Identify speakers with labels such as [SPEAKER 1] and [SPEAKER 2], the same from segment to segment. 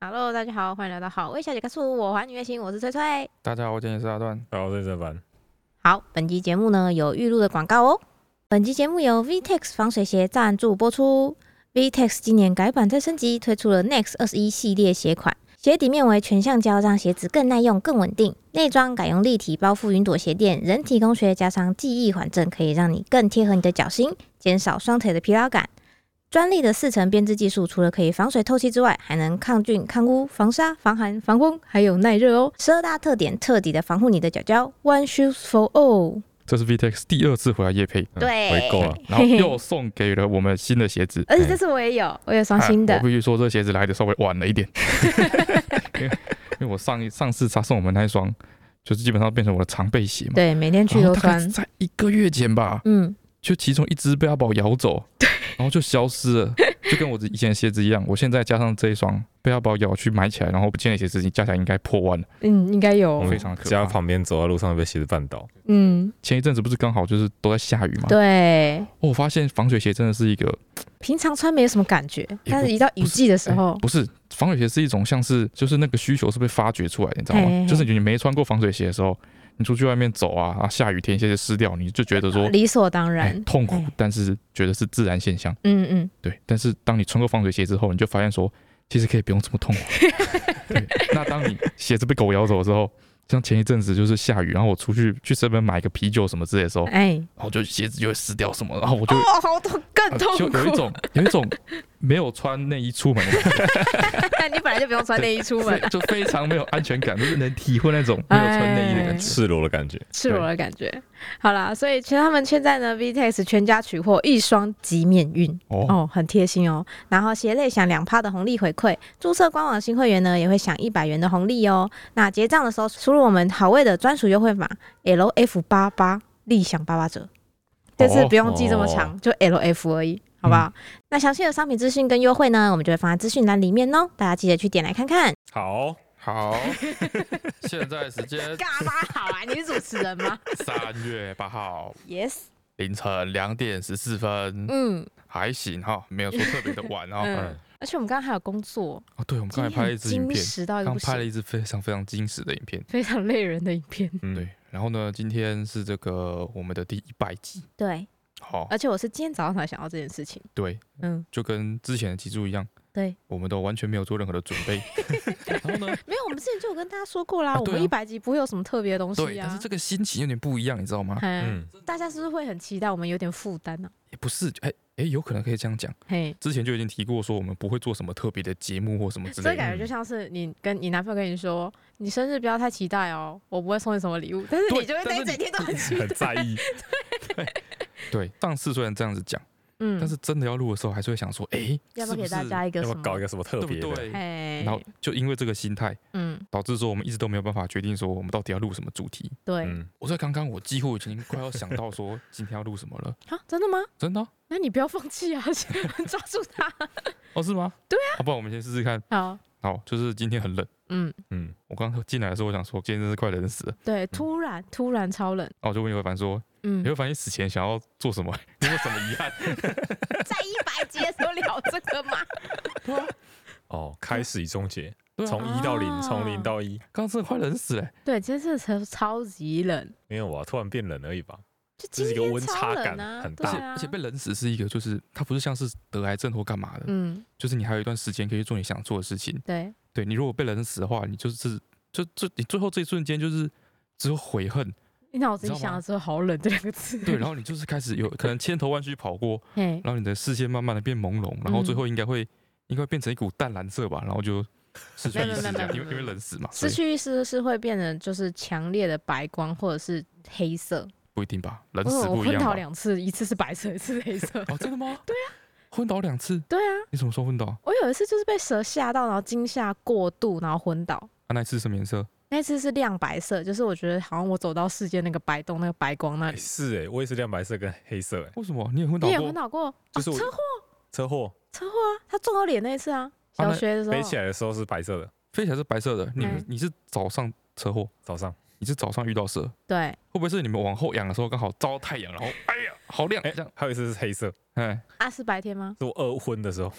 [SPEAKER 1] Hello，大家好，欢迎来到好味小姐开诉我还你月薪，我是翠翠。
[SPEAKER 2] 大家好，我今天是阿段。
[SPEAKER 3] 好，认真版。
[SPEAKER 1] 好，本期节目呢有预录的广告哦。本期节目由 VTEX 防水鞋赞助播出。VTEX 今年改版再升级，推出了 Next 二十一系列鞋款，鞋底面为全橡胶，让鞋子更耐用、更稳定。内装改用立体包覆云朵鞋垫，人体工学加上记忆缓震，可以让你更贴合你的脚心，减少双腿的疲劳感。专利的四层编织技术，除了可以防水透气之外，还能抗菌、抗污、防沙、防寒、防风，还有耐热哦。十二大特点，彻底的防护你的脚脚。One shoes for all。
[SPEAKER 2] 这是 VTEX 第二次嗯回来夜配，
[SPEAKER 1] 对
[SPEAKER 3] 回购了。
[SPEAKER 2] 然后又送给了我们新的鞋子，
[SPEAKER 1] 而且这次我也有，我有双新
[SPEAKER 2] 哎
[SPEAKER 1] 的
[SPEAKER 2] 我。必须说，这鞋子来的稍微晚了一点，因为因为我上一上次他送我们那一双，就是基本上变成我的常备鞋嘛。
[SPEAKER 1] 对，每天去
[SPEAKER 2] 然
[SPEAKER 1] 都
[SPEAKER 2] 后哦大概
[SPEAKER 1] 穿。
[SPEAKER 2] 在一个月前吧，
[SPEAKER 1] 嗯，
[SPEAKER 2] 就其中一只被阿宝咬走，然后就消失了，就跟我以前的鞋子一样。我现在加上这一双被阿宝咬去买起来，然后不见的鞋子，加起来应该破万了，
[SPEAKER 1] 嗯，应该有
[SPEAKER 3] 我。
[SPEAKER 2] 非常可
[SPEAKER 3] 家
[SPEAKER 2] 怕。
[SPEAKER 3] 旁边走在路上被鞋子绊倒，
[SPEAKER 1] 嗯，
[SPEAKER 2] 前一阵子不是刚好就是都在下雨嘛，
[SPEAKER 1] 对，
[SPEAKER 2] 哦我发现防水鞋真的是一个
[SPEAKER 1] 平常穿没有什么感觉，但是一到雨季的时候，
[SPEAKER 2] 不是哎防水鞋是一种像是就是那个需求是被发掘出来的，你知道吗？
[SPEAKER 1] 嘿嘿嘿
[SPEAKER 2] 就是你没穿过防水鞋的时候，你出去外面走啊，啊下雨天鞋就湿掉，你就觉得说、
[SPEAKER 1] 理所当
[SPEAKER 2] 哎
[SPEAKER 1] 然。
[SPEAKER 2] 痛苦
[SPEAKER 1] 哎，
[SPEAKER 2] 但是觉得是自然现象。
[SPEAKER 1] 嗯嗯，
[SPEAKER 2] 对，但是当你穿过防水鞋之后，你就发现说其实可以不用这么痛苦。对，那当你鞋子被狗咬走之后。像前一阵子就是下雨，然后我出去去这边买个啤酒什么之类的时候，然
[SPEAKER 1] 哎，
[SPEAKER 2] 后就鞋子就会湿掉什么，然后哦我就
[SPEAKER 1] 哦，好痛，更
[SPEAKER 2] 呃
[SPEAKER 1] 痛
[SPEAKER 2] 就有一
[SPEAKER 1] 苦。
[SPEAKER 2] 种有一种没有穿内衣出门的感觉，
[SPEAKER 1] 你本来就不用穿内衣出 门，
[SPEAKER 2] 就非常没有安全 感，就是能体会那种没有穿内衣的感
[SPEAKER 1] 哎
[SPEAKER 2] 觉。
[SPEAKER 3] 赤裸的感觉。
[SPEAKER 1] 赤裸的感觉。好啦，所以其实他们现在呢，VTEX 全家取货一双即免运。
[SPEAKER 2] 哦，
[SPEAKER 1] 哦，很贴心哦。然后鞋类享两趴的红利回馈，注册官网新会员呢也会享一百元的红利哦。那结账的时候输入我们好味的专属优惠码 L F 八八，立享八八折。这次不用记这么长，就 L F 而已，好不好？那详细的商品资讯跟优惠呢，我们就会放在资讯栏里面哦，大家记得去点来看看。
[SPEAKER 3] 好，
[SPEAKER 2] 好， 现在时间
[SPEAKER 1] 干嘛好啊？你是主持人吗
[SPEAKER 2] 三月八号
[SPEAKER 1] ？Yes，
[SPEAKER 2] 凌晨两点十四分，
[SPEAKER 1] 嗯
[SPEAKER 2] 还行哈，没有说特别的晚 哦。
[SPEAKER 1] 嗯。而且我们刚刚还有工作，
[SPEAKER 2] 哦，对，我们刚才
[SPEAKER 1] 今天
[SPEAKER 2] 拍了一支影
[SPEAKER 1] 很矜
[SPEAKER 2] 片，
[SPEAKER 1] 持到一个
[SPEAKER 2] 刚
[SPEAKER 1] 不
[SPEAKER 2] 拍了
[SPEAKER 1] 行，
[SPEAKER 2] 一支非常非常惊喜的影片。
[SPEAKER 1] 非常累人的影片。
[SPEAKER 3] 嗯
[SPEAKER 2] 对，，然后呢，今天是这个我们的第一百集。
[SPEAKER 1] 对，
[SPEAKER 2] 好，
[SPEAKER 1] 而且我是今天早上才想到这件事情。
[SPEAKER 2] 对，
[SPEAKER 1] 嗯，
[SPEAKER 2] 就跟之前的集数一样，
[SPEAKER 1] 对，
[SPEAKER 2] 我们都完全没有做任何的准 备。然后呢，
[SPEAKER 1] 没有，我们之前就有跟大家说过啦，
[SPEAKER 2] 啊
[SPEAKER 1] 我
[SPEAKER 2] 对啊
[SPEAKER 1] 们一百集不会有什么特别的东西啊。
[SPEAKER 2] 对，但是这个心情有点不一样，你知道吗？
[SPEAKER 1] 嗯，
[SPEAKER 3] 嗯，
[SPEAKER 1] 大家是不是会很期待？我们有点负担呢。
[SPEAKER 2] 也不是，哎、哎、有可能可以这样讲。
[SPEAKER 1] 嘿，
[SPEAKER 2] 之前就已经提过，说我们不会做什么特别的节目或什么之
[SPEAKER 1] 这
[SPEAKER 2] 类
[SPEAKER 1] 感
[SPEAKER 2] 的。嗯
[SPEAKER 1] 觉就像是你跟你男朋友跟你说，你生日不要太期待哦，我不会送你什么礼物，但是
[SPEAKER 2] 对
[SPEAKER 1] 你就会在
[SPEAKER 2] 但是
[SPEAKER 1] 整天都 很期
[SPEAKER 3] 很
[SPEAKER 1] 待。
[SPEAKER 3] 在 意。
[SPEAKER 2] 对，上次虽然这样子讲，
[SPEAKER 1] 嗯，
[SPEAKER 2] 但是真的要录的时候，还是会想说，哎、
[SPEAKER 1] 要不要
[SPEAKER 2] 是
[SPEAKER 1] 给大
[SPEAKER 2] 是
[SPEAKER 1] 家一个
[SPEAKER 3] 要不
[SPEAKER 1] 什
[SPEAKER 3] 要搞一
[SPEAKER 1] 么？
[SPEAKER 3] 个什么特
[SPEAKER 2] 对
[SPEAKER 3] 别
[SPEAKER 2] 不
[SPEAKER 3] 的？
[SPEAKER 2] 对？
[SPEAKER 1] 哎，
[SPEAKER 2] 然后就因为这个心态，
[SPEAKER 1] 嗯，
[SPEAKER 2] 导致说我们一直都没有办法决定说我们到底要录什么主题。
[SPEAKER 1] 对，
[SPEAKER 3] 嗯，
[SPEAKER 2] 我在刚刚，我几乎已经快要想到说今天要录什么了，
[SPEAKER 1] 啊，真的吗？
[SPEAKER 2] 真的啊、
[SPEAKER 1] 那你不要放弃啊， 抓住他。
[SPEAKER 2] 哦，是吗？对啊，不然我们先试试看。
[SPEAKER 1] 好，
[SPEAKER 2] 好，就是今天很冷，
[SPEAKER 1] 嗯，
[SPEAKER 3] 嗯，
[SPEAKER 2] 我刚进来的时候，我想说今天真是快冷死了。
[SPEAKER 1] 对，突然突然超冷，
[SPEAKER 2] 然后我就问尤凡说，
[SPEAKER 1] 嗯
[SPEAKER 2] 尤，凡你死前想要做什么？你有什么遗憾？
[SPEAKER 1] 在一百集的时候聊这个吗？
[SPEAKER 3] 哦，开始与终结，
[SPEAKER 2] 对啊
[SPEAKER 3] 从一到
[SPEAKER 1] 啊
[SPEAKER 3] 零，从零到一。
[SPEAKER 2] 刚刚真的快冷死了、欸
[SPEAKER 1] 对，今天真的超超级冷，
[SPEAKER 3] 没有啊，突然变冷而已吧。
[SPEAKER 1] 就
[SPEAKER 3] 这
[SPEAKER 1] 今
[SPEAKER 3] 是一个
[SPEAKER 1] 天
[SPEAKER 3] 温
[SPEAKER 1] 超
[SPEAKER 3] 差
[SPEAKER 1] 冷
[SPEAKER 3] 感
[SPEAKER 1] 啊，
[SPEAKER 3] 很
[SPEAKER 1] 对
[SPEAKER 3] 大
[SPEAKER 2] 而且
[SPEAKER 1] 啊、
[SPEAKER 2] 而且被冷死是一个，就是它不是像是得癌症或干嘛的，
[SPEAKER 1] 嗯，
[SPEAKER 2] 就是你还有一段时间可以做你想做的事情。
[SPEAKER 1] 对，
[SPEAKER 2] 对你如果被冷死的话，你就是就就你最后这一瞬间就是只有悔恨，
[SPEAKER 1] 你脑子
[SPEAKER 2] 你
[SPEAKER 1] 里
[SPEAKER 2] 知道
[SPEAKER 1] 想
[SPEAKER 2] 吗
[SPEAKER 1] 的时候好冷这两个字，
[SPEAKER 2] 对，然后你就是开始有可能千头万绪跑过，
[SPEAKER 1] 嘿，
[SPEAKER 2] 然后你的视线慢慢的变朦
[SPEAKER 1] 嗯
[SPEAKER 2] 胧，然后最后应该会应该会变成一股淡蓝色吧，然后就失去
[SPEAKER 1] 没有
[SPEAKER 2] 意识
[SPEAKER 1] 没有
[SPEAKER 2] 这
[SPEAKER 1] 没有
[SPEAKER 2] 样，因
[SPEAKER 1] 没有
[SPEAKER 2] 为因为冷死嘛，所
[SPEAKER 1] 失
[SPEAKER 2] 以
[SPEAKER 1] 去意识是会变成就是强烈的白光或者是黑色，
[SPEAKER 2] 不一定吧，冷
[SPEAKER 1] 哦
[SPEAKER 2] 死
[SPEAKER 1] 我我
[SPEAKER 2] 不一
[SPEAKER 1] 昏
[SPEAKER 2] 样
[SPEAKER 1] 倒
[SPEAKER 2] 吧？。
[SPEAKER 1] 两次，一次是白色，一次是黑色
[SPEAKER 2] 哦，真的吗？对啊，昏倒两次，
[SPEAKER 1] 对啊，
[SPEAKER 2] 你什么时候昏倒？啊，
[SPEAKER 1] 我有一次就是被蛇吓到，然后惊吓过度，然后昏倒。
[SPEAKER 2] 那一次什么颜色？
[SPEAKER 1] 那次是亮白色，就是我觉得好像我走到世界那个白洞、那个白光那
[SPEAKER 3] 哎
[SPEAKER 1] 里。
[SPEAKER 3] 是哎，我也是亮白色跟黑色哎。
[SPEAKER 2] 为什么你也昏倒
[SPEAKER 1] 你也
[SPEAKER 2] 过
[SPEAKER 1] 昏？倒过？
[SPEAKER 3] 就是
[SPEAKER 1] 哦、
[SPEAKER 3] 我
[SPEAKER 1] 车祸，
[SPEAKER 3] 车祸
[SPEAKER 1] 车祸啊！他撞到脸那一次啊，
[SPEAKER 2] 啊
[SPEAKER 1] 小
[SPEAKER 2] 那
[SPEAKER 1] 学的时候。
[SPEAKER 3] 飞起来的时候是白色的，
[SPEAKER 2] 飞起来是白色的，你
[SPEAKER 1] 嗯
[SPEAKER 2] 你是早上车祸，
[SPEAKER 3] 早上
[SPEAKER 2] 你是早上遇到蛇，会
[SPEAKER 1] 对
[SPEAKER 2] 不会是你们往后仰的时候刚好照到太阳，然后哎呀好亮，
[SPEAKER 3] 哎、
[SPEAKER 2] 这样
[SPEAKER 3] 还有一次是黑色，
[SPEAKER 2] 哎，
[SPEAKER 1] 啊，是白天吗？
[SPEAKER 3] 是我二婚的 时候，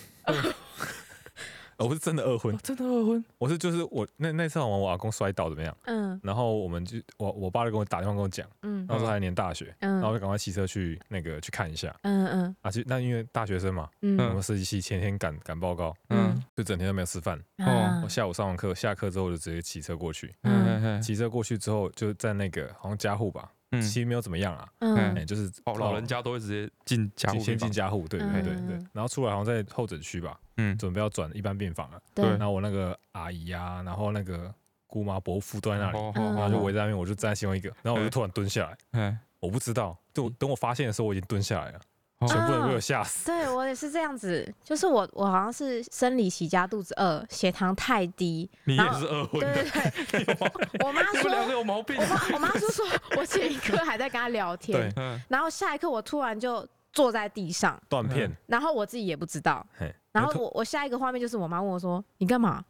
[SPEAKER 3] 我不是真的二婚
[SPEAKER 2] 哦，真的二婚，
[SPEAKER 3] 我是就是我那那次好玩，我阿公摔倒怎么样？
[SPEAKER 1] 嗯
[SPEAKER 3] 然后我们就我我爸就跟我打电话跟我讲，
[SPEAKER 2] 哦
[SPEAKER 1] 嗯
[SPEAKER 3] 那时候还念大学，
[SPEAKER 1] 嗯
[SPEAKER 3] 然后就赶快骑车去那个去看一下
[SPEAKER 1] 嗯
[SPEAKER 3] 啊。其实那因为大学生嘛，
[SPEAKER 1] 嗯
[SPEAKER 3] 我
[SPEAKER 1] 嗯
[SPEAKER 3] 们设计系前天赶赶报告，
[SPEAKER 2] 嗯哦
[SPEAKER 3] 就整天都没有吃饭。
[SPEAKER 1] 啊
[SPEAKER 3] 我下午上完课，下课之后就直接骑车过去。
[SPEAKER 1] 嗯
[SPEAKER 2] 嗯
[SPEAKER 3] 骑车过去之后，就在那个好像家户吧，
[SPEAKER 2] 嗯
[SPEAKER 3] 其实没有怎么样啊，
[SPEAKER 1] 嗯
[SPEAKER 3] 哎，就是
[SPEAKER 2] 哦，老人家都会直接进家
[SPEAKER 3] 进
[SPEAKER 2] 户
[SPEAKER 3] 先进
[SPEAKER 2] 病
[SPEAKER 3] 家户，对对对
[SPEAKER 1] 嗯
[SPEAKER 3] 对。然后出来好像在候诊区吧，
[SPEAKER 2] 房，嗯，
[SPEAKER 3] 准备要转一般病房了。
[SPEAKER 1] 对
[SPEAKER 3] 然后我那个阿姨啊，然后那个姑妈伯父都在那里，
[SPEAKER 2] 哦
[SPEAKER 1] 嗯
[SPEAKER 2] 哦
[SPEAKER 3] 然后就
[SPEAKER 2] 哦
[SPEAKER 3] 围在那边，我就站在其中一个，然后我就
[SPEAKER 2] 哎
[SPEAKER 3] 突然蹲下来，
[SPEAKER 2] 哎，
[SPEAKER 3] 我不知道，就等我发现的时候，我已经蹲下来了，
[SPEAKER 2] 嗯哦
[SPEAKER 3] 全部人被我吓死。
[SPEAKER 1] 对我也是这样子，就是我我好像是生理期加肚子饿，血糖太低，
[SPEAKER 2] 你
[SPEAKER 1] 然
[SPEAKER 2] 也
[SPEAKER 1] 后
[SPEAKER 2] 是二
[SPEAKER 1] 对
[SPEAKER 2] 婚的，
[SPEAKER 1] 对 对，我妈
[SPEAKER 2] 你们两
[SPEAKER 1] 说，
[SPEAKER 2] 个有毛病
[SPEAKER 1] 我，妈我妈说说，我前一刻还在跟她聊天，
[SPEAKER 2] 嗯，
[SPEAKER 1] 然后下一刻我突然就坐在地上，
[SPEAKER 3] 断
[SPEAKER 2] 嗯
[SPEAKER 3] 片，
[SPEAKER 1] 然后我自己也不知道，
[SPEAKER 3] 嘿，
[SPEAKER 1] 然
[SPEAKER 3] 我
[SPEAKER 1] 后
[SPEAKER 3] 突
[SPEAKER 1] 我我下一个画面就是我妈问我说你干嘛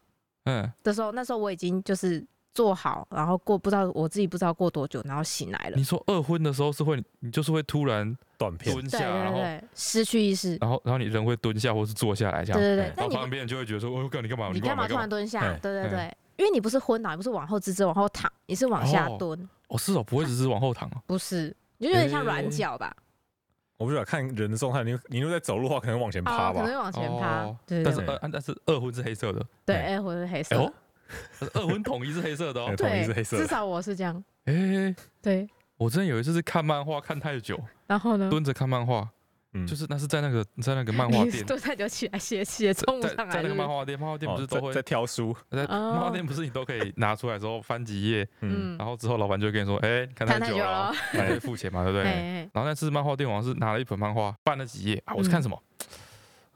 [SPEAKER 2] 嗯，
[SPEAKER 1] 的时候，那时候我已经就是做好，然后过不知道我自己不知道过多久，然后醒来了
[SPEAKER 2] 你，说二婚的时候是会，你就是会突然
[SPEAKER 3] 断片，
[SPEAKER 2] 蹲
[SPEAKER 1] 对
[SPEAKER 2] 下，
[SPEAKER 1] 对
[SPEAKER 2] 然后
[SPEAKER 1] 对，失去意识，
[SPEAKER 2] 然后然后你人会蹲下或是坐下来这
[SPEAKER 1] 对
[SPEAKER 2] 样，
[SPEAKER 1] 对对
[SPEAKER 3] 哎，
[SPEAKER 1] 但
[SPEAKER 2] 然后
[SPEAKER 1] 你
[SPEAKER 2] 旁边人就会觉得说，哦，干你干嘛？
[SPEAKER 1] 你干嘛突然？蹲下
[SPEAKER 3] 哎？
[SPEAKER 1] 对对对
[SPEAKER 2] 哎，
[SPEAKER 1] 因为你不是昏倒，你不是往后直直往后躺，你是往下
[SPEAKER 2] 哦
[SPEAKER 1] 蹲，
[SPEAKER 2] 哦，是哦，不会只是往后躺哦。
[SPEAKER 1] 不是，你就有点像
[SPEAKER 2] 哎
[SPEAKER 1] 软脚吧？
[SPEAKER 3] 我不知道看人的状态，你你如果在走路的话，可能往前
[SPEAKER 1] 哦
[SPEAKER 3] 趴，
[SPEAKER 1] 可能
[SPEAKER 3] 吧。
[SPEAKER 1] 会往前趴
[SPEAKER 2] 哦，
[SPEAKER 1] 对对
[SPEAKER 2] 但
[SPEAKER 1] 对
[SPEAKER 2] 是
[SPEAKER 3] 对
[SPEAKER 2] 二，但是二婚是黑色的，
[SPEAKER 1] 对，
[SPEAKER 3] 哎
[SPEAKER 1] 哎，或者是黑
[SPEAKER 2] 哎
[SPEAKER 1] 色
[SPEAKER 2] 呦，，但 是二婚统一是黑色的哦
[SPEAKER 3] 哎。统一
[SPEAKER 1] 对
[SPEAKER 3] 是黑，色的
[SPEAKER 1] 至少我是这样，
[SPEAKER 2] 哎，
[SPEAKER 1] 对。
[SPEAKER 2] 我之前有一次是看漫画看太久，
[SPEAKER 1] 然后呢？
[SPEAKER 2] 蹲着看漫画，
[SPEAKER 3] 嗯
[SPEAKER 2] 就是那是在那个在那个漫画
[SPEAKER 1] 你
[SPEAKER 2] 店，
[SPEAKER 1] 蹲太久起来写写冲不
[SPEAKER 2] 在
[SPEAKER 1] 上来
[SPEAKER 2] 在那
[SPEAKER 1] 是
[SPEAKER 2] 个
[SPEAKER 1] 不
[SPEAKER 2] 漫
[SPEAKER 1] 是，
[SPEAKER 2] 画店，漫画店
[SPEAKER 3] 哦
[SPEAKER 2] 不是都
[SPEAKER 3] 在
[SPEAKER 2] 会
[SPEAKER 3] 在挑书，
[SPEAKER 2] 在
[SPEAKER 1] 哦
[SPEAKER 2] 漫画店不是你都可以拿出来之后翻几页，
[SPEAKER 1] 嗯
[SPEAKER 3] 嗯，
[SPEAKER 2] 然，后之后老板就会跟你说，哎，看
[SPEAKER 1] 看
[SPEAKER 2] 太
[SPEAKER 1] 太
[SPEAKER 2] 久
[SPEAKER 1] 久
[SPEAKER 2] 了
[SPEAKER 1] 了
[SPEAKER 2] 哦，你可以付钱嘛，对不
[SPEAKER 1] 哎
[SPEAKER 2] 对？
[SPEAKER 1] 哎，
[SPEAKER 2] 然后那次漫画店好像是拿了一本漫画，翻了几页啊，我是看什么？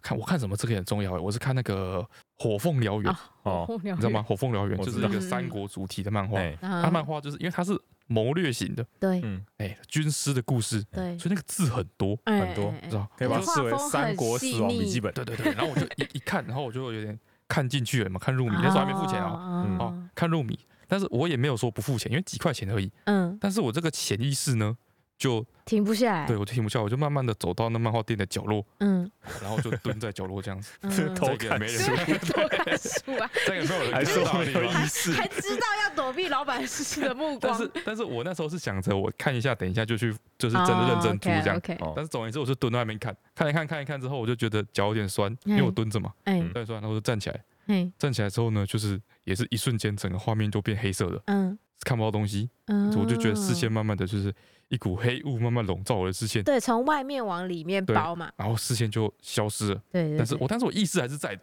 [SPEAKER 2] 看我看什么？这个也很重要哎，我是看那个《火凤燎原》
[SPEAKER 1] 啊，
[SPEAKER 3] 哦
[SPEAKER 1] 你
[SPEAKER 2] 你知道吗？？《火凤燎原》
[SPEAKER 3] 我
[SPEAKER 2] 就是
[SPEAKER 3] 知
[SPEAKER 2] 一
[SPEAKER 3] 道
[SPEAKER 2] 个三国主题的漫画，
[SPEAKER 3] 哎，
[SPEAKER 2] 它
[SPEAKER 1] 啊，
[SPEAKER 2] 漫画就是因为它是谋略型的，
[SPEAKER 1] 对
[SPEAKER 3] 嗯，
[SPEAKER 2] 哎，军师的故事，
[SPEAKER 1] 对，
[SPEAKER 2] 所以那个字很多，
[SPEAKER 1] 哎
[SPEAKER 3] 很多
[SPEAKER 1] 哎哎
[SPEAKER 2] 知道？
[SPEAKER 3] 可以把它
[SPEAKER 1] 你的
[SPEAKER 3] 视为
[SPEAKER 1] 画风
[SPEAKER 3] 三
[SPEAKER 1] 很
[SPEAKER 3] 国
[SPEAKER 1] 细
[SPEAKER 3] 死亡笔
[SPEAKER 1] 腻
[SPEAKER 3] 记本，
[SPEAKER 2] 对对对，然后我就一一看，然后我就有点看进去了嘛，看入迷，那时候还没付钱啊，
[SPEAKER 1] 哦
[SPEAKER 3] 嗯
[SPEAKER 2] 哦，看入迷，但是我也没有说不付钱，因为几块钱而已，
[SPEAKER 1] 嗯，
[SPEAKER 2] 但是我这个潜意识呢，就
[SPEAKER 1] 停不下来，
[SPEAKER 3] 哎
[SPEAKER 2] 对我就停不下来，我就慢慢的走到那漫画店的角落，
[SPEAKER 1] 嗯，
[SPEAKER 2] 然后就蹲在角落这样 子，
[SPEAKER 1] 嗯，
[SPEAKER 3] 这
[SPEAKER 2] 再
[SPEAKER 3] 偷
[SPEAKER 2] 一个也
[SPEAKER 3] 看
[SPEAKER 2] 没人
[SPEAKER 3] 书，
[SPEAKER 1] 多看书 啊，
[SPEAKER 2] 再一个没有人
[SPEAKER 3] 还
[SPEAKER 2] 看
[SPEAKER 3] 说
[SPEAKER 2] 到
[SPEAKER 3] 没
[SPEAKER 2] 你
[SPEAKER 3] 有
[SPEAKER 2] 吗？
[SPEAKER 3] 意识，
[SPEAKER 1] 还知道要躲避老板的目
[SPEAKER 2] 但
[SPEAKER 1] 光，
[SPEAKER 2] 是， 但是我那时候是想着，我看一下，等一下就去，就是真的认真读这样。
[SPEAKER 1] o k
[SPEAKER 3] 哦
[SPEAKER 2] 但是总而言之，我就蹲在那边看，看一看，看一看之后，我就觉得脚有点酸，因为我蹲着嘛，
[SPEAKER 1] 哎
[SPEAKER 3] 嗯
[SPEAKER 2] 蹲着酸，然后我就站起来。
[SPEAKER 1] 哎，
[SPEAKER 2] 站起来之后呢，就是也是一瞬间，整个画面就变黑色的，
[SPEAKER 1] 嗯
[SPEAKER 2] 看不到东西。
[SPEAKER 1] 嗯，
[SPEAKER 2] 我就觉得视线慢慢的就是一股黑雾慢慢笼罩我的视线，
[SPEAKER 1] 对，从外面往里面
[SPEAKER 2] 对
[SPEAKER 1] 包嘛，
[SPEAKER 2] 然后视线就消失了。
[SPEAKER 1] 对对
[SPEAKER 2] 但是
[SPEAKER 1] 对
[SPEAKER 2] 我但是我意识还是在的，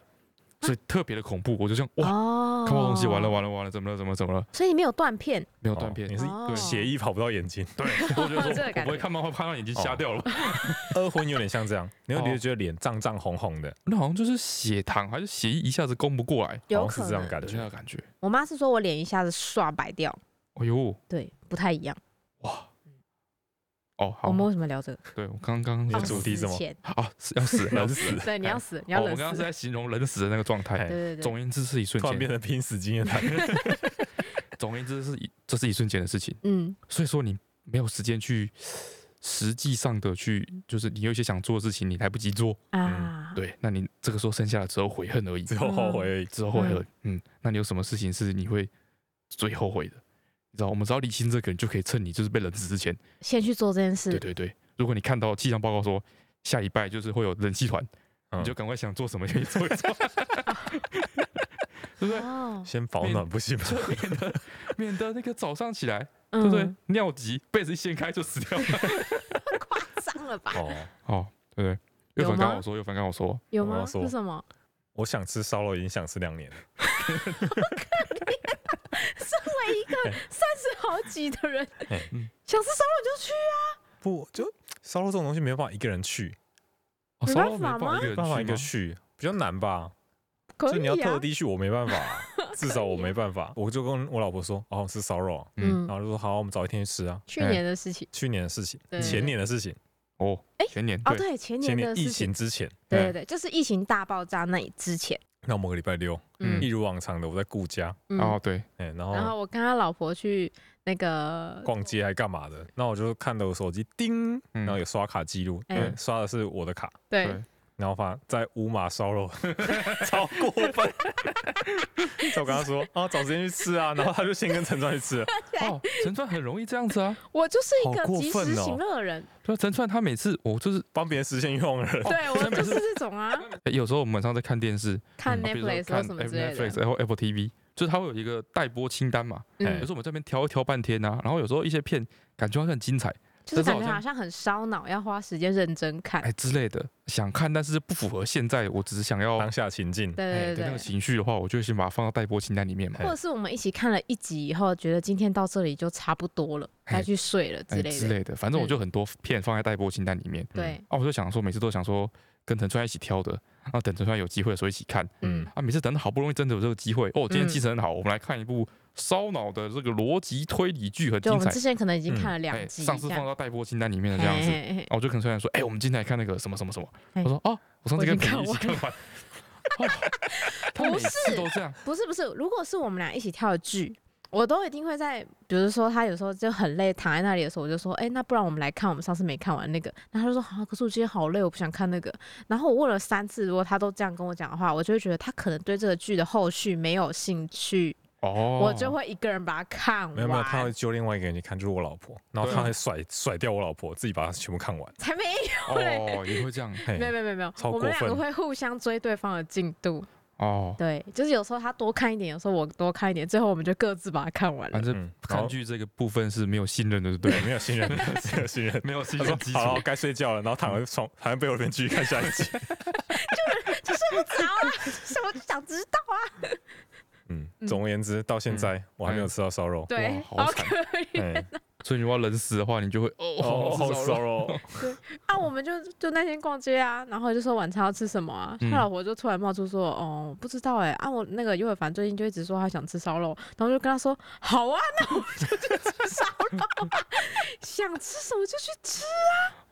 [SPEAKER 2] 所以特别的恐怖。我就这样哇，
[SPEAKER 1] 哦，
[SPEAKER 2] 看不到东西，完了，完了完了，怎么了怎么了怎么了？
[SPEAKER 1] 所以你没有断片，
[SPEAKER 2] 没有断片
[SPEAKER 3] 哦你，是
[SPEAKER 1] 哦
[SPEAKER 3] 血液跑不到眼睛，
[SPEAKER 2] 对，哦我就觉得
[SPEAKER 1] 这
[SPEAKER 2] 说
[SPEAKER 1] 个
[SPEAKER 2] 我
[SPEAKER 1] 感
[SPEAKER 2] 不会
[SPEAKER 1] 觉
[SPEAKER 2] 看漫画，看到眼睛瞎掉了。
[SPEAKER 3] 二婚有点像这样，你会
[SPEAKER 2] 哦
[SPEAKER 3] 你会觉得脸胀胀红红的，
[SPEAKER 2] 那好像就是血糖还是血液一下子供不过来，
[SPEAKER 1] 有
[SPEAKER 3] 好像
[SPEAKER 1] 可
[SPEAKER 3] 是这样
[SPEAKER 1] 能。
[SPEAKER 3] 感
[SPEAKER 2] 有这样
[SPEAKER 3] 觉。
[SPEAKER 2] 的感觉。
[SPEAKER 1] 我妈是说我脸一下子刷白掉，
[SPEAKER 2] 哎呦，
[SPEAKER 1] 对，不太一样。
[SPEAKER 2] 哇，哦
[SPEAKER 1] 我
[SPEAKER 2] 好，
[SPEAKER 1] 们为什么聊这个？
[SPEAKER 2] 对我刚刚
[SPEAKER 3] 你
[SPEAKER 2] 要
[SPEAKER 3] 的主题是什么
[SPEAKER 1] 死前
[SPEAKER 2] 啊是要死了
[SPEAKER 3] 冷
[SPEAKER 2] 要死
[SPEAKER 3] 死，
[SPEAKER 1] 对，你要死，你
[SPEAKER 2] 哦
[SPEAKER 1] 要
[SPEAKER 2] 我
[SPEAKER 1] 冷
[SPEAKER 2] 们刚刚是
[SPEAKER 1] 死。
[SPEAKER 2] 在形容人死的那个状态
[SPEAKER 3] 哎。
[SPEAKER 1] 对对
[SPEAKER 2] 总
[SPEAKER 1] 对，
[SPEAKER 2] 而言之是一瞬
[SPEAKER 3] 突然变
[SPEAKER 2] 间，
[SPEAKER 3] 成拼死经验谈，
[SPEAKER 2] 总而言之是一这是一瞬间的事情，
[SPEAKER 1] 嗯，
[SPEAKER 2] 所以说你没有时间去实际上的去，就是你有一些想做的事情你来不及做，
[SPEAKER 1] 啊，
[SPEAKER 2] 嗯对，那你这个时候剩下的只有悔恨而已，
[SPEAKER 3] 之后后悔而已。
[SPEAKER 2] 只有悔恨，嗯，那你有什么事情是你会最后悔的？你知道，我们只要理清这个，你就可以趁你就是被冷死之前，
[SPEAKER 1] 先去做这件
[SPEAKER 2] 对
[SPEAKER 1] 事，
[SPEAKER 2] 对对，如果你看到气象报告说下礼拜就是会有冷气团，
[SPEAKER 3] 嗯
[SPEAKER 2] 你就赶快想做什么就去做一做， 对不对？
[SPEAKER 1] 哦，
[SPEAKER 3] 先保暖 不行吗？
[SPEAKER 2] 就免得免得那个早上起来，
[SPEAKER 1] 对
[SPEAKER 2] 对不对？尿急被子一掀开就死 掉了。
[SPEAKER 1] 夸张了 吧？
[SPEAKER 3] 哦，
[SPEAKER 2] 哦，对不对？
[SPEAKER 1] 有
[SPEAKER 2] 又凡跟
[SPEAKER 1] 吗哦
[SPEAKER 2] 我说，又凡跟我说，
[SPEAKER 1] 有
[SPEAKER 3] 我
[SPEAKER 1] 吗？
[SPEAKER 3] 要说
[SPEAKER 1] 是什 么？
[SPEAKER 3] 我想吃烧肉，已经想吃两年了。
[SPEAKER 1] 为一个三十好几的人
[SPEAKER 3] 哎，
[SPEAKER 2] 嗯
[SPEAKER 1] 想吃烧肉就去，
[SPEAKER 3] 不，就烧肉这种东西没有办法一个人去，
[SPEAKER 2] 哦
[SPEAKER 1] 没
[SPEAKER 2] 烧肉没
[SPEAKER 1] 办法吗
[SPEAKER 2] 办法一个
[SPEAKER 3] 办法一
[SPEAKER 2] 人
[SPEAKER 3] 个
[SPEAKER 2] 去
[SPEAKER 3] 去比较难吧？
[SPEAKER 1] 可
[SPEAKER 3] 就你要
[SPEAKER 1] 以
[SPEAKER 3] 特
[SPEAKER 1] 啊。
[SPEAKER 3] 地去，我没办法 啊，至少我没办法。我就跟我老婆说，哦，吃烧肉啊，
[SPEAKER 2] 吗，
[SPEAKER 1] 嗯
[SPEAKER 2] 嗯，
[SPEAKER 3] 然，后就说好，我们找一天去吃啊。
[SPEAKER 1] 去年的事情，
[SPEAKER 3] 去年的事情
[SPEAKER 1] 对，
[SPEAKER 3] 前年的事情，
[SPEAKER 2] 哦
[SPEAKER 1] 哎，
[SPEAKER 2] 前年
[SPEAKER 1] 哦，
[SPEAKER 2] 对，
[SPEAKER 1] 对，前
[SPEAKER 3] 前
[SPEAKER 1] 年
[SPEAKER 3] 年
[SPEAKER 1] 的
[SPEAKER 3] 疫
[SPEAKER 1] 事情
[SPEAKER 3] 情，之前，
[SPEAKER 1] 对对对，就是疫情大爆炸那之前，
[SPEAKER 3] 那某个礼拜六，
[SPEAKER 2] 嗯
[SPEAKER 3] 一如往常的我在顾家，
[SPEAKER 1] 嗯
[SPEAKER 2] 哦，对，
[SPEAKER 3] 哎、然
[SPEAKER 1] 然
[SPEAKER 3] 后
[SPEAKER 1] 后我跟他老婆去那个
[SPEAKER 3] 逛街还干嘛的，那我就看到我手机叮，
[SPEAKER 2] 嗯
[SPEAKER 3] 然后有刷卡记录，
[SPEAKER 1] 哎
[SPEAKER 3] 对，刷的是我的卡，
[SPEAKER 1] 对
[SPEAKER 2] 对，
[SPEAKER 3] 然后发在五马烧肉， 超过分。 所以我跟他说啊，找时间去吃啊，然后他就先跟陈川去吃了。
[SPEAKER 2] 哦，陈川很容易这样子啊，
[SPEAKER 1] 我就是一个
[SPEAKER 3] 好过
[SPEAKER 1] 及
[SPEAKER 3] 分
[SPEAKER 1] 时
[SPEAKER 3] 哦
[SPEAKER 1] 行乐的人，
[SPEAKER 2] 对啊，陈川他每次我就是
[SPEAKER 3] 帮别人实现愿哦望的人，
[SPEAKER 1] 对我
[SPEAKER 2] 真的
[SPEAKER 1] 就是是这种啊，
[SPEAKER 2] 欸有时候我们晚上在看电视，
[SPEAKER 1] 看
[SPEAKER 2] 啊比如说
[SPEAKER 1] Netflix 或
[SPEAKER 2] 看
[SPEAKER 1] 什么
[SPEAKER 2] F-
[SPEAKER 1] 之类
[SPEAKER 2] Netflix
[SPEAKER 1] 的，
[SPEAKER 2] 然后 Apple TV，就是它会有一个待播清单嘛。有
[SPEAKER 1] 嗯
[SPEAKER 3] 哎
[SPEAKER 2] 时，候我们这边挑一挑半天啊，然后有时候一些片感觉好像很精彩，
[SPEAKER 1] 就是
[SPEAKER 2] 但是
[SPEAKER 1] 感
[SPEAKER 2] 好
[SPEAKER 1] 觉好
[SPEAKER 2] 像
[SPEAKER 1] 像很烧脑，要花时间认真看
[SPEAKER 2] 哎、。之类的，想看，但是不符合现在，我只是想要
[SPEAKER 3] 当下情境。
[SPEAKER 2] 哎
[SPEAKER 1] 对
[SPEAKER 2] 的那
[SPEAKER 1] 对
[SPEAKER 2] 个情绪的话，我就会先把它放到待播清单里面嘛
[SPEAKER 1] 对，或。者是我们一起看了一集以后，觉得今天到这里就差不多了，
[SPEAKER 2] 哎
[SPEAKER 1] 该去睡了
[SPEAKER 2] 哎
[SPEAKER 1] 之类
[SPEAKER 2] 之
[SPEAKER 1] 的。嗯
[SPEAKER 2] 类的，反正我就很多片放在待播清单里面。
[SPEAKER 1] 对，
[SPEAKER 2] 啊，我就想说，每次都想说跟陈川一起挑的，然后等陈川有机会的时候一起看。
[SPEAKER 1] 嗯
[SPEAKER 3] 嗯，
[SPEAKER 2] 啊，每次等到好不容易真的有这个机会，哦，今天
[SPEAKER 1] 嗯
[SPEAKER 2] 气氛很好，我们来看一部烧脑的这个逻辑推理剧，很
[SPEAKER 1] 就我
[SPEAKER 2] 精
[SPEAKER 1] 们
[SPEAKER 2] 彩
[SPEAKER 1] 之。前可能已经
[SPEAKER 3] 嗯
[SPEAKER 1] 看了
[SPEAKER 2] 哎，
[SPEAKER 1] 两集，哎
[SPEAKER 2] 上次放到待播清单里面的这样子。
[SPEAKER 1] 嘿嘿嘿
[SPEAKER 2] 然后我就跟陈然说，哎、我们今天来看那个什么什么什么，
[SPEAKER 1] 哎
[SPEAKER 2] 我说哦，我上
[SPEAKER 1] 我
[SPEAKER 2] 次
[SPEAKER 1] 已
[SPEAKER 2] 跟
[SPEAKER 1] 经
[SPEAKER 2] 平一
[SPEAKER 1] 看
[SPEAKER 2] 起看完，哦、他每
[SPEAKER 1] 不
[SPEAKER 2] 次
[SPEAKER 1] 是
[SPEAKER 2] 都这样，
[SPEAKER 1] 不是不是，如果是我们俩一起跳的剧，我都一定会在，比如说他有时候就很累，躺在那里的时候，我就说，哎、那不然我们来看我们上次没看完那个。然后他就说，好、可是我今天好累，我不想看那个。然后我问了三次，如果他都这样跟我讲的话，我就会觉得他可能对这个剧的后续没有兴趣，
[SPEAKER 2] 哦，
[SPEAKER 1] 我就会一个人把它看完。
[SPEAKER 3] 没有没有，他会揪另外一个人去看，就是我老婆，然后他还甩甩掉我老婆，自己把它全部 看完。
[SPEAKER 1] 才没
[SPEAKER 2] 哦也会这样，
[SPEAKER 3] 嘿
[SPEAKER 1] 没有没有没有没有，
[SPEAKER 3] 超
[SPEAKER 1] 我们
[SPEAKER 3] 过
[SPEAKER 1] 两个
[SPEAKER 3] 分
[SPEAKER 1] 会互相追对方的进度。
[SPEAKER 2] 哦，
[SPEAKER 1] 对，就是有时候他多看一点，有时候我多看一点，最后我们就各自把它看完了
[SPEAKER 2] 反。正
[SPEAKER 3] 嗯，然
[SPEAKER 2] 看
[SPEAKER 3] 后
[SPEAKER 2] 剧这个部分是没有信任的，对不对？
[SPEAKER 3] 对没有信任， 没有信任。
[SPEAKER 2] 没有信
[SPEAKER 3] 他说
[SPEAKER 2] 任基：“础，
[SPEAKER 3] 好了，该睡觉了。”然后躺 在床，躺在被窝里面继续看下一集。
[SPEAKER 1] 好啊，就是我就想知道啊。
[SPEAKER 3] 嗯
[SPEAKER 1] 嗯，
[SPEAKER 3] 总而言之，到现在我还没有吃到烧肉。
[SPEAKER 1] 对，
[SPEAKER 2] 好
[SPEAKER 1] 好
[SPEAKER 2] 惨
[SPEAKER 1] 可以
[SPEAKER 3] 哎，
[SPEAKER 2] 所以你要冷死的话，你就会哦，好
[SPEAKER 3] 烧
[SPEAKER 2] 骚扰
[SPEAKER 3] 肉，
[SPEAKER 1] 啊！我们就就那天逛街啊，然后就说晚餐要吃什么啊，
[SPEAKER 2] 嗯
[SPEAKER 1] 他老婆就突然冒出说，哦，不知道哎、啊，我那个尤伟凡最近就一直说他想吃烧肉，然后就跟他说，好啊，那我们就去吃烧肉啊，想吃什么就去吃，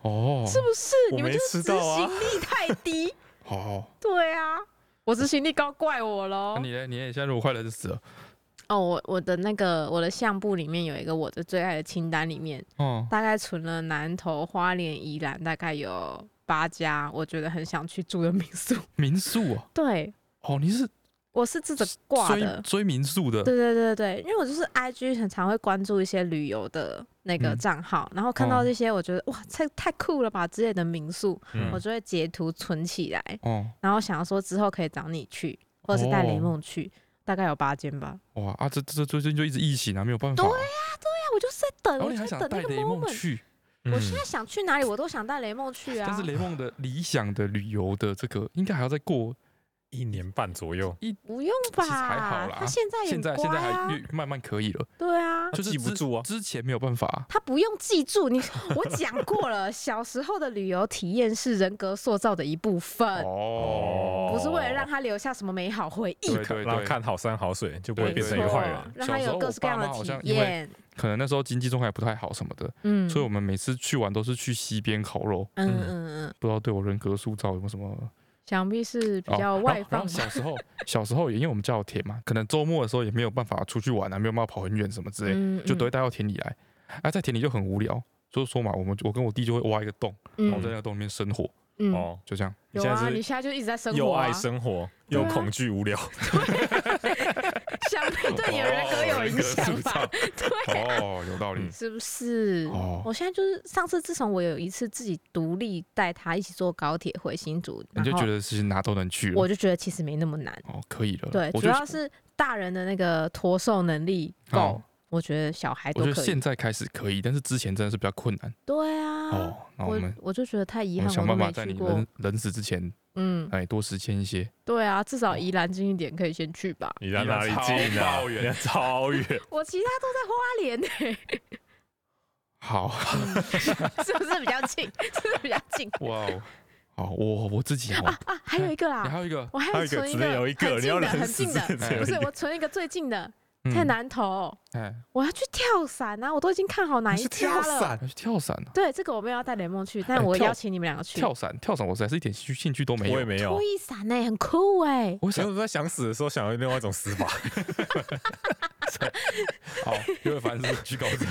[SPEAKER 2] 哦，
[SPEAKER 1] 是不是？
[SPEAKER 3] 我
[SPEAKER 1] 你们
[SPEAKER 3] 没
[SPEAKER 1] 就是
[SPEAKER 3] 吃
[SPEAKER 1] 执
[SPEAKER 3] 到啊
[SPEAKER 1] 行力太低，
[SPEAKER 2] 好，
[SPEAKER 1] 对啊。我执行力高，怪我喽
[SPEAKER 2] 那！你呢？你也现在如果快冷死了，
[SPEAKER 1] 哦，我我的那个我的相簿里面有一个我的最爱的清单，里面
[SPEAKER 2] 哦，
[SPEAKER 1] 大概存了南投、花莲、宜兰，大概有八家我觉得很想去住的民宿。
[SPEAKER 2] 民宿哦，
[SPEAKER 1] 对，
[SPEAKER 2] 哦，你是
[SPEAKER 1] 我是这个挂
[SPEAKER 2] 追
[SPEAKER 1] 的。
[SPEAKER 2] 追民宿的，
[SPEAKER 1] 对对对对，因为我就是 IG 很常会关注一些旅游的那个
[SPEAKER 2] 嗯
[SPEAKER 1] 账号，然后看到这些我觉得、哇，太太酷了吧之类的民宿，
[SPEAKER 3] 嗯
[SPEAKER 1] 我就会截图存起来，
[SPEAKER 2] 哦，
[SPEAKER 1] 然后想要说之后可以找你去，或者是带雷
[SPEAKER 2] 哦
[SPEAKER 1] 梦去，大概有八间吧。
[SPEAKER 2] 哇啊，这这这最近就一直疫情啊，没有办法
[SPEAKER 1] 对
[SPEAKER 2] 啊，
[SPEAKER 1] 哎呀，我就是在等，
[SPEAKER 2] 然后
[SPEAKER 1] 我
[SPEAKER 2] 你还
[SPEAKER 1] 就
[SPEAKER 2] 想
[SPEAKER 1] 等
[SPEAKER 2] 带
[SPEAKER 1] 那个
[SPEAKER 2] 雷梦
[SPEAKER 1] moment。
[SPEAKER 2] 去。
[SPEAKER 1] 我
[SPEAKER 3] 嗯
[SPEAKER 1] 现在想去哪里，我都想带雷梦去啊。
[SPEAKER 2] 但是雷梦的理想的旅游的这个，应该还要再过，
[SPEAKER 3] 一年半左右，
[SPEAKER 1] 不用
[SPEAKER 2] 其
[SPEAKER 1] 吧？
[SPEAKER 2] 实还好啦
[SPEAKER 1] 他现在也很
[SPEAKER 2] 现
[SPEAKER 1] 乖
[SPEAKER 2] 在
[SPEAKER 1] 啊，
[SPEAKER 2] 现在还越慢慢可以了，
[SPEAKER 1] 对啊，
[SPEAKER 2] 就是
[SPEAKER 3] 记不
[SPEAKER 2] 之
[SPEAKER 3] 住啊
[SPEAKER 2] 之前没有办法啊、
[SPEAKER 1] 他不用记住你。我讲过了，小时候的旅游体验是人格塑造的一部分，
[SPEAKER 2] 哦
[SPEAKER 1] 不是为了让他留下什么美好回忆。
[SPEAKER 2] 对对
[SPEAKER 3] 然后
[SPEAKER 2] 对，
[SPEAKER 3] 看好山好水，就不会
[SPEAKER 2] 对
[SPEAKER 3] 变
[SPEAKER 1] 没
[SPEAKER 3] 成一个
[SPEAKER 1] 错
[SPEAKER 3] 坏人。
[SPEAKER 1] 让他有各式各样的体
[SPEAKER 2] 小时候我爸妈好像
[SPEAKER 1] 验。
[SPEAKER 2] 可能那时候经济状况也不太好什么的，
[SPEAKER 1] 嗯，
[SPEAKER 2] 所以我们每次去玩都是去溪边烤肉，
[SPEAKER 1] 嗯嗯嗯嗯，
[SPEAKER 2] 不知道对我人格塑造有没有什么
[SPEAKER 1] 想必是比
[SPEAKER 2] 哦
[SPEAKER 1] 较
[SPEAKER 2] 然后
[SPEAKER 1] 外
[SPEAKER 2] 然
[SPEAKER 1] 放
[SPEAKER 2] 后
[SPEAKER 1] 吧。
[SPEAKER 2] 小时候小时候也因为我们家有田嘛，可能周末的时候也没有办法出去玩啊，没有办法跑很远什么之类的，
[SPEAKER 1] 嗯，
[SPEAKER 2] 就都会带到田里来。啊，在田里就很无聊，所以说嘛，我们我跟我弟就会挖一个洞，
[SPEAKER 1] 嗯
[SPEAKER 2] 然后在那个洞里面生火，
[SPEAKER 1] 嗯
[SPEAKER 3] 哦，
[SPEAKER 2] 就这样。
[SPEAKER 3] 你
[SPEAKER 1] 有
[SPEAKER 3] 现
[SPEAKER 1] 啊，
[SPEAKER 3] 在
[SPEAKER 1] 你
[SPEAKER 3] 是
[SPEAKER 1] 现在就一直在生
[SPEAKER 3] 又
[SPEAKER 1] 活啊
[SPEAKER 3] 爱，生活
[SPEAKER 1] 对
[SPEAKER 3] 又
[SPEAKER 1] 啊
[SPEAKER 3] 恐惧无聊，
[SPEAKER 1] 想必对你的人格有影响吧？对啊，
[SPEAKER 2] 哦，有道理
[SPEAKER 3] 嗯。
[SPEAKER 1] 是不是？
[SPEAKER 2] 哦，
[SPEAKER 1] 我现在就是上次，自从我有一次自己独立带他一起坐高铁回新竹，
[SPEAKER 2] 你
[SPEAKER 1] 然
[SPEAKER 2] 就
[SPEAKER 1] 后
[SPEAKER 2] 觉得是哪都能去了，
[SPEAKER 1] 我就觉得其实没那么难。
[SPEAKER 2] 哦，可以了。
[SPEAKER 1] 对，
[SPEAKER 2] 我
[SPEAKER 1] 主
[SPEAKER 2] 觉得
[SPEAKER 1] 要是大人的那个脱受能力够
[SPEAKER 2] 哦，
[SPEAKER 1] 我觉得小孩都
[SPEAKER 2] 我觉得
[SPEAKER 1] 可以
[SPEAKER 2] 现。在开始可以，但是之前真的是比较困难。
[SPEAKER 1] 对啊，
[SPEAKER 2] 哦，那我
[SPEAKER 1] 我
[SPEAKER 2] 们
[SPEAKER 1] 我就觉得太遗
[SPEAKER 2] 我
[SPEAKER 1] 憾，我
[SPEAKER 2] 们想
[SPEAKER 1] 都
[SPEAKER 2] 办法
[SPEAKER 1] 没
[SPEAKER 2] 在
[SPEAKER 1] 去
[SPEAKER 2] 你
[SPEAKER 1] 过
[SPEAKER 2] 人。人死之前，
[SPEAKER 1] 嗯，
[SPEAKER 2] 哎，多实现一些。
[SPEAKER 1] 对啊，至少
[SPEAKER 2] 哦
[SPEAKER 1] 宜兰近一点可以先去吧。
[SPEAKER 3] 你在
[SPEAKER 2] 你
[SPEAKER 3] 哪里
[SPEAKER 2] 超
[SPEAKER 3] 近啊？
[SPEAKER 2] 抱怨
[SPEAKER 3] 你超远，
[SPEAKER 1] 我其他都在花莲呢、
[SPEAKER 2] 好，
[SPEAKER 1] 嗯是不是比较近？是不是比较近
[SPEAKER 2] 哇哦，好，我我自己好，
[SPEAKER 1] 啊？还有一个
[SPEAKER 2] 你还
[SPEAKER 1] 啦，
[SPEAKER 2] 有一个
[SPEAKER 1] 我还
[SPEAKER 3] 还有一个
[SPEAKER 1] 存
[SPEAKER 3] 只能有一
[SPEAKER 1] 很
[SPEAKER 3] 个，你
[SPEAKER 1] 近
[SPEAKER 3] 要
[SPEAKER 1] 的，
[SPEAKER 3] 冷
[SPEAKER 1] 很
[SPEAKER 3] 死
[SPEAKER 1] 近的，
[SPEAKER 3] 只能只有
[SPEAKER 1] 不
[SPEAKER 3] 一
[SPEAKER 1] 是
[SPEAKER 3] 个。
[SPEAKER 1] 我存一个最近的，在
[SPEAKER 2] 嗯？
[SPEAKER 1] 南投，
[SPEAKER 2] 哎，
[SPEAKER 1] 我要去跳伞啊！我都已经看好哪
[SPEAKER 3] 你
[SPEAKER 1] 一
[SPEAKER 3] 是
[SPEAKER 1] 家
[SPEAKER 3] 跳
[SPEAKER 1] 了。
[SPEAKER 3] 伞？
[SPEAKER 2] 要去跳伞啊！
[SPEAKER 1] 对，这个我没有要带雷梦去，但
[SPEAKER 2] 哎
[SPEAKER 1] 我
[SPEAKER 2] 跳
[SPEAKER 1] 邀请你们两个去。
[SPEAKER 2] 跳伞，跳伞，我实在是一点兴趣兴趣都没
[SPEAKER 3] 我也
[SPEAKER 2] 有。
[SPEAKER 3] 没有
[SPEAKER 1] 脱。衣伞呢、很酷哎、
[SPEAKER 2] 我
[SPEAKER 3] 所以
[SPEAKER 2] 想
[SPEAKER 3] 我在想死的时候，想要另外一种死法。
[SPEAKER 2] 好， 因为反正是居高症，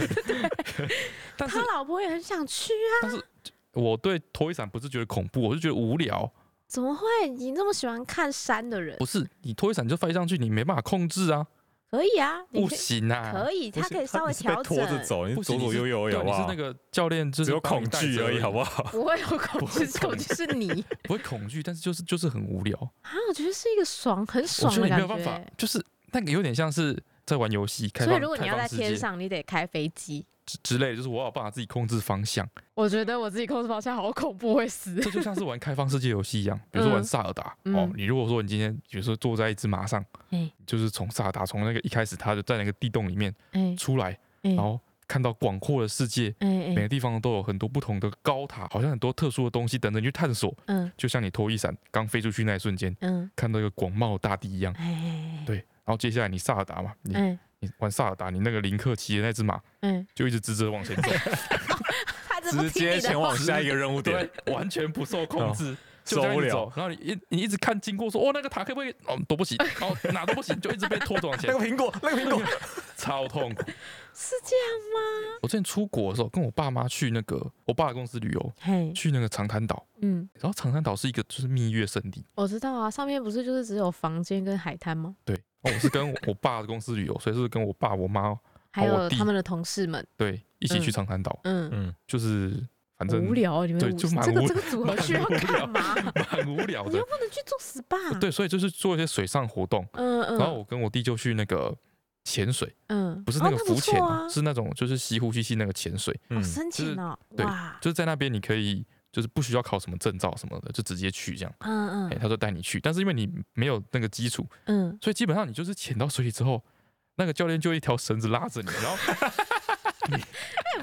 [SPEAKER 2] 但是
[SPEAKER 1] 他老婆也很想去啊，
[SPEAKER 2] 但是 我对拖衣伞不是觉得恐怖，我是觉得无聊。
[SPEAKER 1] 怎么会？你那么喜欢看山的人
[SPEAKER 2] 不，是你拖衣伞就飞上去，你没办法控制啊，
[SPEAKER 1] 可以啊，你
[SPEAKER 2] 不
[SPEAKER 1] 可以
[SPEAKER 2] 行啊，
[SPEAKER 1] 可以，
[SPEAKER 2] 不
[SPEAKER 1] 他
[SPEAKER 2] 行
[SPEAKER 1] 可以稍微
[SPEAKER 3] 你是被
[SPEAKER 1] 调整
[SPEAKER 3] 拖，着走，你
[SPEAKER 2] 不
[SPEAKER 3] 是
[SPEAKER 2] 行
[SPEAKER 3] 左左右右而已，
[SPEAKER 2] 对
[SPEAKER 3] 好不
[SPEAKER 2] 你是
[SPEAKER 3] 好
[SPEAKER 2] 那？个教练，就是
[SPEAKER 3] 啊只有
[SPEAKER 2] 帮
[SPEAKER 3] 恐
[SPEAKER 2] 你带
[SPEAKER 3] 惧
[SPEAKER 2] 着
[SPEAKER 3] 而已，好不
[SPEAKER 2] 好？
[SPEAKER 3] 好？
[SPEAKER 1] 不会有恐惧，
[SPEAKER 2] 不会
[SPEAKER 1] 恐惧是 你
[SPEAKER 2] 不会恐惧，但是就是就是很无聊。
[SPEAKER 1] 啊！我觉得是一个爽，很
[SPEAKER 2] 我
[SPEAKER 1] 爽
[SPEAKER 2] 觉得
[SPEAKER 1] 的感
[SPEAKER 2] 你没有办法，就是那个有点像是在玩游戏，开
[SPEAKER 1] 所
[SPEAKER 2] 放
[SPEAKER 1] 以如果你要
[SPEAKER 2] 开
[SPEAKER 1] 在
[SPEAKER 2] 放世
[SPEAKER 1] 天
[SPEAKER 2] 界
[SPEAKER 1] 上，你得开飞机。
[SPEAKER 2] 之之类的，就是我有办法自己控制方向。
[SPEAKER 1] 我觉得我自己控制方向好恐怖，会死。
[SPEAKER 2] 这就像是玩开放世界游戏一样，比如说玩萨尔达、
[SPEAKER 1] 嗯
[SPEAKER 2] 哦
[SPEAKER 1] 嗯，
[SPEAKER 2] 你如果说你今天比如说坐在一只马上，
[SPEAKER 1] 哎
[SPEAKER 2] 就是从萨尔达从那个一开始他就在那个地洞里面
[SPEAKER 1] 哎
[SPEAKER 2] 出来，
[SPEAKER 1] 哎
[SPEAKER 2] 然后看到广阔的世界，
[SPEAKER 1] 哎
[SPEAKER 2] 每个地方都有很多不同的高塔，好像很多特殊的东西等着你去探索。
[SPEAKER 1] 嗯
[SPEAKER 2] 就像你投一闪刚飞出去那一瞬间，
[SPEAKER 1] 嗯
[SPEAKER 2] 看到一个广袤的大地一样。
[SPEAKER 1] 哎
[SPEAKER 2] 对，然后接下来你萨尔达嘛，你
[SPEAKER 1] 哎
[SPEAKER 2] 你玩萨尔达，你那个林克骑的那只马
[SPEAKER 1] 哎，
[SPEAKER 2] 就一直直直地往前走，
[SPEAKER 1] 他怎么
[SPEAKER 3] 直
[SPEAKER 1] 听
[SPEAKER 3] 接
[SPEAKER 1] 你
[SPEAKER 3] 前
[SPEAKER 1] 的
[SPEAKER 3] 往
[SPEAKER 1] 话？
[SPEAKER 3] 下一个任务点
[SPEAKER 2] 对。，完全不受控制，就
[SPEAKER 3] 受
[SPEAKER 2] 这样一
[SPEAKER 3] 不
[SPEAKER 2] 直
[SPEAKER 3] 了
[SPEAKER 2] 走。然后你一你一直看经过说，哦，那个塔可不可以？哦，都不行，哦，哪都不行，就一直被拖着往前
[SPEAKER 3] 那，个苹果，那个苹果，
[SPEAKER 2] 超痛苦。
[SPEAKER 1] 是这样吗？
[SPEAKER 2] 我之前出国的时候，跟我爸妈去那个我爸的公司旅游，
[SPEAKER 1] 嘿，
[SPEAKER 2] 去那个长滩岛，
[SPEAKER 1] 嗯，
[SPEAKER 2] 然后长滩岛是一个就是蜜月圣地。
[SPEAKER 1] 我知道啊，上面不是就是只有房间跟海滩吗？
[SPEAKER 2] 对，哦，我是跟我我爸的公司旅游，所以是跟我爸、我妈
[SPEAKER 1] 还
[SPEAKER 2] 哦我
[SPEAKER 1] 有
[SPEAKER 2] 弟
[SPEAKER 1] 他们的同事们，
[SPEAKER 2] 对一起
[SPEAKER 1] 嗯
[SPEAKER 2] 去长滩岛，
[SPEAKER 1] 嗯，
[SPEAKER 3] 嗯，
[SPEAKER 2] 就是反正
[SPEAKER 1] 无聊，啊你们
[SPEAKER 2] 对
[SPEAKER 1] 五
[SPEAKER 2] 就蛮
[SPEAKER 1] 这个
[SPEAKER 2] 无
[SPEAKER 1] 这个组合需要干嘛？
[SPEAKER 2] 很无聊
[SPEAKER 1] 你又
[SPEAKER 2] 的。哦
[SPEAKER 1] 不能去 做 SPA，，
[SPEAKER 2] 对，所以就是做一些水上活动，
[SPEAKER 1] 嗯嗯，
[SPEAKER 2] 然后我跟我弟就去那个潜水，
[SPEAKER 1] 嗯，
[SPEAKER 2] 不是那个
[SPEAKER 1] 哦
[SPEAKER 2] 浮潜
[SPEAKER 1] 不错
[SPEAKER 2] 啊，
[SPEAKER 1] 啊，
[SPEAKER 2] 是那种就是吸呼吸器那个潜水，
[SPEAKER 1] 好
[SPEAKER 3] 嗯，
[SPEAKER 1] 深
[SPEAKER 2] 就是
[SPEAKER 1] 情哦，
[SPEAKER 2] 对
[SPEAKER 1] 哇，
[SPEAKER 2] 就是在那边你可以就是不需要考什么证照什么的，就直接去这样。
[SPEAKER 1] 嗯
[SPEAKER 2] 哎、
[SPEAKER 1] 嗯
[SPEAKER 2] 他说带你去，但是因为你没有那个基础，
[SPEAKER 1] 嗯，
[SPEAKER 2] 所以基本上你就是潜到水里之后，那个教练就一条绳子拉着你，然后
[SPEAKER 1] 哎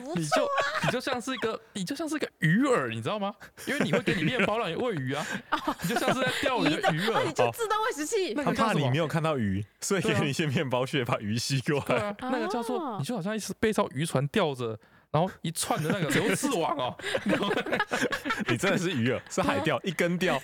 [SPEAKER 1] 不
[SPEAKER 2] 你就你就像是一个你就像是一个鱼饵，你知道吗？因为你会给你面包让你喂鱼啊，你就像是在钓鱼
[SPEAKER 1] 哦鱼
[SPEAKER 2] 的
[SPEAKER 1] 的
[SPEAKER 2] 鱼
[SPEAKER 1] 哦，你
[SPEAKER 2] 饵。
[SPEAKER 1] 就自动喂食器
[SPEAKER 2] 那
[SPEAKER 3] 他
[SPEAKER 2] 个叫
[SPEAKER 3] 怕
[SPEAKER 2] 什
[SPEAKER 3] 你
[SPEAKER 2] 么
[SPEAKER 3] 没？有看到鱼，所以给
[SPEAKER 2] 对啊
[SPEAKER 3] 你一些面包屑把鱼吸过
[SPEAKER 2] 对
[SPEAKER 3] 来。
[SPEAKER 2] 啊，那个叫做
[SPEAKER 1] 哦
[SPEAKER 2] 你就好像一只被一艘渔船吊着，然后一串的那个流刺网 哦，然后
[SPEAKER 3] 你真的是鱼饵，是海钓，一根钓。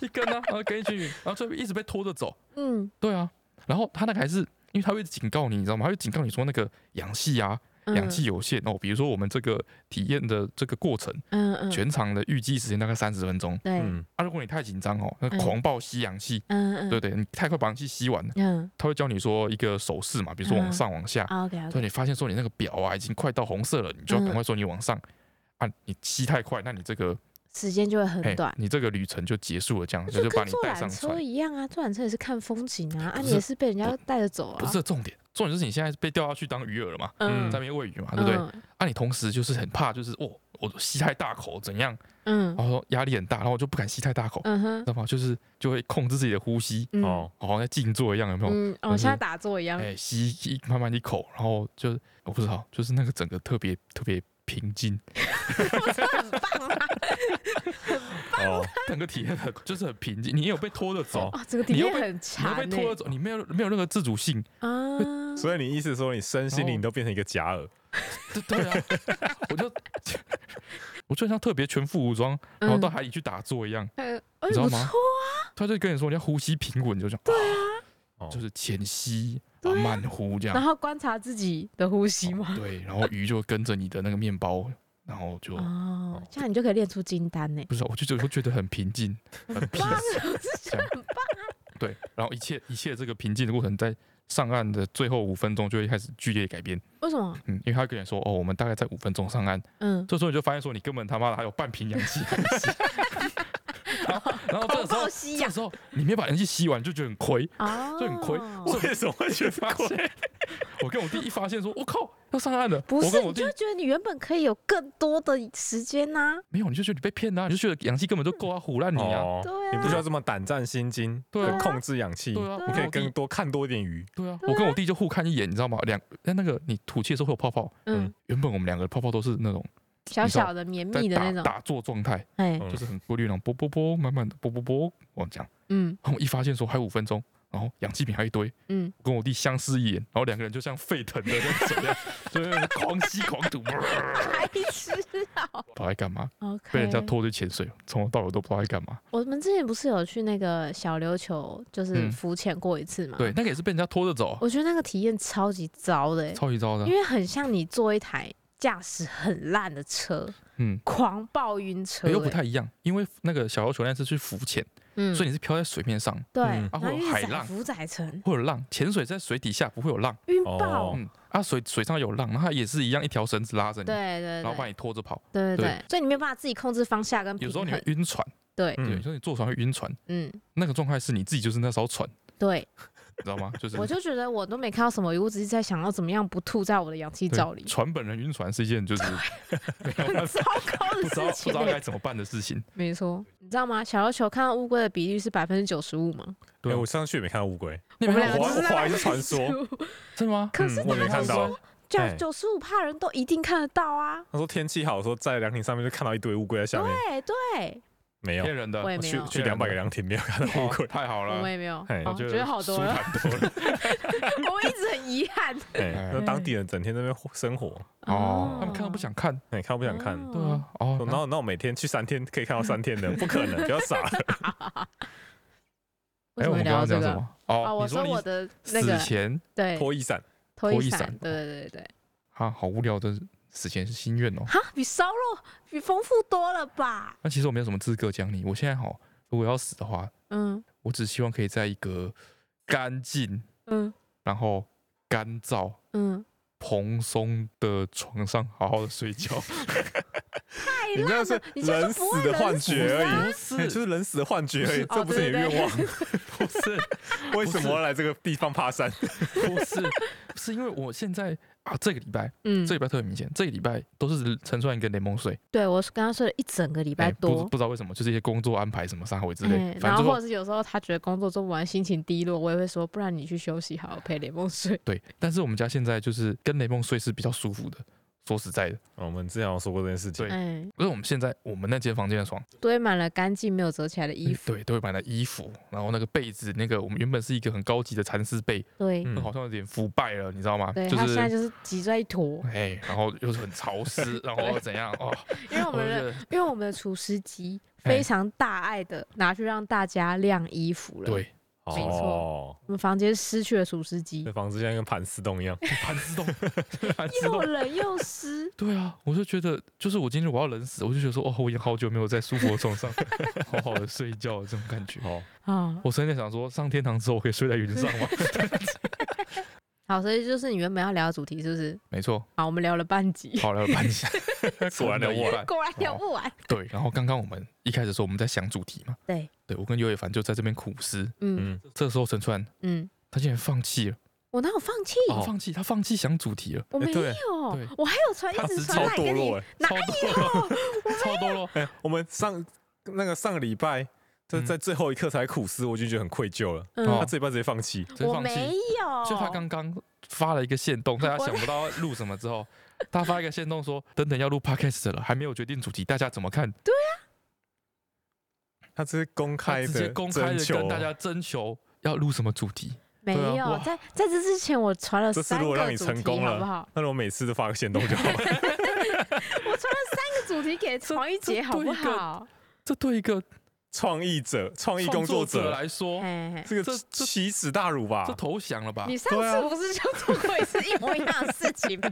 [SPEAKER 2] 一根呢、然后跟一群鱼，然后就一直被拖着走。
[SPEAKER 1] 嗯，
[SPEAKER 2] 对啊，然后他那个还是因为他会警告你，你知道吗？他会警告你说那个氧气啊，
[SPEAKER 1] 嗯
[SPEAKER 2] 氧气，有限哦。比如说我们这个体验的这个过程，
[SPEAKER 1] 嗯嗯，
[SPEAKER 2] 全场的预计时间大概三十分钟。
[SPEAKER 1] 对，嗯
[SPEAKER 3] 嗯，
[SPEAKER 2] 啊，如果你太紧张哦，那
[SPEAKER 1] 嗯
[SPEAKER 2] 狂暴吸氧气，
[SPEAKER 1] 嗯，
[SPEAKER 2] 对不对？你太快把氧气吸完了，
[SPEAKER 1] 嗯
[SPEAKER 2] 他会教你说一个手势嘛，比如说往
[SPEAKER 1] 嗯
[SPEAKER 2] 上往下，
[SPEAKER 1] ，OK
[SPEAKER 2] 所
[SPEAKER 1] OK，
[SPEAKER 2] 以你发现说你那个表啊已经快到红色了，你就
[SPEAKER 1] 嗯
[SPEAKER 2] 要赶快说你往上、啊，你吸太快，那你这个
[SPEAKER 1] 时间就会很
[SPEAKER 2] 哎
[SPEAKER 1] 短，。
[SPEAKER 2] 你这个旅程就结束了，这样就把
[SPEAKER 1] 跟
[SPEAKER 2] 你
[SPEAKER 1] 坐
[SPEAKER 2] 带上
[SPEAKER 1] 缆车
[SPEAKER 2] 船。
[SPEAKER 1] 一样啊，坐缆车也是看风景啊，啊，
[SPEAKER 2] 不
[SPEAKER 1] 你
[SPEAKER 2] 是
[SPEAKER 1] 也是被人家带着走
[SPEAKER 2] 不
[SPEAKER 1] 啊
[SPEAKER 2] 是，这重点，重点就是你现在被钓下去当鱼饵了嘛，
[SPEAKER 1] 嗯
[SPEAKER 2] 在那边喂鱼嘛，对不对？
[SPEAKER 1] 嗯
[SPEAKER 2] 啊，你同时就是很怕，就是哦，我吸太大口怎样，
[SPEAKER 1] 嗯
[SPEAKER 2] 然后压力很大，然后我就不敢吸太大口，
[SPEAKER 1] 嗯哼
[SPEAKER 2] 知，道吗？就是就会控制自己的呼吸，
[SPEAKER 1] 嗯
[SPEAKER 3] 哦，
[SPEAKER 2] 好像在静坐一样，有没有？
[SPEAKER 1] 嗯，
[SPEAKER 2] 就
[SPEAKER 1] 哦，
[SPEAKER 2] 是
[SPEAKER 1] 像在打坐一样，
[SPEAKER 2] 哎、吸一慢慢一口，然后就我不知道，就是那个整个特别特别平静，
[SPEAKER 1] 很棒啊！
[SPEAKER 3] 哦，
[SPEAKER 2] 整个体验很就是很平静，你也有被拖着走，
[SPEAKER 1] 哦，这个体
[SPEAKER 2] 你又
[SPEAKER 1] 验
[SPEAKER 2] 被
[SPEAKER 1] 很
[SPEAKER 2] 你
[SPEAKER 1] 长
[SPEAKER 2] 会被拖着
[SPEAKER 1] 欸
[SPEAKER 2] 走，你没有没有任何自主性，
[SPEAKER 1] 啊，
[SPEAKER 3] 所以你意思说你身心
[SPEAKER 2] 然后
[SPEAKER 3] 灵都变成一个假饵？
[SPEAKER 2] 对对啊， 我就我就像特别全副武装，然后到海里去打坐一样，
[SPEAKER 1] 嗯，哎，
[SPEAKER 2] 你知道
[SPEAKER 1] 不
[SPEAKER 2] 吗
[SPEAKER 1] 错
[SPEAKER 2] 他就跟你说你要呼吸平稳，就这样，对啊，
[SPEAKER 3] 哦
[SPEAKER 2] 就是浅吸啊
[SPEAKER 1] 对啊
[SPEAKER 2] 慢呼这样
[SPEAKER 1] 然，后观察自己的呼吸
[SPEAKER 2] 哦
[SPEAKER 1] 嘛。
[SPEAKER 2] 对，然后鱼就跟着你的那个面包，然后就
[SPEAKER 1] 哦，这样你就可以练出金丹 呢。
[SPEAKER 2] 不是，我就觉得我觉得很平静，很 peace，
[SPEAKER 1] 我是觉得很棒
[SPEAKER 2] 对，然后一切一切这个平静的过程在。上岸的最后五分钟就会开始剧烈改变，
[SPEAKER 1] 为什么？
[SPEAKER 2] 嗯，因为他跟你说，哦，我们大概在五分钟上岸，
[SPEAKER 1] 嗯，
[SPEAKER 2] 这时候你就发现说，你哦根本他妈的还有半瓶氧气 可以吸。然后，然后
[SPEAKER 1] 狂
[SPEAKER 2] 这个时候
[SPEAKER 1] 暴，吸
[SPEAKER 2] 这
[SPEAKER 1] 氧
[SPEAKER 2] 个时候你没把氧气吸完，就觉得很亏。
[SPEAKER 1] 啊，
[SPEAKER 2] 就很亏
[SPEAKER 1] 我
[SPEAKER 3] 为什么会
[SPEAKER 2] 就
[SPEAKER 3] 觉得
[SPEAKER 2] 发现，我跟我弟一发现说，我靠，要上岸了。
[SPEAKER 1] 不
[SPEAKER 2] 我
[SPEAKER 1] 是，
[SPEAKER 2] 跟我
[SPEAKER 1] 你
[SPEAKER 2] 弟
[SPEAKER 1] 就会觉得你原本可以有更多的时间呐。
[SPEAKER 2] 没有，你就觉得你被骗啦、啊你就觉得氧气根本就够啊，唬烂你啊。
[SPEAKER 3] 哦
[SPEAKER 1] 对啊
[SPEAKER 3] 你不需要这么胆战心惊，
[SPEAKER 2] 对啊
[SPEAKER 3] 对，控制氧气，
[SPEAKER 2] 对啊，
[SPEAKER 1] 对啊
[SPEAKER 2] 我
[SPEAKER 3] 你可
[SPEAKER 2] 跟
[SPEAKER 3] 以
[SPEAKER 2] 我弟
[SPEAKER 3] 更多看多一点鱼。
[SPEAKER 2] 对啊，我跟我弟就互看一眼，你知道吗？两哎那那个你吐气的时候会有泡泡，
[SPEAKER 1] 嗯
[SPEAKER 3] 嗯，
[SPEAKER 2] 原本我们两个的泡泡都是那种
[SPEAKER 1] 小小的、绵
[SPEAKER 2] 在
[SPEAKER 1] 密的那
[SPEAKER 2] 打
[SPEAKER 1] 种，
[SPEAKER 2] 打坐状态，
[SPEAKER 1] 哎，
[SPEAKER 3] 嗯
[SPEAKER 2] 就是很规律那种啵啵啵，慢慢的啵啵啵，我讲。
[SPEAKER 1] 嗯，
[SPEAKER 2] 然后我一发现说还有五分钟，然后氧气瓶还一堆，
[SPEAKER 1] 嗯，
[SPEAKER 2] 我跟我弟相视一眼，然后两个人就像沸腾的那种一 样，就是狂吸狂吐，
[SPEAKER 1] 白痴啊
[SPEAKER 2] 不知道在干嘛，
[SPEAKER 1] ！OK，
[SPEAKER 2] 被人家拖去潜水，从头到尾都不知道在干嘛。
[SPEAKER 1] 我们之前不是有去那个小琉球，就是
[SPEAKER 2] 嗯
[SPEAKER 1] 浮潜过一次嘛？
[SPEAKER 2] 对，，那个也是被人家拖着走啊，
[SPEAKER 1] 我觉得那个体验超级糟的欸、
[SPEAKER 2] 超级糟的啊
[SPEAKER 1] 因。为很像你坐一台驾驶很烂的车，
[SPEAKER 2] 嗯，
[SPEAKER 1] 狂暴晕车、
[SPEAKER 2] 哎又不
[SPEAKER 1] 欸
[SPEAKER 2] 太一样，因为那个小琉球那次去浮潜，
[SPEAKER 1] 嗯，
[SPEAKER 2] 所以你是漂在水面上，
[SPEAKER 1] 对，
[SPEAKER 3] 嗯
[SPEAKER 1] 然
[SPEAKER 2] 啊
[SPEAKER 1] 后
[SPEAKER 2] 会有
[SPEAKER 1] 一直
[SPEAKER 2] 海
[SPEAKER 1] 载
[SPEAKER 2] 浪
[SPEAKER 1] 浮载沉，
[SPEAKER 2] 会有浪，潜水在水底下不会有浪。
[SPEAKER 1] 晕
[SPEAKER 3] 哦
[SPEAKER 1] 爆，
[SPEAKER 2] 嗯，啊水水上有浪，然后它也是一样一条绳子拉着你，
[SPEAKER 1] 对对
[SPEAKER 2] 然后把
[SPEAKER 1] 对
[SPEAKER 2] 你拖着跑。
[SPEAKER 1] 对对对
[SPEAKER 2] 对，
[SPEAKER 1] 所以你没有办法自己控制方向跟
[SPEAKER 2] 有
[SPEAKER 1] 平
[SPEAKER 2] 时候你
[SPEAKER 1] 衡
[SPEAKER 2] 会，晕船，
[SPEAKER 1] 对，
[SPEAKER 2] 对，有
[SPEAKER 3] 嗯
[SPEAKER 2] 时候你坐船会晕船，
[SPEAKER 1] 嗯，
[SPEAKER 2] 那个状态是你自己就是那艘船，
[SPEAKER 1] 对，
[SPEAKER 2] 你知道 吗？就是
[SPEAKER 1] 我就觉得我都没看到什么鱼，我只是在想要怎么样不吐在我的氧气
[SPEAKER 2] 对
[SPEAKER 1] 罩里，
[SPEAKER 2] 船本人晕船是一件就是 没有办法
[SPEAKER 1] 糟糕的
[SPEAKER 2] 不知
[SPEAKER 1] 事
[SPEAKER 2] 道不知
[SPEAKER 1] 情
[SPEAKER 2] 道
[SPEAKER 1] 欸、
[SPEAKER 2] 该怎么办的事情。
[SPEAKER 1] 没错，你知道吗？小琉球看到乌龟的比率是百分之九十五吗？
[SPEAKER 2] 对
[SPEAKER 3] 哎
[SPEAKER 2] 啊
[SPEAKER 3] 我上次去也没看到乌龟，
[SPEAKER 2] 你
[SPEAKER 1] 我
[SPEAKER 2] 没
[SPEAKER 1] 们
[SPEAKER 2] 看
[SPEAKER 1] 两
[SPEAKER 2] 到
[SPEAKER 1] 个
[SPEAKER 2] 吗
[SPEAKER 1] 就是在
[SPEAKER 3] 我怀疑是传说
[SPEAKER 1] 95
[SPEAKER 2] 真的吗？
[SPEAKER 1] 可是
[SPEAKER 3] 嗯我也没
[SPEAKER 1] 大家
[SPEAKER 3] 看
[SPEAKER 1] 都
[SPEAKER 3] 到
[SPEAKER 1] 说九
[SPEAKER 3] 哎
[SPEAKER 1] 九十五帕人都一定看得到啊。哎
[SPEAKER 3] 他说天气好的时候，在凉亭上面就看到一堆乌龟在下面，
[SPEAKER 1] 对对，
[SPEAKER 3] 没有
[SPEAKER 2] 骗，人的
[SPEAKER 1] 我，也没
[SPEAKER 3] 去
[SPEAKER 1] 有，
[SPEAKER 3] 去两百个凉亭没有 看到乌
[SPEAKER 2] 哦
[SPEAKER 3] 龟，
[SPEAKER 2] 太 好
[SPEAKER 1] 我
[SPEAKER 2] 了
[SPEAKER 1] 们，也没有，
[SPEAKER 3] 哎
[SPEAKER 1] 哦
[SPEAKER 3] 我
[SPEAKER 1] 觉得好多
[SPEAKER 2] 了，
[SPEAKER 1] 了，
[SPEAKER 2] 舒坦多了。
[SPEAKER 1] 我们一直很遗憾。
[SPEAKER 3] 哎那当地人整天在那边生活，
[SPEAKER 2] 哦，他们看都不想看，
[SPEAKER 3] 哎，看都不想看。
[SPEAKER 1] 嗯
[SPEAKER 2] 对啊，哦，
[SPEAKER 3] 然后，那我每天去三天可以看到三 天的，不可能，不要傻了。
[SPEAKER 1] 为
[SPEAKER 2] 哎，
[SPEAKER 1] 什么
[SPEAKER 2] 我们
[SPEAKER 1] 会
[SPEAKER 2] 刚
[SPEAKER 1] 聊
[SPEAKER 2] 刚
[SPEAKER 1] 这
[SPEAKER 2] 讲
[SPEAKER 1] 个
[SPEAKER 2] 什？么？
[SPEAKER 1] 哦，
[SPEAKER 2] 哦，
[SPEAKER 1] 我
[SPEAKER 2] 你说
[SPEAKER 1] 说
[SPEAKER 2] 你
[SPEAKER 1] 我的那
[SPEAKER 2] 死
[SPEAKER 1] 个
[SPEAKER 2] 前
[SPEAKER 1] 对
[SPEAKER 3] 拖衣伞，
[SPEAKER 1] 拖
[SPEAKER 2] 拖
[SPEAKER 1] 衣
[SPEAKER 2] 衣
[SPEAKER 1] 伞
[SPEAKER 2] 伞，
[SPEAKER 1] 对对对对对，
[SPEAKER 2] 啊，好无聊的死前心愿哦。
[SPEAKER 1] 哈，比烧肉比丰富多了吧？
[SPEAKER 2] 那其实我没有什么资格讲你，我现在好，如果要死的话，
[SPEAKER 1] 嗯
[SPEAKER 2] 我只希望可以在一个干净，
[SPEAKER 1] 嗯
[SPEAKER 2] 然后干燥。
[SPEAKER 1] 嗯，
[SPEAKER 2] 蓬松的床上好好的睡觉，
[SPEAKER 1] 太哎
[SPEAKER 3] 你
[SPEAKER 1] 烂
[SPEAKER 3] 那
[SPEAKER 1] 了
[SPEAKER 3] 是，
[SPEAKER 1] 你就是
[SPEAKER 3] 人
[SPEAKER 1] 不会
[SPEAKER 3] 死的幻
[SPEAKER 1] 冷死
[SPEAKER 3] 觉而
[SPEAKER 1] 啊
[SPEAKER 3] 已， 哎就是人死的幻觉而已，
[SPEAKER 1] 哦
[SPEAKER 3] 这不是你的
[SPEAKER 1] 对对
[SPEAKER 3] 愿望。
[SPEAKER 2] 不是
[SPEAKER 3] 为什么要来这个地方 爬山？
[SPEAKER 2] 不是不是因为我现在啊，这个礼拜
[SPEAKER 1] 嗯
[SPEAKER 2] 这，个礼拜特别明显，这个礼拜都是陈川一个柠檬水，
[SPEAKER 1] 对我是跟他睡了一整个礼拜
[SPEAKER 2] 哎不
[SPEAKER 1] 多。
[SPEAKER 2] 不知道为什么，就是一些工作安排什么三回之
[SPEAKER 1] 哎
[SPEAKER 2] 类，
[SPEAKER 1] 然
[SPEAKER 2] 反
[SPEAKER 1] 后
[SPEAKER 2] 正最
[SPEAKER 1] 或
[SPEAKER 2] 后
[SPEAKER 1] 者是有时候他觉得工作做不完，心情低落，我也会说，不然你去休息好，陪雷梦睡。
[SPEAKER 2] 对。但是我们家现在就是跟雷梦睡是比较舒服的，说实在的，
[SPEAKER 3] 哦我们之前有说过这件事情，
[SPEAKER 2] 对
[SPEAKER 1] 哎，
[SPEAKER 2] 因为我们现在我们那间房间的床，
[SPEAKER 1] 堆满了干净没有折起来的衣服。
[SPEAKER 2] 嗯对，都会买了衣服，然后那个被子，那个我们原本是一个很高级的蚕丝被，
[SPEAKER 1] 对，
[SPEAKER 3] 嗯
[SPEAKER 2] 好像有点腐败了，你知道吗？
[SPEAKER 1] 对
[SPEAKER 2] 就
[SPEAKER 1] 他现在
[SPEAKER 2] 是。
[SPEAKER 1] 就是挤在一 坨，
[SPEAKER 2] 哎，然后又是很潮湿，然后怎样 哦？
[SPEAKER 1] 因为我
[SPEAKER 2] 我
[SPEAKER 1] 们
[SPEAKER 2] 就觉
[SPEAKER 1] 的
[SPEAKER 2] 得
[SPEAKER 1] 因为我们的厨师机
[SPEAKER 2] 哎
[SPEAKER 1] 非常大爱的拿去让大家晾衣服了。，
[SPEAKER 2] 对，
[SPEAKER 1] 没错
[SPEAKER 3] 哦，
[SPEAKER 1] 我们房间失去了厨师机
[SPEAKER 2] 嗯
[SPEAKER 3] 这，房子现在跟盘丝 洞一样，
[SPEAKER 2] 盘丝洞，盘丝
[SPEAKER 1] 又
[SPEAKER 2] 洞。。
[SPEAKER 1] 冷又湿
[SPEAKER 2] 对啊，我就觉得，就是我今天我要冷死，我就觉得说，哦，我已经好久没有在舒服的床上 好好的睡觉了这种感觉。
[SPEAKER 3] 哦，
[SPEAKER 1] 啊。
[SPEAKER 2] 我曾经想说，上天堂之后我可以睡在云上吗？
[SPEAKER 1] 好，所以就是你原本要聊的主题是不是？
[SPEAKER 2] 没错，
[SPEAKER 1] 好，我们聊了半集，
[SPEAKER 2] 好了，半下，
[SPEAKER 3] 果然聊不完
[SPEAKER 2] 一 半
[SPEAKER 1] 果然聊不完。
[SPEAKER 2] 对，然后刚刚我们一开始说我们在想主题嘛，
[SPEAKER 1] 对，
[SPEAKER 2] 对我跟尤伟凡就在这边苦思。
[SPEAKER 1] 嗯
[SPEAKER 3] 嗯，
[SPEAKER 2] 这时候陈川
[SPEAKER 1] 嗯，
[SPEAKER 2] 他竟然放弃了，
[SPEAKER 1] 我哪有放弃？
[SPEAKER 2] 他放弃，他放弃想主题了，
[SPEAKER 1] 我没有
[SPEAKER 3] 哦对，
[SPEAKER 2] 对
[SPEAKER 1] 我还有传一
[SPEAKER 2] 他
[SPEAKER 1] 直
[SPEAKER 2] 直
[SPEAKER 1] 传
[SPEAKER 3] 超
[SPEAKER 1] 来给
[SPEAKER 3] 堕
[SPEAKER 1] 你
[SPEAKER 3] 落，哎，
[SPEAKER 1] 哪
[SPEAKER 2] 超多了，超多了。
[SPEAKER 3] 哎 我们上那个上个礼拜。就
[SPEAKER 2] 嗯
[SPEAKER 3] 在最后一刻才苦思，我就觉得很愧疚了。
[SPEAKER 1] 嗯
[SPEAKER 3] 他
[SPEAKER 2] 哦
[SPEAKER 3] 这一半直接放弃，
[SPEAKER 2] 直接
[SPEAKER 1] 我
[SPEAKER 2] 放弃
[SPEAKER 1] 没有，
[SPEAKER 2] 就他刚刚发了一个线动，大家想不到录什么之后，他发一个线动说，等等要录 podcast 了，还没有决定主题，大家怎么看？
[SPEAKER 3] 他直接公
[SPEAKER 2] 他
[SPEAKER 3] 开的
[SPEAKER 2] 直接公开的
[SPEAKER 3] 征求哦
[SPEAKER 2] 跟大家征求要录什么主题，
[SPEAKER 1] 没
[SPEAKER 3] 对啊
[SPEAKER 1] 有
[SPEAKER 3] 哇
[SPEAKER 1] 在在这之前我传了
[SPEAKER 3] 这次
[SPEAKER 1] 三
[SPEAKER 3] 如果
[SPEAKER 1] 个
[SPEAKER 3] 让你
[SPEAKER 1] 主
[SPEAKER 3] 成
[SPEAKER 1] 题
[SPEAKER 3] 功
[SPEAKER 1] 好
[SPEAKER 3] 了
[SPEAKER 1] 不好？
[SPEAKER 3] 那我每次都发个线动就 好了。
[SPEAKER 1] 我传了三个主题给黄一杰，好不
[SPEAKER 2] 这对一
[SPEAKER 1] 好？
[SPEAKER 2] 这对一个
[SPEAKER 3] 创意者、创意
[SPEAKER 2] 创
[SPEAKER 3] 工
[SPEAKER 2] 作
[SPEAKER 3] 作
[SPEAKER 2] 者
[SPEAKER 3] 者，
[SPEAKER 2] 来说，
[SPEAKER 1] 嘿嘿嘿
[SPEAKER 3] 这个
[SPEAKER 2] 这这
[SPEAKER 3] 奇耻大辱吧啊
[SPEAKER 2] 这？投降了吧
[SPEAKER 1] 你？上
[SPEAKER 3] 对
[SPEAKER 1] 次
[SPEAKER 3] 啊
[SPEAKER 1] 不是就做过一次一模一样的事情 吗？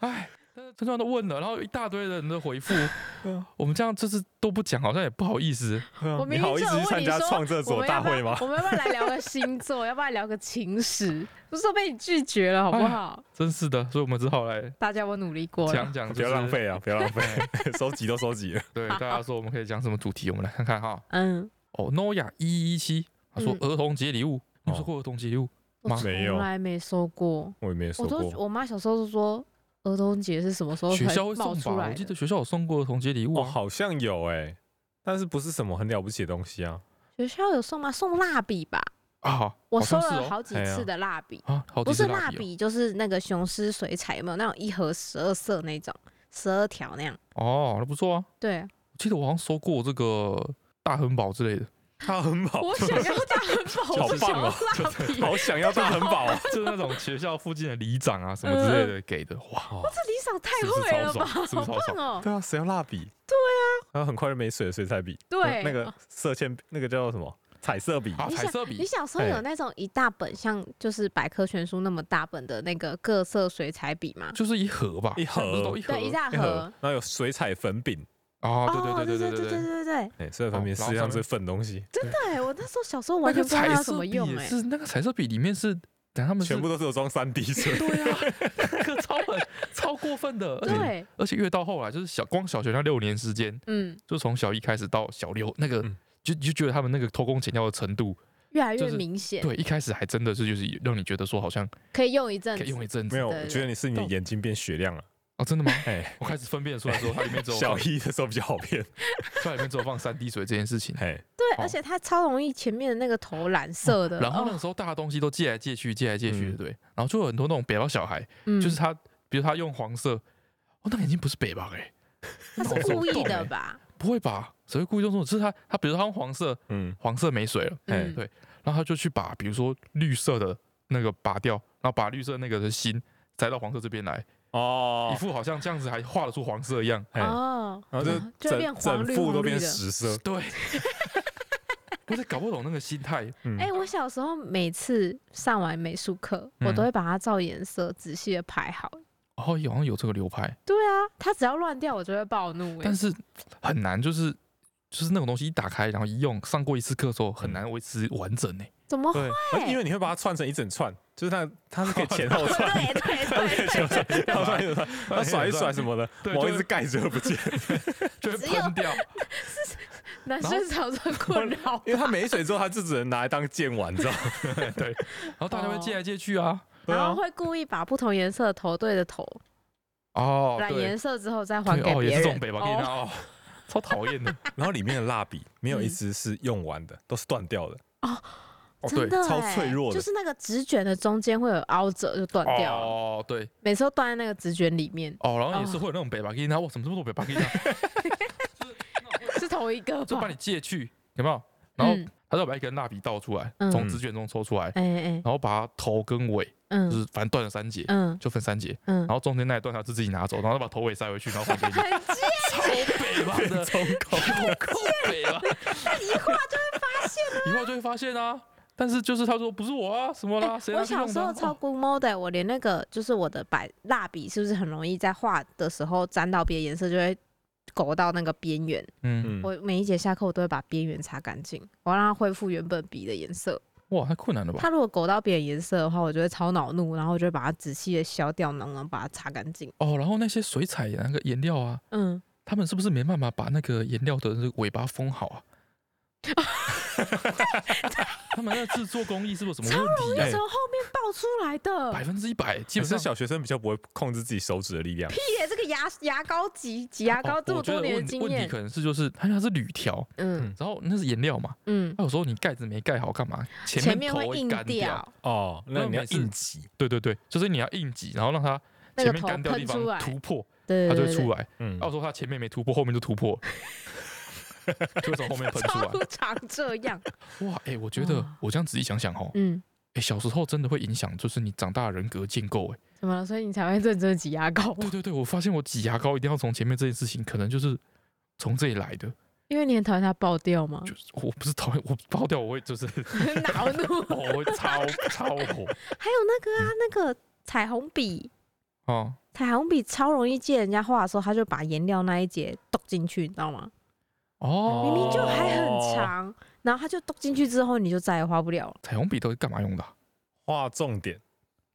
[SPEAKER 2] 哎，陈川都问了，然后一大堆人的回复，
[SPEAKER 1] 啊
[SPEAKER 2] 我们这样就是都不讲，好像也不好意思。
[SPEAKER 3] 对啊
[SPEAKER 1] 我
[SPEAKER 3] 你
[SPEAKER 1] 明明
[SPEAKER 3] 好
[SPEAKER 1] 就
[SPEAKER 3] 意
[SPEAKER 1] 有
[SPEAKER 3] 思去
[SPEAKER 1] 问
[SPEAKER 3] 参
[SPEAKER 1] 你
[SPEAKER 3] 加
[SPEAKER 1] 说，
[SPEAKER 3] 创作
[SPEAKER 1] 我
[SPEAKER 3] 者
[SPEAKER 1] 们要
[SPEAKER 3] 大
[SPEAKER 1] 不要
[SPEAKER 3] 会吗？
[SPEAKER 1] 我们要不要来聊个星座？要不要聊个情史？不是都被你拒绝了，好不好？
[SPEAKER 3] 哎
[SPEAKER 2] 真是的，所以我们只好来
[SPEAKER 1] 大家我努力过了
[SPEAKER 2] 讲，讲，
[SPEAKER 3] 不要浪。费啊！不要浪费， 收集都收集了。
[SPEAKER 2] 对大家说，我们可以讲什么主题？我们来看看哈。
[SPEAKER 1] 嗯，
[SPEAKER 2] 哦，Noya 一一七，他说
[SPEAKER 1] 嗯
[SPEAKER 2] 儿童节礼物，你有收
[SPEAKER 3] 哦
[SPEAKER 2] 过儿童节礼物？
[SPEAKER 1] 我
[SPEAKER 2] 妈
[SPEAKER 1] 从
[SPEAKER 3] 没有
[SPEAKER 1] 来没收过，
[SPEAKER 3] 我也没
[SPEAKER 1] 我
[SPEAKER 3] 说
[SPEAKER 1] 都
[SPEAKER 3] 过。
[SPEAKER 1] 我妈小时候都说儿童节是什么时候
[SPEAKER 2] 学
[SPEAKER 1] 才
[SPEAKER 2] 校会
[SPEAKER 1] 冒
[SPEAKER 2] 送
[SPEAKER 1] 出
[SPEAKER 2] 吧？
[SPEAKER 1] 来
[SPEAKER 2] 我记
[SPEAKER 1] 的
[SPEAKER 2] 得？学校有送过儿童节礼物
[SPEAKER 3] 哦，
[SPEAKER 2] 啊。
[SPEAKER 3] 好像有哎、但是不是什么很了不起的东西啊？
[SPEAKER 1] 学校有送吗？送蜡笔吧，
[SPEAKER 2] 啊，
[SPEAKER 1] 我
[SPEAKER 2] 好
[SPEAKER 1] 收
[SPEAKER 2] 像是
[SPEAKER 1] 了
[SPEAKER 2] 哦
[SPEAKER 1] 好几
[SPEAKER 3] 哎呀
[SPEAKER 1] 次的蜡笔。
[SPEAKER 2] 啊，好
[SPEAKER 1] 不
[SPEAKER 2] 几
[SPEAKER 1] 是
[SPEAKER 2] 支
[SPEAKER 1] 蜡
[SPEAKER 2] 笔
[SPEAKER 1] 笔，就是那个雄狮水彩，有没有那种一盒十二色那种，十二条那样？
[SPEAKER 2] 哦，哦那不错啊。
[SPEAKER 1] 对，
[SPEAKER 2] 我记得我好像收过这个大亨堡之类的，
[SPEAKER 3] 他很饱，
[SPEAKER 1] 我想要大汉堡，
[SPEAKER 3] 好
[SPEAKER 1] 我不想
[SPEAKER 3] 棒
[SPEAKER 1] 要
[SPEAKER 3] 哦
[SPEAKER 1] 蜡笔。
[SPEAKER 3] 好想要大很饱哦，
[SPEAKER 2] 就是那种学校附近的里长啊什么之类的给的，哇，
[SPEAKER 3] 哇，
[SPEAKER 1] 这理嗯想太
[SPEAKER 2] 是不是
[SPEAKER 1] 会
[SPEAKER 2] 超
[SPEAKER 1] 了吧，
[SPEAKER 2] 爽？是不
[SPEAKER 1] 好
[SPEAKER 2] 是超
[SPEAKER 1] 棒
[SPEAKER 2] 爽？
[SPEAKER 1] 哦！
[SPEAKER 3] 对啊，谁要蜡笔？对啊，然后很快就没水了，水彩笔，
[SPEAKER 1] 对，
[SPEAKER 3] 那个色铅，那个叫什么彩色笔，
[SPEAKER 2] 啊，
[SPEAKER 1] 你
[SPEAKER 2] 彩
[SPEAKER 1] 想
[SPEAKER 2] 色
[SPEAKER 1] 你
[SPEAKER 2] 笔，
[SPEAKER 1] 小时候有那种一大本像就是百科全书那么大本的那个各色水彩笔吗？
[SPEAKER 2] 就是一盒吧，
[SPEAKER 3] 一盒
[SPEAKER 2] 不是都一盒
[SPEAKER 1] 对，一大
[SPEAKER 3] 一盒
[SPEAKER 1] 盒。，
[SPEAKER 3] 然后有水彩粉饼，
[SPEAKER 2] 啊，
[SPEAKER 1] 哦，
[SPEAKER 2] 对对
[SPEAKER 1] 对
[SPEAKER 2] 对
[SPEAKER 1] 对
[SPEAKER 2] 对，
[SPEAKER 1] 对对，
[SPEAKER 3] 哎，水彩
[SPEAKER 2] 哦
[SPEAKER 3] 粉饼
[SPEAKER 2] 然
[SPEAKER 3] 实
[SPEAKER 2] 后
[SPEAKER 3] 际上
[SPEAKER 2] 上面
[SPEAKER 3] 是粉东西，
[SPEAKER 1] 真的哎！我那时候小时候
[SPEAKER 2] 那
[SPEAKER 1] 完全
[SPEAKER 2] 个
[SPEAKER 1] 不知道它
[SPEAKER 2] 彩
[SPEAKER 1] 有什
[SPEAKER 2] 色
[SPEAKER 1] 么
[SPEAKER 2] 笔
[SPEAKER 1] 用
[SPEAKER 2] 也
[SPEAKER 1] 哎，
[SPEAKER 2] 是那个彩色笔里面是，等下他们是
[SPEAKER 3] 全部都是有装三 D 水，
[SPEAKER 2] 对啊，可超狠，超过分的，而且
[SPEAKER 1] 对，
[SPEAKER 2] 而且越到后来就是小光小学那六年时间，
[SPEAKER 1] 嗯，
[SPEAKER 2] 就从小一开始到小六那个
[SPEAKER 3] 嗯。
[SPEAKER 2] 就就觉得他们那个偷工减料的程度，
[SPEAKER 1] 越来越
[SPEAKER 2] 就是
[SPEAKER 1] 明显，
[SPEAKER 2] 对，一开始还真的是就是让你觉得说好像
[SPEAKER 1] 可以用一阵
[SPEAKER 2] 可
[SPEAKER 1] 子
[SPEAKER 2] 以。用一阵
[SPEAKER 3] 没
[SPEAKER 2] 子
[SPEAKER 3] 有，
[SPEAKER 1] 对
[SPEAKER 3] 我觉得你是你的眼睛变雪亮了，
[SPEAKER 2] 哦，真的吗？
[SPEAKER 3] 哎，
[SPEAKER 2] 我开始分辨出来说它里面只有
[SPEAKER 3] 小
[SPEAKER 2] 放，
[SPEAKER 3] 一的时候比较好 骗，
[SPEAKER 2] 它里面只有放三滴水这件事情。
[SPEAKER 3] 哎，
[SPEAKER 1] 对，
[SPEAKER 2] 哦
[SPEAKER 1] 而且它超容易前面的那个头染色的，
[SPEAKER 2] 然后那
[SPEAKER 1] 哦
[SPEAKER 2] 个时候大家东西都借来借去，借来借去的，
[SPEAKER 3] 嗯
[SPEAKER 2] 对。然后就有很多那种北方小孩，
[SPEAKER 1] 嗯
[SPEAKER 2] 就是他，比如他用黄色，哦，那已经不是北方哎、
[SPEAKER 1] 它
[SPEAKER 2] 脑
[SPEAKER 1] 是
[SPEAKER 2] 子有
[SPEAKER 1] 故意
[SPEAKER 2] 洞
[SPEAKER 1] 的
[SPEAKER 2] 欸
[SPEAKER 1] 吧？
[SPEAKER 2] 不会吧？谁会故意用这种？就是他，他比如他用黄色，
[SPEAKER 3] 嗯，
[SPEAKER 2] 黄色没水了，
[SPEAKER 3] 哎
[SPEAKER 1] 嗯
[SPEAKER 2] 对然后他就去把比如说绿色的那个拔掉，然后把绿色那个的心塞到黄色这边来，一
[SPEAKER 3] 哦，
[SPEAKER 2] 副好像这样子还画得出黄色一样。
[SPEAKER 3] 哎，
[SPEAKER 1] 哦，
[SPEAKER 3] 然后 就
[SPEAKER 1] 嗯就变
[SPEAKER 3] 整
[SPEAKER 1] 黄
[SPEAKER 3] 整
[SPEAKER 1] 绿
[SPEAKER 3] 副
[SPEAKER 1] 黄
[SPEAKER 3] 都
[SPEAKER 1] 绿
[SPEAKER 3] 变
[SPEAKER 1] 的。
[SPEAKER 3] 实色，
[SPEAKER 2] 对， 我是搞不懂那个心态，
[SPEAKER 3] 嗯
[SPEAKER 1] 哎、，我小时候每次上完美术课，我
[SPEAKER 2] 嗯
[SPEAKER 1] 都会把它照颜色仔细的排好。
[SPEAKER 2] 哦，好像有这个流派。
[SPEAKER 1] 对啊，它只要乱掉，我就会暴怒、哎
[SPEAKER 2] 但，是很难，就是就是那种东西一打开，然后一用，上过一次课之后很难维持完整呢、
[SPEAKER 1] 怎么会？
[SPEAKER 3] 对，而因为你会把它串成一整串，就是它它是可以 前
[SPEAKER 2] 呃
[SPEAKER 3] 后串，
[SPEAKER 1] 对对
[SPEAKER 3] 它是可以前后串，然后串一整串，它甩一甩什么的，
[SPEAKER 2] 对
[SPEAKER 3] 毛一
[SPEAKER 2] 就
[SPEAKER 3] 直盖着不见，
[SPEAKER 2] 就会
[SPEAKER 1] 只有
[SPEAKER 2] 喷掉。
[SPEAKER 1] 男生少这困扰
[SPEAKER 3] 因为它没水之后，它就只能拿来当剑玩，你知道吗？
[SPEAKER 2] 对，然后大家会借来借去啊。
[SPEAKER 3] 对
[SPEAKER 1] 然
[SPEAKER 3] 啊
[SPEAKER 1] 后会故意把不同颜色的头对着头，
[SPEAKER 2] 哦，
[SPEAKER 1] 染
[SPEAKER 2] 对，
[SPEAKER 1] 颜色之后再还
[SPEAKER 2] 对
[SPEAKER 1] 给
[SPEAKER 2] 哦，也
[SPEAKER 1] 别
[SPEAKER 2] 是这
[SPEAKER 1] 人
[SPEAKER 2] 种。北方给
[SPEAKER 1] 哦
[SPEAKER 2] 他哦，超讨厌的。
[SPEAKER 3] 然后里面的蜡笔没有
[SPEAKER 1] 嗯
[SPEAKER 3] 一支是用完的，都是断 掉的，
[SPEAKER 2] 哦，
[SPEAKER 1] 真
[SPEAKER 2] 对，
[SPEAKER 1] 的、欸，
[SPEAKER 3] 超脆弱的
[SPEAKER 1] 就是那个纸卷的中间会有凹折，就 断掉了。
[SPEAKER 2] 哦，对，
[SPEAKER 1] 每次都断在那个纸卷里面，
[SPEAKER 2] 哦，然后也是会有那种北方给他，哇，怎么这么多北方给 他，
[SPEAKER 1] 是同一个
[SPEAKER 2] 就
[SPEAKER 1] 吧
[SPEAKER 2] 把你？借去，有没有？然后
[SPEAKER 1] 嗯
[SPEAKER 2] 他就把一根蜡笔倒出来，
[SPEAKER 1] 嗯
[SPEAKER 2] 从纸卷中抽出来，
[SPEAKER 1] 哎哎，
[SPEAKER 2] 然后把它头跟尾，就
[SPEAKER 1] 嗯
[SPEAKER 2] 是反正断了三节，
[SPEAKER 1] 嗯
[SPEAKER 2] 就分三节，
[SPEAKER 1] 嗯
[SPEAKER 2] 然，后中间那一段他自己拿走，然后再把头尾塞回去，然后还给你。
[SPEAKER 1] 很贱，
[SPEAKER 2] 超北吧的，
[SPEAKER 3] 超高。
[SPEAKER 2] 够北吧，
[SPEAKER 1] 但你一画就会发现。
[SPEAKER 2] 以后就会发现啊。但是就是他说不是我啊，什么啦，谁
[SPEAKER 1] 我
[SPEAKER 2] 拿去
[SPEAKER 1] 小
[SPEAKER 2] 用
[SPEAKER 1] 时
[SPEAKER 2] 的啊
[SPEAKER 1] 候超
[SPEAKER 2] 哦
[SPEAKER 1] 估摸的，我连那个就是我的白蜡笔是不是很容易在画的时候沾到别的颜色就会。勾到那个边缘，
[SPEAKER 2] 嗯，
[SPEAKER 3] 嗯，
[SPEAKER 1] 我每一节下课我都会把边缘擦干净，我要让它恢复原本笔的颜色。
[SPEAKER 2] 哇，太困难了吧？
[SPEAKER 1] 它如果勾到别的颜色的话，我就会超恼怒，然后我就会把它仔细的削掉，然后把它擦干净。
[SPEAKER 2] 哦，然后那些水彩那个颜料啊，
[SPEAKER 1] 嗯，
[SPEAKER 2] 他们是不是没办法把那个颜料的那个尾巴封好啊？ 他们那制作工艺是不是有什么问题
[SPEAKER 1] 那
[SPEAKER 2] 啊
[SPEAKER 1] 时？候后面爆出来的，
[SPEAKER 2] 百分之一百，基
[SPEAKER 3] 其
[SPEAKER 2] 本上
[SPEAKER 3] 实小学生比较不会控制自己手指的力量，
[SPEAKER 1] 屁耶！这个牙牙膏挤挤牙膏
[SPEAKER 2] 哦
[SPEAKER 1] 这么
[SPEAKER 2] 我觉
[SPEAKER 1] 多
[SPEAKER 2] 得
[SPEAKER 1] 年的
[SPEAKER 2] 问
[SPEAKER 1] 经
[SPEAKER 2] 问题
[SPEAKER 1] 验，
[SPEAKER 2] 可能是就是它它是铝条，
[SPEAKER 1] 嗯
[SPEAKER 2] 然后那是颜料嘛，
[SPEAKER 1] 嗯，
[SPEAKER 2] 那有时候你盖子没盖好干嘛？
[SPEAKER 1] 前
[SPEAKER 2] 面
[SPEAKER 1] 面
[SPEAKER 2] 头
[SPEAKER 1] 会
[SPEAKER 2] 会
[SPEAKER 1] 硬
[SPEAKER 2] 干掉，
[SPEAKER 1] 掉，
[SPEAKER 3] 哦，那
[SPEAKER 2] 那
[SPEAKER 3] 你要
[SPEAKER 2] 每次
[SPEAKER 3] 硬挤，
[SPEAKER 2] 对对对，就是你要硬挤，然后让它
[SPEAKER 1] 那个
[SPEAKER 2] 前面
[SPEAKER 1] 头
[SPEAKER 2] 干掉的地
[SPEAKER 1] 喷出来，
[SPEAKER 2] 方突破，
[SPEAKER 1] 对
[SPEAKER 2] 它
[SPEAKER 1] 对
[SPEAKER 2] 就会
[SPEAKER 1] 对
[SPEAKER 2] 出
[SPEAKER 1] 对，
[SPEAKER 2] 来。
[SPEAKER 3] 嗯，
[SPEAKER 2] 要说它前面没突破，后面就突破，就会从后面喷出
[SPEAKER 1] 超
[SPEAKER 2] 来。
[SPEAKER 1] 常这 样，
[SPEAKER 2] 哇，哎、我觉得
[SPEAKER 1] 哇
[SPEAKER 2] 我这样仔细想想哦，哎、
[SPEAKER 1] 嗯，
[SPEAKER 2] 小时候真的会影响，就是你长大的人格建构。哎，
[SPEAKER 1] 怎么了？所以你才会认真地挤牙膏，
[SPEAKER 2] 对对对，我发现我挤牙膏一定要从前面这件事情，可能就是从这里来的。
[SPEAKER 1] 因为你很讨厌它爆掉吗？
[SPEAKER 2] 就是我不是讨厌，我爆掉我会就是
[SPEAKER 1] 很恼 怒。
[SPEAKER 2] 哦，我会超超火
[SPEAKER 1] 还有那个啊，那个彩虹笔，
[SPEAKER 2] 哦。
[SPEAKER 1] 彩虹笔超容易借人家画的时候，他就把颜料那一节剁进去，你知道吗？
[SPEAKER 2] 哦，
[SPEAKER 1] 明明就还很长，然后他就剁进去之后，你就再也画不了了。
[SPEAKER 2] 彩虹笔都是干嘛用的啊、
[SPEAKER 3] 画重点，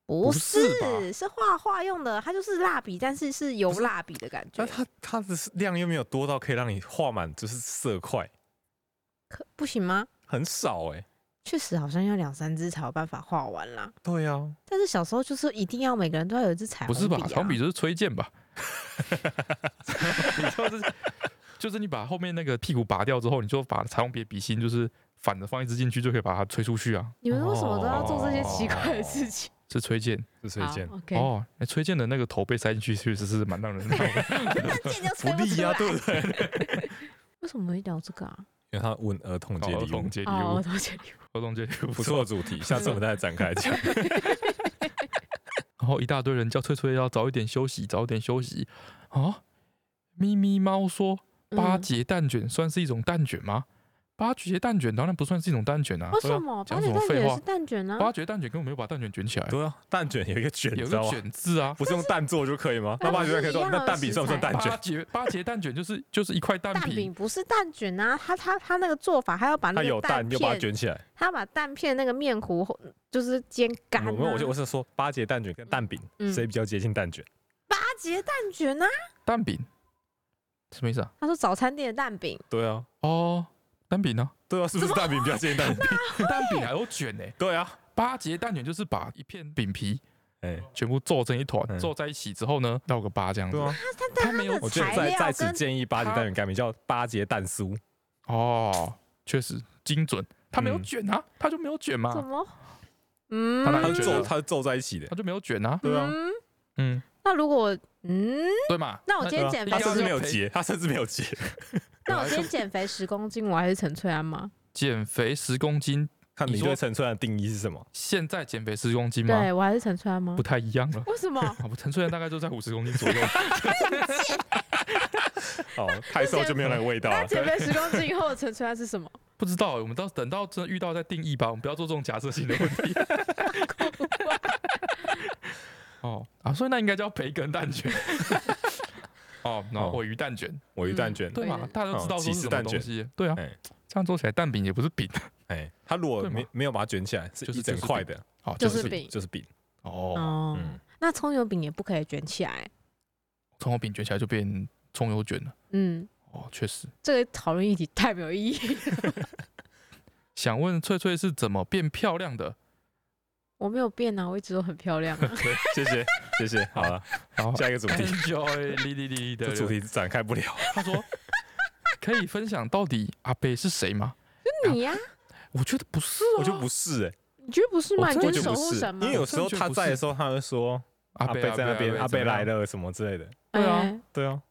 [SPEAKER 1] 不
[SPEAKER 2] 是
[SPEAKER 1] 是，
[SPEAKER 2] 吧
[SPEAKER 1] 是画画用的，它就是蜡笔，但是是呃油蜡笔的感觉
[SPEAKER 3] 但。它它的量又没有多到可以让你画满，就是色块
[SPEAKER 1] 可不行吗？
[SPEAKER 3] 很少哎。
[SPEAKER 1] 确实好像要两三支才有办法画完啦。
[SPEAKER 3] 对啊，
[SPEAKER 1] 但是小时候就是一定要每个人都要有一支彩
[SPEAKER 2] 不
[SPEAKER 1] 虹
[SPEAKER 2] 是吧？
[SPEAKER 1] 啊
[SPEAKER 2] 彩虹笔就是吹剑吧？ 你就是就是你把后面那个屁股拔掉之后，你就把彩虹笔的笔芯就是反着放一支进去，就可以把它吹出去啊。
[SPEAKER 1] 你们为什么都要做这些奇怪的事 情？
[SPEAKER 2] 是吹剑
[SPEAKER 3] 是水箭
[SPEAKER 1] 好 OK，
[SPEAKER 2] 哦，那吹剑的那个头被塞进去，确实是 蛮让人恼的。
[SPEAKER 1] 那剑就
[SPEAKER 3] 不
[SPEAKER 1] 吹不
[SPEAKER 3] 利
[SPEAKER 1] 出
[SPEAKER 3] 呀，
[SPEAKER 1] 来。
[SPEAKER 3] 对不对？
[SPEAKER 1] 为什么会聊这个啊？
[SPEAKER 3] 因为他问儿童节
[SPEAKER 2] 好儿
[SPEAKER 3] 礼物
[SPEAKER 2] 童，节礼
[SPEAKER 1] 哦，
[SPEAKER 2] 物
[SPEAKER 1] 我，懂这里。
[SPEAKER 2] 儿童节礼物
[SPEAKER 3] 不错的。主题，下次我们再展开讲。
[SPEAKER 2] 然后一大堆人叫翠翠要早一点休息，早一点休息啊！咪咪猫说八
[SPEAKER 1] 嗯
[SPEAKER 2] 节蛋卷算是一种蛋卷吗？八节蛋卷当然不算是一种蛋卷啊！
[SPEAKER 1] 为
[SPEAKER 2] 对啊
[SPEAKER 1] 什么八
[SPEAKER 2] 讲
[SPEAKER 1] 点
[SPEAKER 2] 什么
[SPEAKER 1] 蛋卷
[SPEAKER 2] 废
[SPEAKER 1] 也
[SPEAKER 2] 话
[SPEAKER 1] 是？蛋卷呢？
[SPEAKER 2] 八节蛋卷根本没有把蛋卷卷起来，
[SPEAKER 3] 对啊，蛋卷有一个卷，你
[SPEAKER 2] 有
[SPEAKER 3] 知
[SPEAKER 2] 个
[SPEAKER 3] 道吗？
[SPEAKER 2] 卷字啊。
[SPEAKER 3] 不是用蛋做就可以吗？
[SPEAKER 1] 那
[SPEAKER 3] 那
[SPEAKER 1] 不
[SPEAKER 3] 八
[SPEAKER 1] 是
[SPEAKER 3] 九蛋 可以
[SPEAKER 1] 一
[SPEAKER 3] 做，
[SPEAKER 1] 样的
[SPEAKER 3] 那蛋饼算 不算蛋
[SPEAKER 2] 八
[SPEAKER 3] 卷？
[SPEAKER 2] 节八节蛋卷就是就是一块蛋
[SPEAKER 1] 蛋
[SPEAKER 2] 饼
[SPEAKER 1] 饼，不是蛋卷啊，他他他那个做法，他要把
[SPEAKER 3] 它
[SPEAKER 1] 那
[SPEAKER 3] 有
[SPEAKER 1] 个
[SPEAKER 3] 蛋，你就把它
[SPEAKER 1] 片，
[SPEAKER 3] 卷起来。
[SPEAKER 1] 他把蛋片那个面糊就是煎干、啊。
[SPEAKER 3] 我我就我是说八节蛋卷跟蛋饼
[SPEAKER 1] 嗯
[SPEAKER 3] 谁比较接近蛋卷？
[SPEAKER 1] 八节蛋卷啊，
[SPEAKER 2] 蛋饼什么意思啊？
[SPEAKER 1] 他说早餐店的蛋饼，
[SPEAKER 3] 对啊，
[SPEAKER 2] 哦，蛋饼呢？
[SPEAKER 3] 对啊，是不是蛋饼比较接近 蛋饼？
[SPEAKER 2] 蛋饼还有卷呢。
[SPEAKER 3] 对啊，
[SPEAKER 2] 八节蛋卷就是把一片饼皮
[SPEAKER 3] 哎，
[SPEAKER 2] 全部皱成一团，
[SPEAKER 3] 嗯
[SPEAKER 2] 皱在一起之后呢，绕个八这样子
[SPEAKER 3] 对。啊，
[SPEAKER 2] 它没有
[SPEAKER 1] 它的
[SPEAKER 3] 我觉得
[SPEAKER 1] 材
[SPEAKER 3] 在
[SPEAKER 1] 料
[SPEAKER 3] 在此
[SPEAKER 1] 跟
[SPEAKER 3] 建议八节蛋卷改名叫八节蛋酥，
[SPEAKER 2] 哦，确实精准，它没有
[SPEAKER 3] 嗯
[SPEAKER 2] 卷啊，它就没有卷
[SPEAKER 1] 怎
[SPEAKER 2] 嘛，
[SPEAKER 1] 么？嗯，
[SPEAKER 2] 他哪
[SPEAKER 3] 它
[SPEAKER 2] 里
[SPEAKER 3] 是
[SPEAKER 2] 卷的
[SPEAKER 3] 皱它是皱在一起的
[SPEAKER 2] 它，就没有卷啊，
[SPEAKER 3] 对啊，
[SPEAKER 1] 嗯，
[SPEAKER 2] 嗯，
[SPEAKER 1] 那如果嗯，
[SPEAKER 2] 对嘛？
[SPEAKER 1] 那我今
[SPEAKER 3] 对
[SPEAKER 1] 天减
[SPEAKER 3] 啊
[SPEAKER 1] 肥
[SPEAKER 3] 它甚至没有
[SPEAKER 2] 要赔
[SPEAKER 3] 结，它甚至没有 结，
[SPEAKER 1] 那我今天减肥十公斤，我还是陈翠安吗？
[SPEAKER 2] 减肥十公斤，
[SPEAKER 3] 看
[SPEAKER 2] 你
[SPEAKER 3] 你
[SPEAKER 2] 说
[SPEAKER 3] 对陈翠兰的定义是什么？
[SPEAKER 2] 现在减肥十公斤吗？
[SPEAKER 1] 对我还是陈翠安吗
[SPEAKER 2] 不？太一样了。
[SPEAKER 1] 为什么？
[SPEAKER 2] 啊，不，陈翠兰大概就在五十公斤左右，
[SPEAKER 3] 哦，太瘦就没有那个味道
[SPEAKER 1] 那
[SPEAKER 3] 了。
[SPEAKER 1] 减肥十公斤以后的陈翠安是什么？
[SPEAKER 2] 不知道欸、我们到等到真的遇到再定义吧，我们不要做这种假设性的问 题。哦啊，所以那应该叫培根蛋卷。 哦，然后
[SPEAKER 3] 哦
[SPEAKER 2] 尾鱼蛋卷，
[SPEAKER 3] 我鱼蛋卷，
[SPEAKER 2] 对
[SPEAKER 1] 对
[SPEAKER 2] 嘛？大家都知道
[SPEAKER 3] 哦
[SPEAKER 2] 说
[SPEAKER 3] 起
[SPEAKER 2] 是
[SPEAKER 3] 司
[SPEAKER 2] 什么
[SPEAKER 3] 蛋
[SPEAKER 2] 东
[SPEAKER 3] 卷
[SPEAKER 2] 西，对啊
[SPEAKER 3] 哎。
[SPEAKER 2] 这样做起来蛋饼也不是饼啊
[SPEAKER 3] 哎，它如果
[SPEAKER 2] 对嘛
[SPEAKER 3] 没没有把它卷起来，是
[SPEAKER 2] 就是
[SPEAKER 3] 一整
[SPEAKER 2] 就是
[SPEAKER 3] 块的，
[SPEAKER 2] 哦，
[SPEAKER 1] 就
[SPEAKER 2] 就是
[SPEAKER 1] 是饼
[SPEAKER 3] 就是饼。
[SPEAKER 2] 哦，
[SPEAKER 1] 哦
[SPEAKER 3] 嗯，
[SPEAKER 1] 那葱油饼也不可以卷起来。
[SPEAKER 2] 葱油饼卷起来就变葱油卷了。
[SPEAKER 1] 嗯，
[SPEAKER 2] 哦，确实。
[SPEAKER 1] 这个讨论议题太没有意义。
[SPEAKER 2] 想问翠翠是怎么变漂亮的？
[SPEAKER 1] 我没有变啊，我一直都很漂亮、 啊。
[SPEAKER 3] 对，谢谢谢谢， 好了，
[SPEAKER 2] 然后
[SPEAKER 3] 下一个主 题，
[SPEAKER 2] enjoy 哩哩哩
[SPEAKER 3] 这
[SPEAKER 2] 的
[SPEAKER 3] 主，题展开不了。
[SPEAKER 2] 他说可以分享到底阿贝是谁吗？
[SPEAKER 1] 你呀、
[SPEAKER 2] 我觉得不是啊，
[SPEAKER 3] 我就不是哎、
[SPEAKER 1] 你觉得不是吗？
[SPEAKER 2] 我
[SPEAKER 1] 你
[SPEAKER 2] 真的
[SPEAKER 1] 就是
[SPEAKER 3] 我就
[SPEAKER 1] 守
[SPEAKER 3] 不
[SPEAKER 1] 护
[SPEAKER 3] 是，
[SPEAKER 1] 神
[SPEAKER 3] 因
[SPEAKER 1] 吗
[SPEAKER 3] 为？有时候他在的时候，他会说
[SPEAKER 2] 啊阿
[SPEAKER 3] 贝
[SPEAKER 2] 贝
[SPEAKER 3] 在那边，阿贝来，
[SPEAKER 2] 怎么样
[SPEAKER 3] 了什么之类的。
[SPEAKER 2] 对啊
[SPEAKER 1] 哎
[SPEAKER 3] 对啊，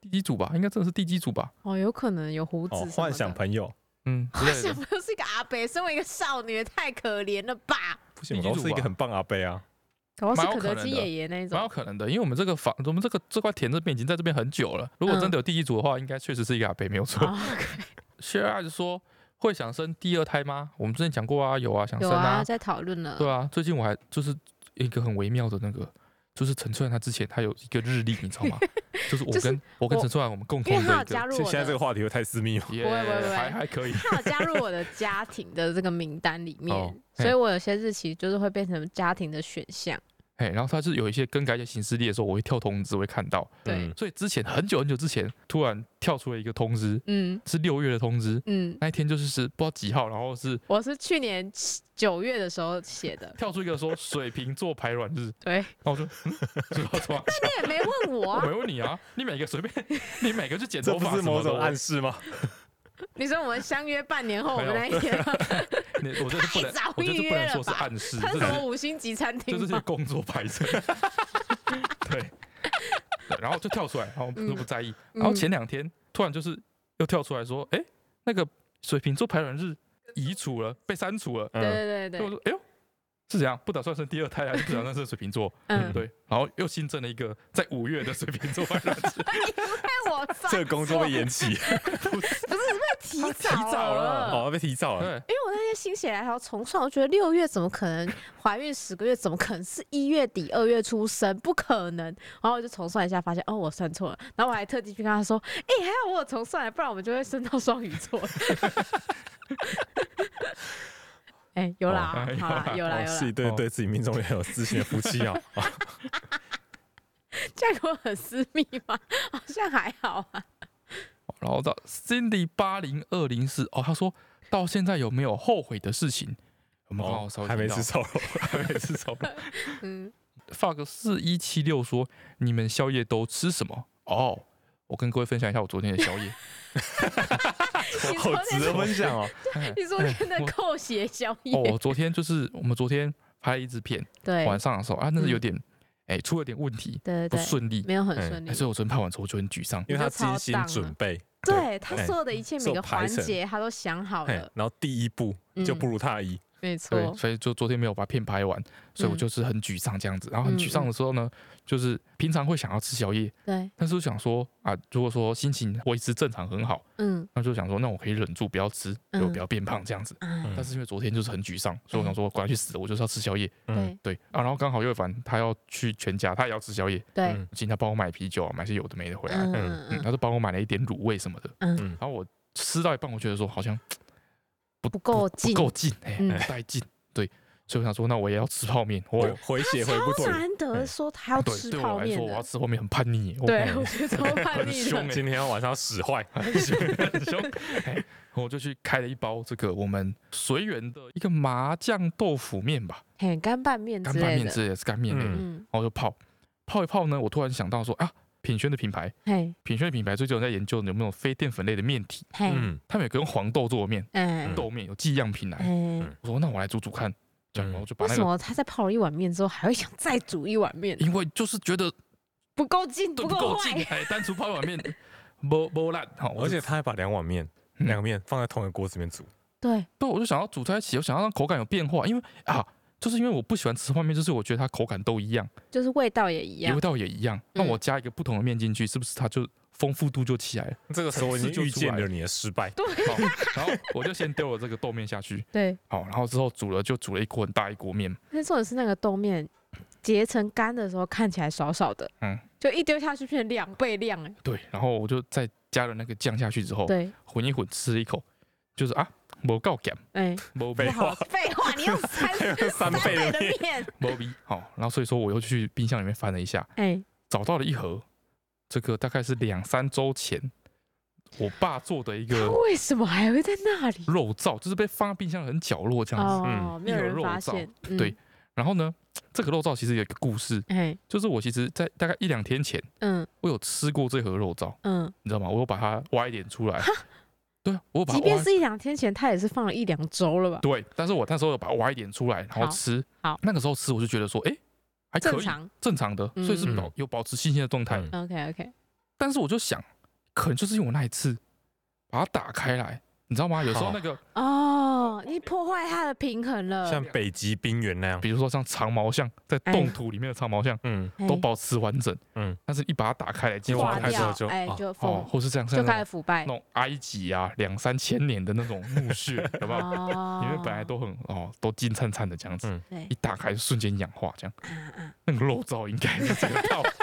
[SPEAKER 2] 第几组吧？应该真的是第几组吧？
[SPEAKER 1] 哦，有可能有胡子、
[SPEAKER 3] 哦，幻想。朋友，
[SPEAKER 2] 嗯，之
[SPEAKER 1] 幻
[SPEAKER 2] 类
[SPEAKER 1] 想
[SPEAKER 2] 的。
[SPEAKER 1] 朋友是一个阿伯，身为一个少女，也太可怜了吧？
[SPEAKER 3] 不行，
[SPEAKER 2] 第一
[SPEAKER 3] 我
[SPEAKER 2] 组
[SPEAKER 3] 都是一个很棒阿贝啊。
[SPEAKER 1] 搞不好
[SPEAKER 2] 蛮
[SPEAKER 1] 是
[SPEAKER 2] 有
[SPEAKER 1] 肯德
[SPEAKER 2] 可能
[SPEAKER 1] 基
[SPEAKER 2] 的
[SPEAKER 1] 爷爷那一
[SPEAKER 2] 蛮
[SPEAKER 1] 种。
[SPEAKER 2] 有可能的，因为我们这个房，我们这个这块田这边已经在这边很久了。如果真的有第一组的话，应该确实是一个阿贝没有错。
[SPEAKER 1] 啊，
[SPEAKER 2] 薛爱就说会想生第二胎吗？我们之前讲过啊，有啊，想
[SPEAKER 1] 有
[SPEAKER 2] 生
[SPEAKER 1] 啊，在讨论了。
[SPEAKER 2] 对啊，最近我还就是一个很微妙的那个，就是陈翠兰她之前她有一个日历，你知道吗？就是 我
[SPEAKER 1] 就
[SPEAKER 2] 跟、
[SPEAKER 1] 是
[SPEAKER 2] 我跟
[SPEAKER 1] 我
[SPEAKER 2] 陈翠兰我们共同
[SPEAKER 1] 因为
[SPEAKER 2] 的
[SPEAKER 1] 他有
[SPEAKER 2] 一
[SPEAKER 1] 加
[SPEAKER 2] 个，
[SPEAKER 1] 入
[SPEAKER 3] 现
[SPEAKER 1] 我
[SPEAKER 3] 现在这个
[SPEAKER 1] 的，
[SPEAKER 3] 话题会太私密吗？
[SPEAKER 2] 耶
[SPEAKER 1] 不会不会不会
[SPEAKER 2] 还还可以。
[SPEAKER 1] 他有加入我的家庭的这个名单里
[SPEAKER 2] 哦
[SPEAKER 1] 面，
[SPEAKER 2] 嘿
[SPEAKER 1] 所以我有些日期就是会变成家庭的选项。
[SPEAKER 2] 哎，然后她是有一些更改一些行事历的时候，我会跳通知，我会看到。
[SPEAKER 1] 对，
[SPEAKER 2] 所以之前很久很久之前，突然跳出了一个通知，
[SPEAKER 1] 嗯
[SPEAKER 2] 是六月的通知，
[SPEAKER 1] 嗯，
[SPEAKER 2] 那一天就是是不知道几号，然后是
[SPEAKER 1] 我是去年九月的时候写 的。
[SPEAKER 2] 跳出一个说水瓶座排卵日，
[SPEAKER 1] 对，
[SPEAKER 2] 然后我就嗯 知道什么，
[SPEAKER 1] 你也没问我
[SPEAKER 2] 我
[SPEAKER 1] 啊，
[SPEAKER 2] 没问你 啊，你每个随便，你每个去剪
[SPEAKER 3] 这
[SPEAKER 2] 头
[SPEAKER 3] 不
[SPEAKER 2] 发什
[SPEAKER 3] 是某
[SPEAKER 2] 么的
[SPEAKER 3] 种
[SPEAKER 2] 我
[SPEAKER 3] 暗示吗？
[SPEAKER 1] 你说我们相约半年后，我
[SPEAKER 2] 没有
[SPEAKER 1] 们那一 天吗，
[SPEAKER 2] 你我觉得不
[SPEAKER 1] 太
[SPEAKER 2] 能
[SPEAKER 1] 早，
[SPEAKER 2] 我觉得
[SPEAKER 1] 预
[SPEAKER 2] 不能
[SPEAKER 1] 约
[SPEAKER 2] 说
[SPEAKER 1] 了
[SPEAKER 2] 是
[SPEAKER 1] 吧
[SPEAKER 2] 暗示，
[SPEAKER 1] 它是
[SPEAKER 2] 这
[SPEAKER 1] 什
[SPEAKER 2] 只
[SPEAKER 1] 么五星级餐
[SPEAKER 2] 就
[SPEAKER 1] 厅
[SPEAKER 2] 是
[SPEAKER 1] 吗？
[SPEAKER 2] 工作排 程。对，对，然后就跳出来，然后
[SPEAKER 1] 嗯
[SPEAKER 2] 都不在意。然后前两天突然就是又跳出来说，哎，那个水瓶座排卵日移除了，被删除了。
[SPEAKER 1] 对
[SPEAKER 3] 嗯，
[SPEAKER 1] 对对对，
[SPEAKER 2] 我说，哎呦，是怎样？不打算生第二胎还是啊不打算生水瓶座？
[SPEAKER 1] 嗯，
[SPEAKER 2] 对，然后又新增了一个在五月的水瓶座排 卵日，
[SPEAKER 1] 哎，我
[SPEAKER 3] 这个工作会延期，
[SPEAKER 1] 提
[SPEAKER 2] 他 提早
[SPEAKER 1] 早
[SPEAKER 2] 了
[SPEAKER 1] 了。
[SPEAKER 3] 哦，被提早了。
[SPEAKER 2] 对，
[SPEAKER 1] 因为我那天心血来潮重算，我觉得六月怎么可能怀孕十个月？怎么可能是一月底二月出生？不可能！然后我就重算一下，发现哦，我算错了。然后我还特地去跟他说：“哎、还好我有重算，不然我们就会生到双鱼座。” 哎、有啦，
[SPEAKER 2] 哦
[SPEAKER 1] 好啦，有啦，
[SPEAKER 3] 哦
[SPEAKER 1] 有啦
[SPEAKER 3] 是一，对
[SPEAKER 2] 哦
[SPEAKER 3] 对自己命中率很有自信的夫妻啊！
[SPEAKER 1] 这样给我很私密吗？好像还好啊。
[SPEAKER 2] 然后到 Cindy 八零二零四哦，他说到现在有没有后悔的事情？我们刚好
[SPEAKER 3] 哦
[SPEAKER 2] 稍微，
[SPEAKER 3] 还没
[SPEAKER 2] 提到
[SPEAKER 3] 吃瘦肉，
[SPEAKER 2] 还没吃早饭。
[SPEAKER 1] 嗯，
[SPEAKER 2] Fug 四一七六说：“你们宵夜都吃什么？”哦，我跟各位分享一下我昨天的 宵夜。
[SPEAKER 1] 你
[SPEAKER 3] 好
[SPEAKER 1] 昨
[SPEAKER 3] 值
[SPEAKER 1] 天
[SPEAKER 3] 得分享哦。
[SPEAKER 1] 你昨天
[SPEAKER 2] 哎
[SPEAKER 1] 的扣血宵夜，
[SPEAKER 2] 哦，我昨天就是我们昨天拍了一支片，
[SPEAKER 1] 对，嗯
[SPEAKER 2] 晚上的时候啊，那是有点哎、出了点问题，
[SPEAKER 1] 对对
[SPEAKER 2] 不
[SPEAKER 1] 对，
[SPEAKER 2] 顺利。
[SPEAKER 1] 没有很
[SPEAKER 3] 嗯
[SPEAKER 1] 顺利
[SPEAKER 2] 哎，。所以我昨天拍完之后就很沮丧。
[SPEAKER 3] 因为他
[SPEAKER 1] 你就超
[SPEAKER 3] 精心
[SPEAKER 1] 荡
[SPEAKER 3] 准
[SPEAKER 1] 了
[SPEAKER 3] 备，
[SPEAKER 1] 对他
[SPEAKER 3] 哎
[SPEAKER 1] 所有的一切
[SPEAKER 3] 是
[SPEAKER 1] 每
[SPEAKER 3] 有
[SPEAKER 1] 个环
[SPEAKER 3] 排程
[SPEAKER 1] 节他都想好
[SPEAKER 3] 嘿
[SPEAKER 1] 了，
[SPEAKER 3] 然后第一步就
[SPEAKER 1] 嗯
[SPEAKER 3] 不如他意，
[SPEAKER 1] 没
[SPEAKER 2] 对，
[SPEAKER 1] 错，
[SPEAKER 2] 所以就昨天没有把片拍完，所以我
[SPEAKER 1] 嗯
[SPEAKER 2] 就是很沮丧这样子。然后很
[SPEAKER 1] 嗯
[SPEAKER 2] 沮丧的时候呢，就是平常会想要吃宵夜，
[SPEAKER 1] 对，
[SPEAKER 2] 但是我想说啊，如果说心情维持正常很好，
[SPEAKER 1] 嗯
[SPEAKER 2] 那就想说那我可以忍住不要吃，
[SPEAKER 1] 嗯
[SPEAKER 2] 就不要变胖这样子。
[SPEAKER 1] 啊，
[SPEAKER 2] 但是因为昨天就是很沮丧，所以我想说管他去死了，我就是要吃宵夜。
[SPEAKER 1] 对
[SPEAKER 2] 对啊，然后刚好又凡他要去全家，他也要吃宵夜，
[SPEAKER 1] 对，
[SPEAKER 3] 嗯
[SPEAKER 2] 请他帮我买啤酒啊，买些有的没的回来。
[SPEAKER 1] 嗯
[SPEAKER 2] 嗯，
[SPEAKER 1] 嗯
[SPEAKER 2] 他就帮我买了一点卤味什么的。
[SPEAKER 1] 嗯
[SPEAKER 3] 嗯
[SPEAKER 2] 然后我吃到一半，我觉得说好像不
[SPEAKER 1] 不够
[SPEAKER 2] 不
[SPEAKER 1] 劲
[SPEAKER 2] 够劲，哎，
[SPEAKER 1] 嗯
[SPEAKER 2] 不带劲。对，所以我想说，那我也要吃泡面。我
[SPEAKER 3] 我回血回不
[SPEAKER 1] 超
[SPEAKER 3] 对，
[SPEAKER 1] 难得
[SPEAKER 3] 哎
[SPEAKER 1] 说他要
[SPEAKER 2] 嗯啊对，
[SPEAKER 1] 吃
[SPEAKER 2] 对
[SPEAKER 1] 泡
[SPEAKER 2] 我来
[SPEAKER 1] 面
[SPEAKER 2] 说，我要
[SPEAKER 1] 的，
[SPEAKER 2] 吃泡面很叛逆耶，我
[SPEAKER 1] 对，我觉得超叛
[SPEAKER 2] 很
[SPEAKER 1] 逆
[SPEAKER 2] 凶
[SPEAKER 1] 的，
[SPEAKER 2] 哎，
[SPEAKER 3] 今天晚上使坏，
[SPEAKER 2] 很凶，很凶。哎我就去开了一包这个我们随缘的一个麻酱豆腐面吧，
[SPEAKER 1] 嘿，干拌面嗯
[SPEAKER 2] 干
[SPEAKER 1] 之
[SPEAKER 2] 拌
[SPEAKER 1] 类
[SPEAKER 2] 面
[SPEAKER 1] 的，
[SPEAKER 2] 之类的，是干面类的，然
[SPEAKER 1] 嗯，
[SPEAKER 2] 后就泡，泡一泡呢，我突然想到说啊，品轩的品牌，
[SPEAKER 1] 嘿
[SPEAKER 2] 品轩的品牌最近有在研究有没有非淀粉类的面体，
[SPEAKER 1] 嘿，
[SPEAKER 3] 嗯，
[SPEAKER 2] 他们有个用黄豆做的面，
[SPEAKER 1] 嗯，
[SPEAKER 2] 豆面有寄样品来，
[SPEAKER 1] 哎，
[SPEAKER 2] 我说那我来煮煮看，这样
[SPEAKER 3] 嗯
[SPEAKER 2] 然后就嗯把
[SPEAKER 1] 为
[SPEAKER 2] 那
[SPEAKER 1] 什
[SPEAKER 2] 个，
[SPEAKER 1] 么他在泡了一碗面之后，还会想再煮一碗面？
[SPEAKER 2] 因为就是觉得
[SPEAKER 1] 不够劲，
[SPEAKER 2] 对不
[SPEAKER 1] 够
[SPEAKER 2] 够劲
[SPEAKER 1] 坏，，
[SPEAKER 2] 哎，单纯泡一碗面不不烂，好，我
[SPEAKER 3] 而
[SPEAKER 2] 就
[SPEAKER 3] 且他还把两碗面，
[SPEAKER 2] 嗯
[SPEAKER 3] 两个面放在同一个锅子里面煮，
[SPEAKER 1] 对，
[SPEAKER 2] 对，我就想要煮在一起，我想要让口感有变化，因为啊，就是因为我不喜欢吃泡面，就是我觉得它口感都一样，
[SPEAKER 1] 就是味道也一样
[SPEAKER 2] 味，道也一样，那
[SPEAKER 1] 嗯
[SPEAKER 2] 我加一个不同的面进去，是不是它就丰富度就起 来了？
[SPEAKER 3] 这个时候我已
[SPEAKER 2] 层次就
[SPEAKER 3] 经预
[SPEAKER 2] 出
[SPEAKER 3] 见
[SPEAKER 2] 来
[SPEAKER 3] 了
[SPEAKER 2] 了
[SPEAKER 3] 你的失败，
[SPEAKER 2] 好，然后我就先丢了这个豆面下去，
[SPEAKER 1] 对，
[SPEAKER 2] 好，然后之后煮了就煮了一锅很大一锅面，
[SPEAKER 1] 那重点是那个豆面结成干的时候看起来少少的，
[SPEAKER 2] 嗯，
[SPEAKER 1] 就一丢下去变成两倍量，哎，
[SPEAKER 2] 对，然后我就再加了那个酱下去之后，
[SPEAKER 1] 对，
[SPEAKER 2] 混一混，吃了一口，就是啊，没够咸，
[SPEAKER 1] 哎，
[SPEAKER 2] 没
[SPEAKER 3] 废
[SPEAKER 2] 味，
[SPEAKER 3] 话，
[SPEAKER 1] 废话，你 用三
[SPEAKER 3] 三倍
[SPEAKER 1] 倍
[SPEAKER 3] 的
[SPEAKER 1] 的
[SPEAKER 3] 面，
[SPEAKER 1] 面，
[SPEAKER 2] 没味，好，然后所以说我又去冰箱里面翻了一下，
[SPEAKER 1] 哎，
[SPEAKER 2] 找到了一盒，这个大概是两三周前我爸做的一个。
[SPEAKER 1] 为什么还会在那里？
[SPEAKER 2] 肉燥，就是被放在冰箱的很角落这样子。
[SPEAKER 1] 哦，没有人发现，嗯
[SPEAKER 2] 对，然后呢，这个肉燥其实有一个故事，
[SPEAKER 1] 哎，
[SPEAKER 2] 就是我其实，在大概一两天前，
[SPEAKER 1] 嗯
[SPEAKER 2] 我有吃过这盒肉燥，
[SPEAKER 1] 嗯，
[SPEAKER 2] 你知道吗？我有把它挖一点出来。对啊，我有把它
[SPEAKER 1] 即
[SPEAKER 2] 挖
[SPEAKER 1] 便。是一两天前，他也是放了一两周了吧？
[SPEAKER 2] 对，但是我那时候有把它挖一点出来，然后
[SPEAKER 1] 好
[SPEAKER 2] 吃。
[SPEAKER 1] 好
[SPEAKER 2] 那个时候吃我就觉得说，哎、还可
[SPEAKER 1] 正
[SPEAKER 2] 以，
[SPEAKER 1] 常
[SPEAKER 2] 正常的，所以是保
[SPEAKER 3] 嗯
[SPEAKER 2] 有保持新鲜的状态。
[SPEAKER 3] 嗯
[SPEAKER 1] ，OK OK，
[SPEAKER 2] 但是我就想，可能就是因为我那一次把它打开来，你知道吗？有时候
[SPEAKER 3] 好
[SPEAKER 2] 那个，
[SPEAKER 1] 哦，你破坏它的平衡了，
[SPEAKER 3] 嗯像北极冰原那样，
[SPEAKER 2] 比如说像长毛象，在
[SPEAKER 1] 哎
[SPEAKER 2] 冻土里面的长毛象。
[SPEAKER 3] 嗯，
[SPEAKER 1] 哎
[SPEAKER 2] 都保持完整，
[SPEAKER 3] 嗯，
[SPEAKER 2] 但是一把它打开来，结果
[SPEAKER 1] 化
[SPEAKER 3] 挖开
[SPEAKER 2] 还
[SPEAKER 3] 之
[SPEAKER 2] 是
[SPEAKER 3] 后
[SPEAKER 1] 掉
[SPEAKER 3] 就，
[SPEAKER 1] 哎
[SPEAKER 3] 哦，
[SPEAKER 1] 就
[SPEAKER 2] 哦，
[SPEAKER 1] 封，
[SPEAKER 2] 或是这样，像
[SPEAKER 1] 就开
[SPEAKER 2] 那
[SPEAKER 1] 始
[SPEAKER 2] 种
[SPEAKER 1] 腐败
[SPEAKER 2] 那。种埃及啊，两三千年的那种墓穴，有没有？
[SPEAKER 1] 哦
[SPEAKER 2] 里面本来都很哦，都金灿灿的这样子，
[SPEAKER 3] 嗯
[SPEAKER 1] 对
[SPEAKER 2] 一打开瞬间氧化，这样
[SPEAKER 1] 啊啊，
[SPEAKER 2] 那个肉燥应该是这个道理。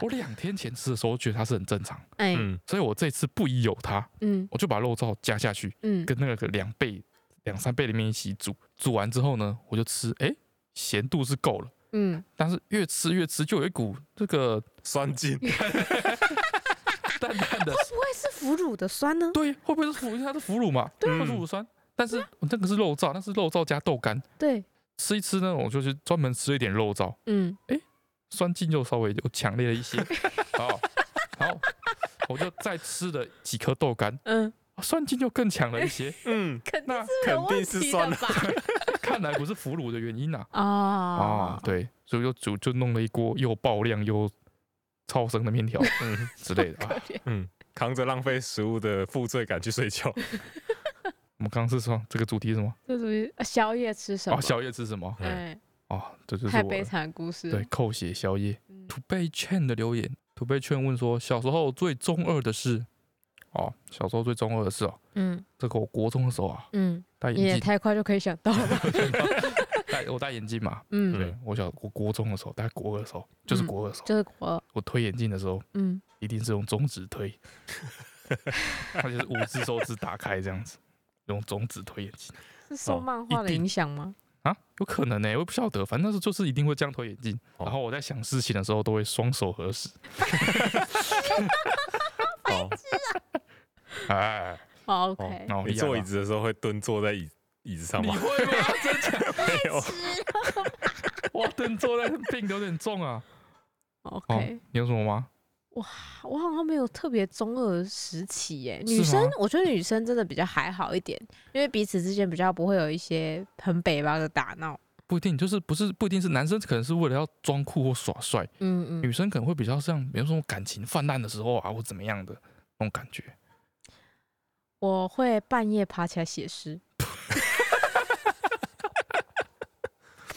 [SPEAKER 2] 我两天前吃的时候觉得它是很正常，
[SPEAKER 1] 哎，
[SPEAKER 3] 嗯，
[SPEAKER 2] 所以我这次不疑有它，
[SPEAKER 1] 嗯
[SPEAKER 2] 我就把肉燥加下去，
[SPEAKER 1] 嗯，
[SPEAKER 2] 跟那个两倍、两三倍的面一起煮。煮完之后呢，我就吃，哎，咸度是够了，
[SPEAKER 1] 嗯，
[SPEAKER 2] 但是越吃越吃就有一股这个
[SPEAKER 3] 酸劲，
[SPEAKER 2] 淡淡
[SPEAKER 1] 不
[SPEAKER 2] 的
[SPEAKER 1] 会哎是腐乳的酸呢？
[SPEAKER 2] 对，会不会是腐？因为它是腐乳嘛，
[SPEAKER 3] 对啊
[SPEAKER 2] 它是乳酸。但是
[SPEAKER 1] 啊
[SPEAKER 2] 那个是肉燥，那是肉燥加豆干，
[SPEAKER 1] 对，
[SPEAKER 2] 吃一吃呢，我就是专门吃一点肉燥，
[SPEAKER 1] 嗯，
[SPEAKER 2] 酸劲就稍微就强烈了 一些。好，好，我就再吃了几颗豆干，
[SPEAKER 1] 嗯，
[SPEAKER 2] 酸劲就更强了 一些。
[SPEAKER 3] 嗯，
[SPEAKER 1] 肯定
[SPEAKER 2] 那
[SPEAKER 1] 是
[SPEAKER 3] 肯
[SPEAKER 1] 有问
[SPEAKER 3] 定是
[SPEAKER 1] 题
[SPEAKER 3] 酸
[SPEAKER 1] 的吧？
[SPEAKER 2] 看来不是腐乳的原因啊。
[SPEAKER 1] 哦
[SPEAKER 2] 啊，，对，所以我就煮就弄了一锅又爆量又超生的面条
[SPEAKER 3] 嗯
[SPEAKER 2] 之类 的。啊、
[SPEAKER 3] 嗯，扛着浪费食物的负罪感去睡觉，
[SPEAKER 2] 我们刚刚是说这个主题是什么？
[SPEAKER 1] 这属于呃宵夜吃什么
[SPEAKER 2] 哦，？宵夜吃什么？
[SPEAKER 3] 嗯，
[SPEAKER 1] 哎，
[SPEAKER 2] 哦，这就是
[SPEAKER 1] 太
[SPEAKER 2] 我
[SPEAKER 1] 悲
[SPEAKER 2] 的
[SPEAKER 1] 惨的故事。
[SPEAKER 2] 对，扣血宵夜。
[SPEAKER 1] 嗯，
[SPEAKER 2] 土贝劝的留言，土贝劝问说，小时候最中二的事，哦，小时候最中二的事哦，
[SPEAKER 1] 嗯
[SPEAKER 2] 这个我国中的时候啊，
[SPEAKER 1] 嗯，
[SPEAKER 2] 戴
[SPEAKER 1] 你也
[SPEAKER 2] 眼镜，
[SPEAKER 1] 太快就可以想到了 吧。
[SPEAKER 2] 戴我戴眼镜嘛，
[SPEAKER 1] 嗯，
[SPEAKER 2] 对我小我国中的时候，大概国二的时候，就是
[SPEAKER 1] 嗯
[SPEAKER 2] 国二的时候，
[SPEAKER 1] 就是我，
[SPEAKER 2] 我推眼镜的时候，
[SPEAKER 1] 嗯，
[SPEAKER 2] 一定是用中指推， 他就是五只手指打开这样子，用中指推眼镜
[SPEAKER 1] 是受
[SPEAKER 3] 哦
[SPEAKER 1] 漫画的
[SPEAKER 2] 一定
[SPEAKER 1] 影响吗？
[SPEAKER 2] 啊，有可能呢、我也不晓得，反正是就是一定会这样推眼镜，
[SPEAKER 3] 哦
[SPEAKER 2] 然后我在想事情的时候都会双手合十，
[SPEAKER 3] 哦，
[SPEAKER 2] 哎，
[SPEAKER 1] 哦，OK，
[SPEAKER 2] 然后
[SPEAKER 3] 你坐椅子的时候会蹲坐在椅椅子上
[SPEAKER 2] 啊你
[SPEAKER 3] 吗？
[SPEAKER 2] 会吗？真假？
[SPEAKER 3] 没
[SPEAKER 2] 哦
[SPEAKER 3] 有，
[SPEAKER 2] 哇，等坐在病有点重啊。哦
[SPEAKER 1] OK，，
[SPEAKER 2] 你有什么吗？
[SPEAKER 1] 我好像没有特别中二的时期耶。
[SPEAKER 2] 是
[SPEAKER 1] 女生
[SPEAKER 2] 吗，
[SPEAKER 1] 我觉得女生真的比较还好一点，因为彼此之间比较不会有一些很北吧的打闹。
[SPEAKER 2] 不一定，就是不是不一定是男生，可能是为了要装酷或耍帅，
[SPEAKER 1] 嗯嗯，
[SPEAKER 2] 女生可能会比较像，比如说感情泛滥的时候啊，或怎么样的那种感觉。
[SPEAKER 1] 我会半夜爬起来写 诗。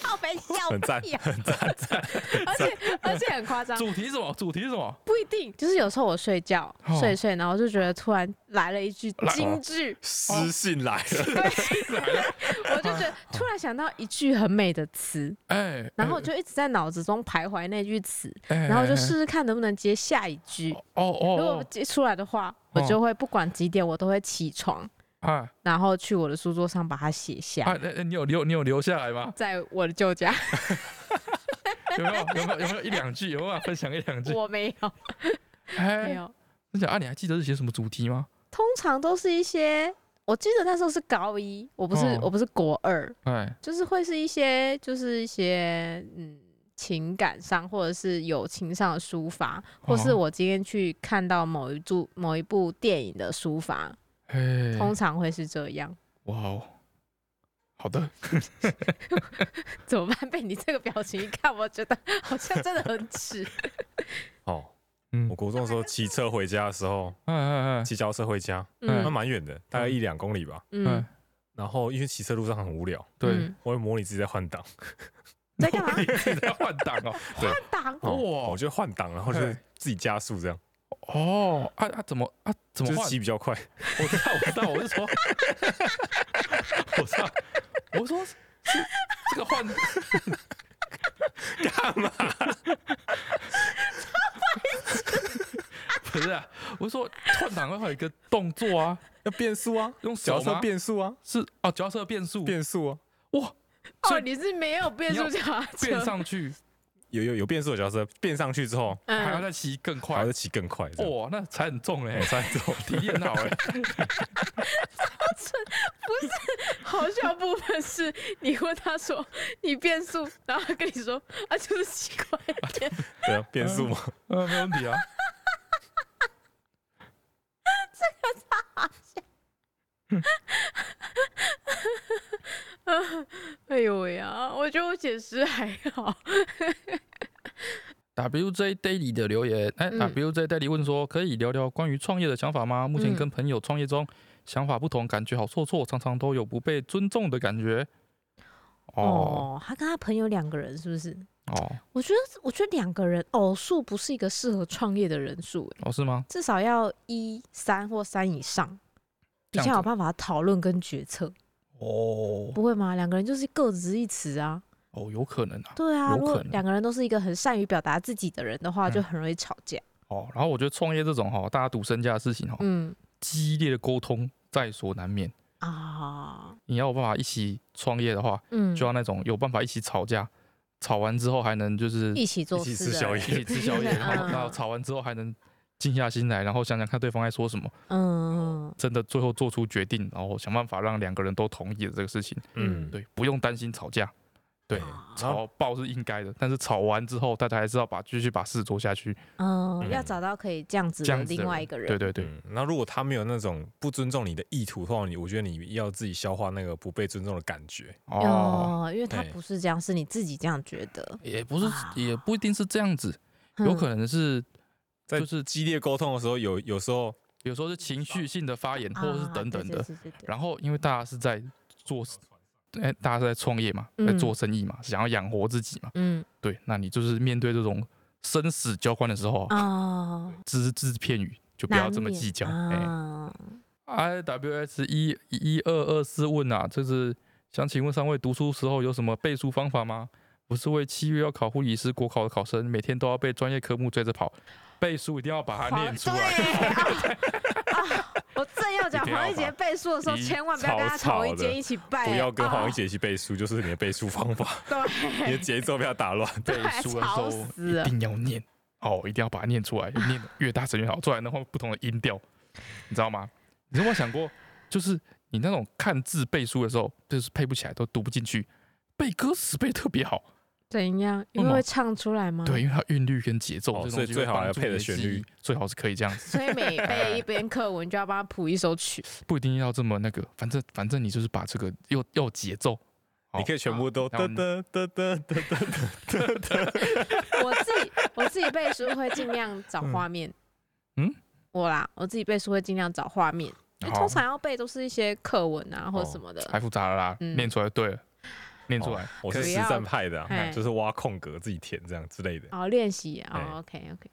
[SPEAKER 1] 好被笑
[SPEAKER 3] 很赞
[SPEAKER 1] 屁啊， 而且而且很夸张，
[SPEAKER 2] 主题是什么？主题是什 么？
[SPEAKER 1] 不一定，就是有时候我睡觉、
[SPEAKER 2] 哦
[SPEAKER 1] 睡一睡，然后就觉得突然来了一句
[SPEAKER 2] 来
[SPEAKER 1] 京剧，
[SPEAKER 3] 私信来了，
[SPEAKER 1] 我就觉得突然想到一句很美的词，
[SPEAKER 2] 哎，
[SPEAKER 1] 然后我就一直在脑子中徘徊那句词，
[SPEAKER 2] 哎，哎
[SPEAKER 1] 然后就试。试看能不能接下一句
[SPEAKER 2] 哎。哦
[SPEAKER 1] 如
[SPEAKER 2] 哦
[SPEAKER 1] 果
[SPEAKER 2] 哦，
[SPEAKER 1] 接出来的话，我
[SPEAKER 2] 哦
[SPEAKER 1] 就会不管几点，我都会起床，
[SPEAKER 2] 哎
[SPEAKER 1] 然后去我的书桌上把它写下，？
[SPEAKER 2] 哎，哎哎你有留你有留下来吗
[SPEAKER 1] 在我的旧家，
[SPEAKER 2] 有没有有没有有没有一两句？有没有办法分享一两句？
[SPEAKER 1] 我没 有没
[SPEAKER 2] 哎，
[SPEAKER 1] 有，
[SPEAKER 2] 真假啊？你还记得是写什么主题吗？
[SPEAKER 1] 通常都是一些。我记得那时候是高一，我不是、
[SPEAKER 2] 哦
[SPEAKER 1] 我不是国二，
[SPEAKER 2] 哎，
[SPEAKER 1] 就是会是一些就是一些嗯情感上或者是友情上的抒发，或是
[SPEAKER 2] 哦
[SPEAKER 1] 我今天去看到某一部某一部电影的抒发，
[SPEAKER 2] 哎，
[SPEAKER 1] 通常会是这样。
[SPEAKER 2] 哇哦，好的，
[SPEAKER 1] 怎么办？被你这个表情一看，我觉得好像真的很 耻。
[SPEAKER 3] 哦，
[SPEAKER 2] 嗯
[SPEAKER 3] 我，国中的时候骑车回家的时候，
[SPEAKER 2] 哎哎哎，
[SPEAKER 3] 骑脚车回家，那
[SPEAKER 1] 嗯
[SPEAKER 3] 蛮远的，大概一两公里吧。
[SPEAKER 1] 嗯，
[SPEAKER 3] 然后因为骑车路上很无聊，
[SPEAKER 2] 对，
[SPEAKER 1] 嗯
[SPEAKER 3] 我会模拟自己在换挡，
[SPEAKER 1] 在干 嘛？
[SPEAKER 2] 你在换挡哦，
[SPEAKER 1] 挡
[SPEAKER 3] 哦
[SPEAKER 2] 哇
[SPEAKER 3] 我就换挡，然后就
[SPEAKER 2] 嘿
[SPEAKER 3] 自己加速这样，
[SPEAKER 2] 哦，啊啊，怎么啊怎
[SPEAKER 3] 就
[SPEAKER 2] 么
[SPEAKER 3] 是
[SPEAKER 2] 换？
[SPEAKER 3] 骑比较快。
[SPEAKER 2] 我知道，我知道，我是说，我知道，我说是这个换
[SPEAKER 3] 干嘛？
[SPEAKER 2] 不是啊，我是说换挡会有一个动作啊，
[SPEAKER 3] 要变速啊，
[SPEAKER 2] 用
[SPEAKER 3] 脚
[SPEAKER 2] 手
[SPEAKER 3] 车
[SPEAKER 2] 吗？
[SPEAKER 3] 变速啊，
[SPEAKER 2] 是哦，脚踏车变速
[SPEAKER 3] 变速啊，
[SPEAKER 2] 哇，所
[SPEAKER 1] 哦，
[SPEAKER 2] 以
[SPEAKER 1] 你是没有变速
[SPEAKER 2] 你
[SPEAKER 1] 脚踏车
[SPEAKER 2] 变，上去
[SPEAKER 3] 有有有变速的脚车，变上去之后，
[SPEAKER 2] 还要
[SPEAKER 1] 嗯，
[SPEAKER 2] 再骑更
[SPEAKER 3] 然
[SPEAKER 2] 快
[SPEAKER 3] 后就，骑更快这样。
[SPEAKER 2] 哇，那 踩很重哎
[SPEAKER 3] 我，猜中，
[SPEAKER 2] 体验好 哎，
[SPEAKER 1] 好笑部分是你问他说你变速，然后他跟你说 啊，就是奇怪一点，
[SPEAKER 3] 对啊，变速嘛，
[SPEAKER 2] 呃，没问题啊。
[SPEAKER 1] 哎呦喂啊！我觉得我解释还好。
[SPEAKER 2] WJ Daily 的留言，哎、
[SPEAKER 1] 嗯
[SPEAKER 2] w j Daily 问说，可以聊聊关于创业的想法吗？目
[SPEAKER 1] 嗯
[SPEAKER 2] 前跟朋友创业中，想法不同，感觉好受挫，常常都有不被尊重的感觉。哦
[SPEAKER 1] 哦，他跟他朋友两个人是不是？
[SPEAKER 2] 哦
[SPEAKER 1] 我觉得，我觉得两个人偶数不是一个适合创业的人数，哎
[SPEAKER 2] 哦，是吗？
[SPEAKER 1] 至少要一三或三以上，比
[SPEAKER 2] 这样
[SPEAKER 1] 较有
[SPEAKER 2] 子
[SPEAKER 1] 办法讨论跟决策，
[SPEAKER 2] 哦
[SPEAKER 1] 不会吗？两个人就是各执一词啊。
[SPEAKER 2] 哦，有可能啊。
[SPEAKER 1] 对啊，
[SPEAKER 2] 有
[SPEAKER 1] 如果
[SPEAKER 2] 可能
[SPEAKER 1] 两个人都是一个很善于表达自己的人的话，
[SPEAKER 2] 嗯
[SPEAKER 1] 就很容易吵架。
[SPEAKER 2] 哦，然后我觉得创业这种哦哈，大家赌身家的事情哈，哦
[SPEAKER 1] 嗯
[SPEAKER 2] 激烈的沟通在所难免。
[SPEAKER 1] 啊，
[SPEAKER 2] 你要有办法一起创业的话，
[SPEAKER 1] 嗯，
[SPEAKER 2] 就要那种有办法一起吵架，吵完之后还能就是
[SPEAKER 1] 一起做
[SPEAKER 3] 一起
[SPEAKER 1] 事
[SPEAKER 3] 吃
[SPEAKER 1] 的
[SPEAKER 3] 宵
[SPEAKER 1] 人
[SPEAKER 3] 夜
[SPEAKER 2] 一起吃宵夜，
[SPEAKER 1] 嗯
[SPEAKER 2] 然后然后吵完之后还能静下心来，然后想想看对方在说什么。
[SPEAKER 1] 嗯
[SPEAKER 2] 真的最后做出决定，然后想办法让两个人都同意的这个事情，
[SPEAKER 1] 嗯
[SPEAKER 3] 嗯，
[SPEAKER 2] 对，不用担心吵架，对，
[SPEAKER 1] 啊
[SPEAKER 2] 吵爆是应该的，但是吵完之后，大家还是要把继续把事做下去，
[SPEAKER 1] 嗯，
[SPEAKER 3] 嗯
[SPEAKER 1] 要找到可以这样子
[SPEAKER 2] 这
[SPEAKER 1] 的
[SPEAKER 2] 样子的
[SPEAKER 1] 另外一个人。
[SPEAKER 2] 对对对，
[SPEAKER 3] 嗯，那如果他没有那种不尊重你的意图的话，你我觉得你要自己消化那个不被尊重的感觉。
[SPEAKER 2] 哦，
[SPEAKER 1] 哦，因为他
[SPEAKER 3] 对
[SPEAKER 1] 不是这样，是你自己这样觉得，
[SPEAKER 2] 也不是
[SPEAKER 1] 啊，
[SPEAKER 2] 也不一定是这样子，
[SPEAKER 1] 嗯
[SPEAKER 2] 有可能是
[SPEAKER 3] 在
[SPEAKER 2] 就是
[SPEAKER 3] 激烈沟通的时候，有有时候
[SPEAKER 2] 有时候是情绪性的发言，
[SPEAKER 1] 嗯
[SPEAKER 2] 或者是等等的，
[SPEAKER 1] 啊对对对对对
[SPEAKER 2] 然后因为大家是在做。哎，大家是在创业嘛，
[SPEAKER 1] 嗯
[SPEAKER 2] 在做生意嘛，想要养活自己嘛，
[SPEAKER 1] 嗯
[SPEAKER 2] 对，那你就是面对这种生死交关的时候，
[SPEAKER 1] 啊，
[SPEAKER 2] 只字片语就 不
[SPEAKER 1] 难
[SPEAKER 2] 要这么
[SPEAKER 1] 免
[SPEAKER 2] 计较，哎、
[SPEAKER 1] 啊。
[SPEAKER 2] I W S 一一二二四问啊，就是想请问三位读书时候有什么背书方法吗？我是为七月要考护理师国考的考生，每天都要被专业科目追着跑，背书一定要把它念出来。
[SPEAKER 1] 来。啊我正要讲
[SPEAKER 2] 一定要
[SPEAKER 1] 黄奕杰背书的时候，
[SPEAKER 3] 一
[SPEAKER 1] 千万不要跟他
[SPEAKER 3] 草
[SPEAKER 1] 同一
[SPEAKER 3] 草的
[SPEAKER 1] 间一起啊背，
[SPEAKER 3] 不要跟黄奕
[SPEAKER 1] 杰
[SPEAKER 3] 姐一起背书，就是你的背书方 法， 你的节奏被他打乱。
[SPEAKER 2] 背
[SPEAKER 1] 对
[SPEAKER 2] 书的时
[SPEAKER 1] 吵
[SPEAKER 2] 候
[SPEAKER 1] 死
[SPEAKER 2] 一
[SPEAKER 1] 了。
[SPEAKER 2] 定要念哦，一定要把它念出来，念得越大声越好，出来的话不同的音调，你知道吗？你有没有想过，就是你那种看字背书的时候，就是配不起来，都读不进去，背歌词背得特别好，
[SPEAKER 1] 怎样？因为
[SPEAKER 2] 为什
[SPEAKER 1] 会
[SPEAKER 2] 么
[SPEAKER 1] 唱出来吗？
[SPEAKER 2] 嗯哦对，，因为它韵律跟节奏
[SPEAKER 3] 哦
[SPEAKER 2] 这东
[SPEAKER 3] 所以
[SPEAKER 2] 西
[SPEAKER 3] 最
[SPEAKER 2] 会
[SPEAKER 3] 好
[SPEAKER 2] 帮
[SPEAKER 3] 要
[SPEAKER 2] 助
[SPEAKER 3] 配
[SPEAKER 2] 你
[SPEAKER 3] 的
[SPEAKER 2] 的
[SPEAKER 3] 旋
[SPEAKER 2] 记忆
[SPEAKER 3] 律，
[SPEAKER 2] 最好是可以这样子，
[SPEAKER 1] 所以 每背一篇课文就要帮他谱一首曲。
[SPEAKER 2] 不一定要这么那个，反正反正你就是把这个又又有节奏，
[SPEAKER 3] 你可以全部都
[SPEAKER 2] 然后
[SPEAKER 3] 得得得得得得得得，
[SPEAKER 1] 我自己我自己背书会尽量找画面。
[SPEAKER 2] 嗯，
[SPEAKER 1] 我啦，我自己背书会尽量找画面，因为
[SPEAKER 2] 好哦
[SPEAKER 1] 通常要背都是一些课文啊或者什么的。
[SPEAKER 2] 太复杂了啦，
[SPEAKER 1] 嗯
[SPEAKER 2] 念出来就对了，念出来。
[SPEAKER 3] 我是
[SPEAKER 1] 不
[SPEAKER 3] 实
[SPEAKER 1] 要
[SPEAKER 3] 战派的
[SPEAKER 1] 嘿
[SPEAKER 3] 啊，就是挖空格自己填这样之类的。
[SPEAKER 1] 哦，练习哦
[SPEAKER 3] 哎
[SPEAKER 1] o k OK，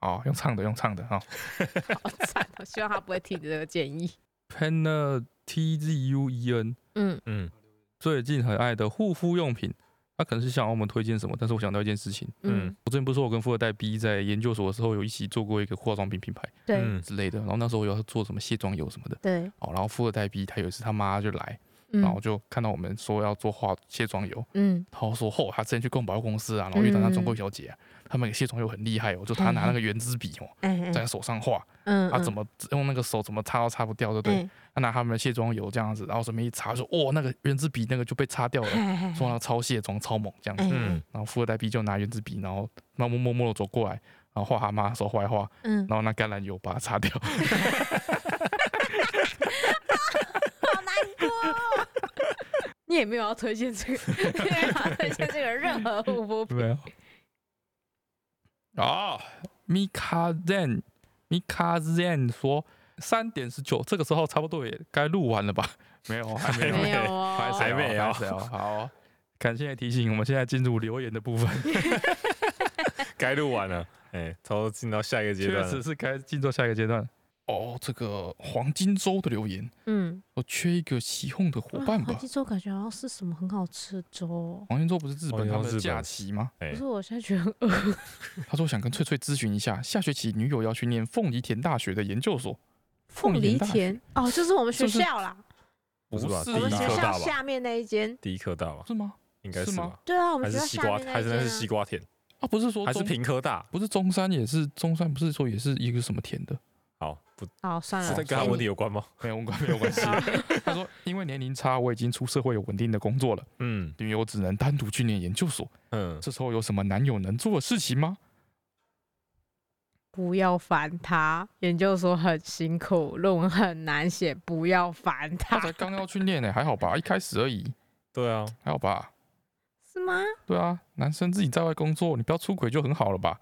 [SPEAKER 2] 哦，用唱的，用唱的哈。
[SPEAKER 1] 好惨哦，希望他不会听这个建议。
[SPEAKER 2] Pena T Z U E N
[SPEAKER 1] 嗯，
[SPEAKER 3] 嗯
[SPEAKER 2] 最近很爱的护肤用品，他可能是想要我们推荐什么，但是我想到一件事情，
[SPEAKER 1] 嗯
[SPEAKER 3] 嗯，
[SPEAKER 2] 我之前不是说我跟富二代 B 在研究所的时候有一起做过一个化妆品品牌
[SPEAKER 1] 对
[SPEAKER 3] 嗯
[SPEAKER 2] 之类的，然后那时候有要做什么卸妆油什么的，
[SPEAKER 1] 对，
[SPEAKER 2] 哦，然后富二代 B 他有一次他妈就来，然后
[SPEAKER 1] 嗯
[SPEAKER 2] 就看到我们说要做化卸妆油，
[SPEAKER 1] 嗯，
[SPEAKER 2] 然后说哦，他之前去逛百货公司啊，然后遇到那中国小姐、啊，他们卸妆油很厉害哦，就他拿那个圆珠笔哦，
[SPEAKER 1] 哎
[SPEAKER 2] 在
[SPEAKER 1] 哎，
[SPEAKER 2] 手上画，
[SPEAKER 1] 嗯，
[SPEAKER 2] 他
[SPEAKER 1] 嗯
[SPEAKER 2] 怎么用那个手怎么擦都擦不掉，对不对？
[SPEAKER 1] 哎
[SPEAKER 2] 他拿他们的卸妆油这样子，然后随便一擦，说哦，那个圆珠笔那个就被擦掉了，
[SPEAKER 1] 哎哎
[SPEAKER 2] 说那超卸妆超猛这样子。
[SPEAKER 1] 哎
[SPEAKER 3] 嗯，
[SPEAKER 2] 然后富二代 B 就拿圆珠笔，然后默默默默的走过来，然后画他妈手画一画，
[SPEAKER 1] 嗯，
[SPEAKER 2] 然后那橄榄油把它擦掉。
[SPEAKER 1] 好难过。哦 你也没有要推荐这个， 你也没有要推荐这个任何护肤品。
[SPEAKER 2] 没有。啊、m i k a Zen Mika Zen 说三点十九，这个时候差不多也该录完了吧？ 没有，还 没有，啊
[SPEAKER 1] 没有
[SPEAKER 2] 还
[SPEAKER 1] 哦，
[SPEAKER 3] 还没有
[SPEAKER 2] 有。好、感谢提醒，我们现在进入留言的部分，
[SPEAKER 3] 该录完了，哎，差不多进到下一个阶
[SPEAKER 2] 确
[SPEAKER 3] 段
[SPEAKER 2] 实
[SPEAKER 3] 了。
[SPEAKER 2] 是该进入下一个阶段。哦，这个黄金周的留言，
[SPEAKER 1] 嗯，
[SPEAKER 2] 我缺一个起哄的伙伴
[SPEAKER 1] 啊
[SPEAKER 2] 吧
[SPEAKER 1] 黄。金周感觉好像是什么很好吃的粥哦，
[SPEAKER 2] 黄金周不是日
[SPEAKER 3] 黄
[SPEAKER 2] 本
[SPEAKER 3] 金
[SPEAKER 2] 他们
[SPEAKER 3] 周
[SPEAKER 2] 的
[SPEAKER 3] 日本
[SPEAKER 2] 假期吗？
[SPEAKER 3] 哎
[SPEAKER 1] 可是我现在觉得很饿。
[SPEAKER 2] 他说想跟翠翠咨询一下，下学期女友要去念凤梨田大学的研究所。
[SPEAKER 1] 凤梨
[SPEAKER 2] 大学
[SPEAKER 1] 田哦，就是我们学
[SPEAKER 2] 就是
[SPEAKER 1] 校啦，
[SPEAKER 3] 不是
[SPEAKER 2] 不
[SPEAKER 3] 吧？第
[SPEAKER 2] 是
[SPEAKER 1] 我们
[SPEAKER 3] 一
[SPEAKER 1] 学
[SPEAKER 3] 科
[SPEAKER 1] 校
[SPEAKER 3] 大吧？
[SPEAKER 1] 下面那一间。
[SPEAKER 3] 第一科大吧？
[SPEAKER 2] 是吗？
[SPEAKER 3] 应该
[SPEAKER 2] 是
[SPEAKER 3] 是
[SPEAKER 2] 吗
[SPEAKER 3] 吧？
[SPEAKER 1] 对啊，我
[SPEAKER 3] 还
[SPEAKER 1] 们学
[SPEAKER 3] 是
[SPEAKER 1] 校
[SPEAKER 3] 西
[SPEAKER 1] 下
[SPEAKER 3] 瓜？
[SPEAKER 1] 面那
[SPEAKER 3] 还
[SPEAKER 1] 一
[SPEAKER 3] 是
[SPEAKER 1] 间、
[SPEAKER 3] 那
[SPEAKER 1] 啊。
[SPEAKER 3] 是西瓜田？
[SPEAKER 2] 啊，不是说
[SPEAKER 3] 还是
[SPEAKER 2] 中
[SPEAKER 3] 平科大？
[SPEAKER 2] 不是中山也是中山，不是说也是一个什么田的？
[SPEAKER 3] 好，不是
[SPEAKER 1] 哦，算了，
[SPEAKER 3] 跟他
[SPEAKER 1] 所以
[SPEAKER 3] 文
[SPEAKER 1] 你
[SPEAKER 3] 理有关吗？
[SPEAKER 2] 没有关，没有关系。 他说，因为年龄差，我已经出社会有稳定的工作了，
[SPEAKER 3] 嗯
[SPEAKER 2] 女友只能单独去念研究所。
[SPEAKER 3] 嗯，
[SPEAKER 2] 这时候有什么男友能做的事情 吗？
[SPEAKER 1] 不要烦他，研究所很辛苦，论文很难写，不要烦
[SPEAKER 2] 他
[SPEAKER 1] 他
[SPEAKER 2] 才，刚要去念呢、还好吧，一开始而已，
[SPEAKER 3] 对啊，
[SPEAKER 2] 还好吧。
[SPEAKER 1] 是吗？
[SPEAKER 2] 对啊，男生自己在外工作，你不要出轨就很好了 吧？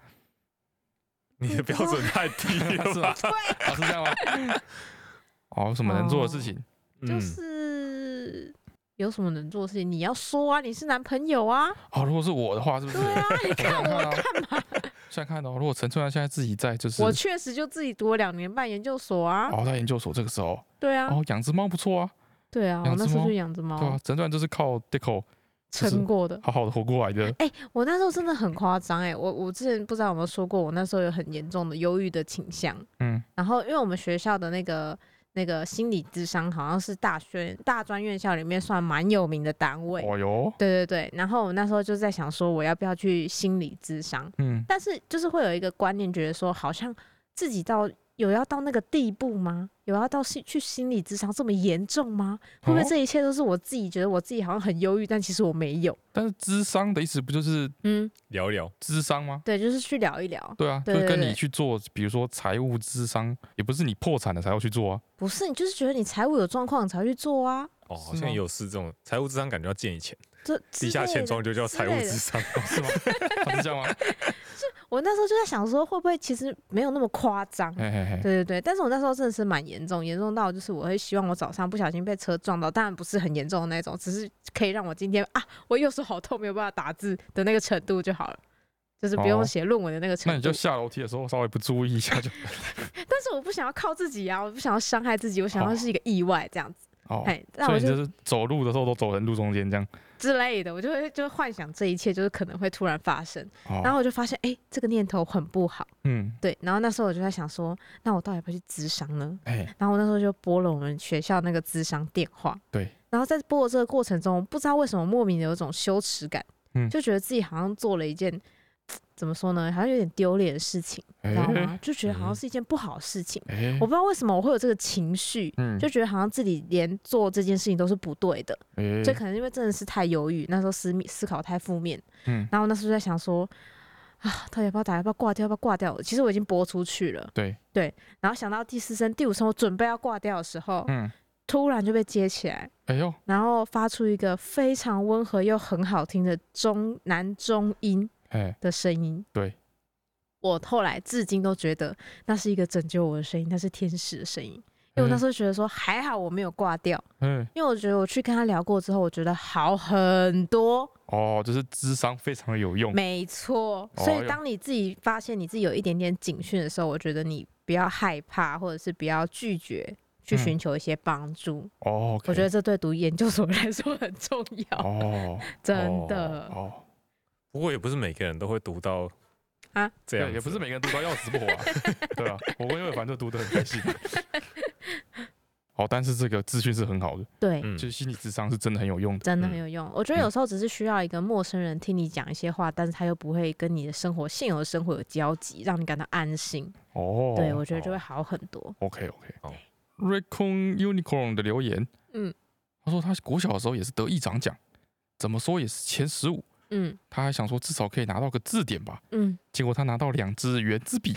[SPEAKER 3] 你的标准太低
[SPEAKER 2] 是 吗
[SPEAKER 3] 了吧？
[SPEAKER 2] 啊，是这样吗？ 哦，有什么能做的事情？
[SPEAKER 1] 就
[SPEAKER 3] 嗯
[SPEAKER 1] 是有什么能做的事情，你要说啊，你是男朋友啊，
[SPEAKER 2] 哦，如果是我的话，是不是？
[SPEAKER 1] 对啊，你看我
[SPEAKER 2] 干嘛？想看到、如果陈春兰现在自己在， 就是
[SPEAKER 1] 我确实就自己读了两年半研究所啊，
[SPEAKER 2] 哦，在研究所这个时候，
[SPEAKER 1] 对啊，
[SPEAKER 2] 哦，养只猫不错啊，
[SPEAKER 1] 对啊，我
[SPEAKER 2] 养
[SPEAKER 1] 那
[SPEAKER 2] 只
[SPEAKER 1] 时候
[SPEAKER 2] 猫
[SPEAKER 1] 就养只
[SPEAKER 2] 对啊
[SPEAKER 1] 猫，
[SPEAKER 2] 整段就是靠 Dico 就是
[SPEAKER 1] 撑过的。
[SPEAKER 2] 好好的活过来 的。
[SPEAKER 1] 哎、我那时候真的很夸张哎，我我之前不知道有没有说过，我那时候有很严重的忧郁的倾向。
[SPEAKER 2] 嗯，
[SPEAKER 1] 然后因为我们学校的那个那个心理智商好像是大学大专院校里面算蛮有名的单位。
[SPEAKER 2] 哦哟，
[SPEAKER 1] 对对对，然后我那时候就在想说，我要不要去心理智商？
[SPEAKER 2] 嗯，
[SPEAKER 1] 但是就是会有一个观念，觉得说好像自己到有要到那个地步吗？有要到心去心理智商这么严重吗？会不会
[SPEAKER 2] 哦
[SPEAKER 1] 这一切都是我自己觉得我自己好像很忧郁，但其实我没有？
[SPEAKER 2] 但是智商的意思不就是
[SPEAKER 1] 嗯，
[SPEAKER 3] 聊一聊，
[SPEAKER 2] 智商吗？
[SPEAKER 1] 对，就是去聊一聊，
[SPEAKER 2] 对啊，就
[SPEAKER 1] 对对
[SPEAKER 2] 跟
[SPEAKER 1] 对
[SPEAKER 2] 你去做，比如说财务智商，也不是你破产了才要去做啊。
[SPEAKER 1] 不是你就是觉得你财务有状况你才会去做啊，
[SPEAKER 2] 是
[SPEAKER 3] 哦，好像
[SPEAKER 2] 吗
[SPEAKER 3] 也有是这种财务智商，感觉要见一钱，
[SPEAKER 1] 这
[SPEAKER 3] 地下钱庄就叫财务
[SPEAKER 1] 之类的
[SPEAKER 3] 智商。
[SPEAKER 2] 是吗？ 啊是这 样吗？
[SPEAKER 1] 我那时候就在想说，会不会其实没有那么夸张？
[SPEAKER 2] 嘿嘿嘿，
[SPEAKER 1] 对对对，但是我那时候真的是蛮严重，严重到就是我会希望我早上不小心被车撞到，当然不是很严重的那种，只是可以让我今天啊，我右手好痛，没有办法打字的那个程度就好了，就是不用
[SPEAKER 2] 哦
[SPEAKER 1] 写论文的那个程
[SPEAKER 2] 那你
[SPEAKER 1] 度。
[SPEAKER 2] 就下楼梯的时候稍微不注意一下就
[SPEAKER 1] 但是我不想要靠自己啊，我不想要伤害自己，我想要
[SPEAKER 2] 哦
[SPEAKER 1] 是一个意外这样子，
[SPEAKER 2] 哦。
[SPEAKER 1] 哎、那
[SPEAKER 2] 所
[SPEAKER 1] 我
[SPEAKER 2] 以你
[SPEAKER 1] 就
[SPEAKER 2] 就是走路的时候都走人路中间这样。
[SPEAKER 1] 之类的，我就会就幻想这一切就是可能会突然发生，然
[SPEAKER 2] 哦，
[SPEAKER 1] 后我就发现，哎、这个念头很不好，
[SPEAKER 2] 嗯，
[SPEAKER 1] 对，然后那时候我就在想说，那我到底要不要去咨商呢？
[SPEAKER 2] 哎，
[SPEAKER 1] 然后我那时候就拨了我们学校那个咨商电话。
[SPEAKER 2] 对。
[SPEAKER 1] 然后在拨的这个过程中，不知道为什么莫名的有一种羞耻感，
[SPEAKER 2] 嗯
[SPEAKER 1] 就觉得自己好像做了一件怎么说呢，好像有点丢脸的事情，你
[SPEAKER 2] 哎
[SPEAKER 1] 知道吗？就觉得好像
[SPEAKER 3] 嗯
[SPEAKER 1] 是一件不好的事情。
[SPEAKER 2] 哎
[SPEAKER 1] 我不，知道为什么我会有这个情绪。
[SPEAKER 2] 嗯
[SPEAKER 1] 就，觉得好像自己连做这件事情都是不对的，
[SPEAKER 2] 哎
[SPEAKER 1] 这可能因为真的是太犹豫，那时候思密思考太负面，
[SPEAKER 2] 嗯，
[SPEAKER 1] 然后我那时候就在想说，啊，到底要不要打，要不要挂掉，要不要挂掉？其实我已经播出去了，
[SPEAKER 2] 对，
[SPEAKER 1] 然后想到第四声、第五声，我准备要挂掉的时候，
[SPEAKER 2] 嗯，
[SPEAKER 1] 突然就被接起来，
[SPEAKER 2] 哎呦，
[SPEAKER 1] 然后发出一个非常温和又很好听的中男中音
[SPEAKER 2] 哎，
[SPEAKER 1] 的声音。
[SPEAKER 2] 对，
[SPEAKER 1] 我后来至今都觉得那是一个拯救我的声音，那是天使的声音。因为我那时候觉得说还好我没有挂掉，
[SPEAKER 2] 嗯，嗯
[SPEAKER 1] 因为我觉得我去跟他聊过之后，我觉得好很多。
[SPEAKER 2] 哦，就是智商非常有用，
[SPEAKER 1] 没错，
[SPEAKER 2] 哦
[SPEAKER 1] 所
[SPEAKER 2] 哎
[SPEAKER 1] 以
[SPEAKER 2] 呦
[SPEAKER 1] 当你自己发现你自己有一点点警讯的时候，我觉得你不要害怕，或者是不要拒绝去寻求一些帮助。
[SPEAKER 2] 哦，OK，
[SPEAKER 1] 我觉得这对读研究所来说很重要，
[SPEAKER 2] 哦，
[SPEAKER 1] 真的。
[SPEAKER 2] 哦，
[SPEAKER 3] 不过也不是每个人都会读到
[SPEAKER 1] 啊，
[SPEAKER 3] 这
[SPEAKER 2] 对，
[SPEAKER 3] 样子
[SPEAKER 2] 也不是每个人读到要死不活啊， 对啊，我跟魏凡就读得很开心。 哦，但是这个资讯是很好的，
[SPEAKER 1] 对，
[SPEAKER 3] 嗯
[SPEAKER 2] 就是心理智商是真的很有用的。
[SPEAKER 1] 真的很有用。
[SPEAKER 2] 嗯
[SPEAKER 1] 我觉得有时候只是需要一个陌生人听你讲一些话，但是他又不会跟你的生活现有的生活有交集，让你感到安心。
[SPEAKER 2] 哦，
[SPEAKER 1] 对我觉得就
[SPEAKER 2] 哦
[SPEAKER 1] 会好很多。
[SPEAKER 2] OK OK，
[SPEAKER 3] 好
[SPEAKER 2] r a c o o n Unicorn 的留言，
[SPEAKER 1] 嗯，
[SPEAKER 2] 他说他国小的时候也是得意长奖，怎么说也是前十五，
[SPEAKER 1] 嗯
[SPEAKER 2] 他还想说至少可以拿到个字典吧，
[SPEAKER 1] 嗯，
[SPEAKER 2] 结果他拿到两支圆 珠笔，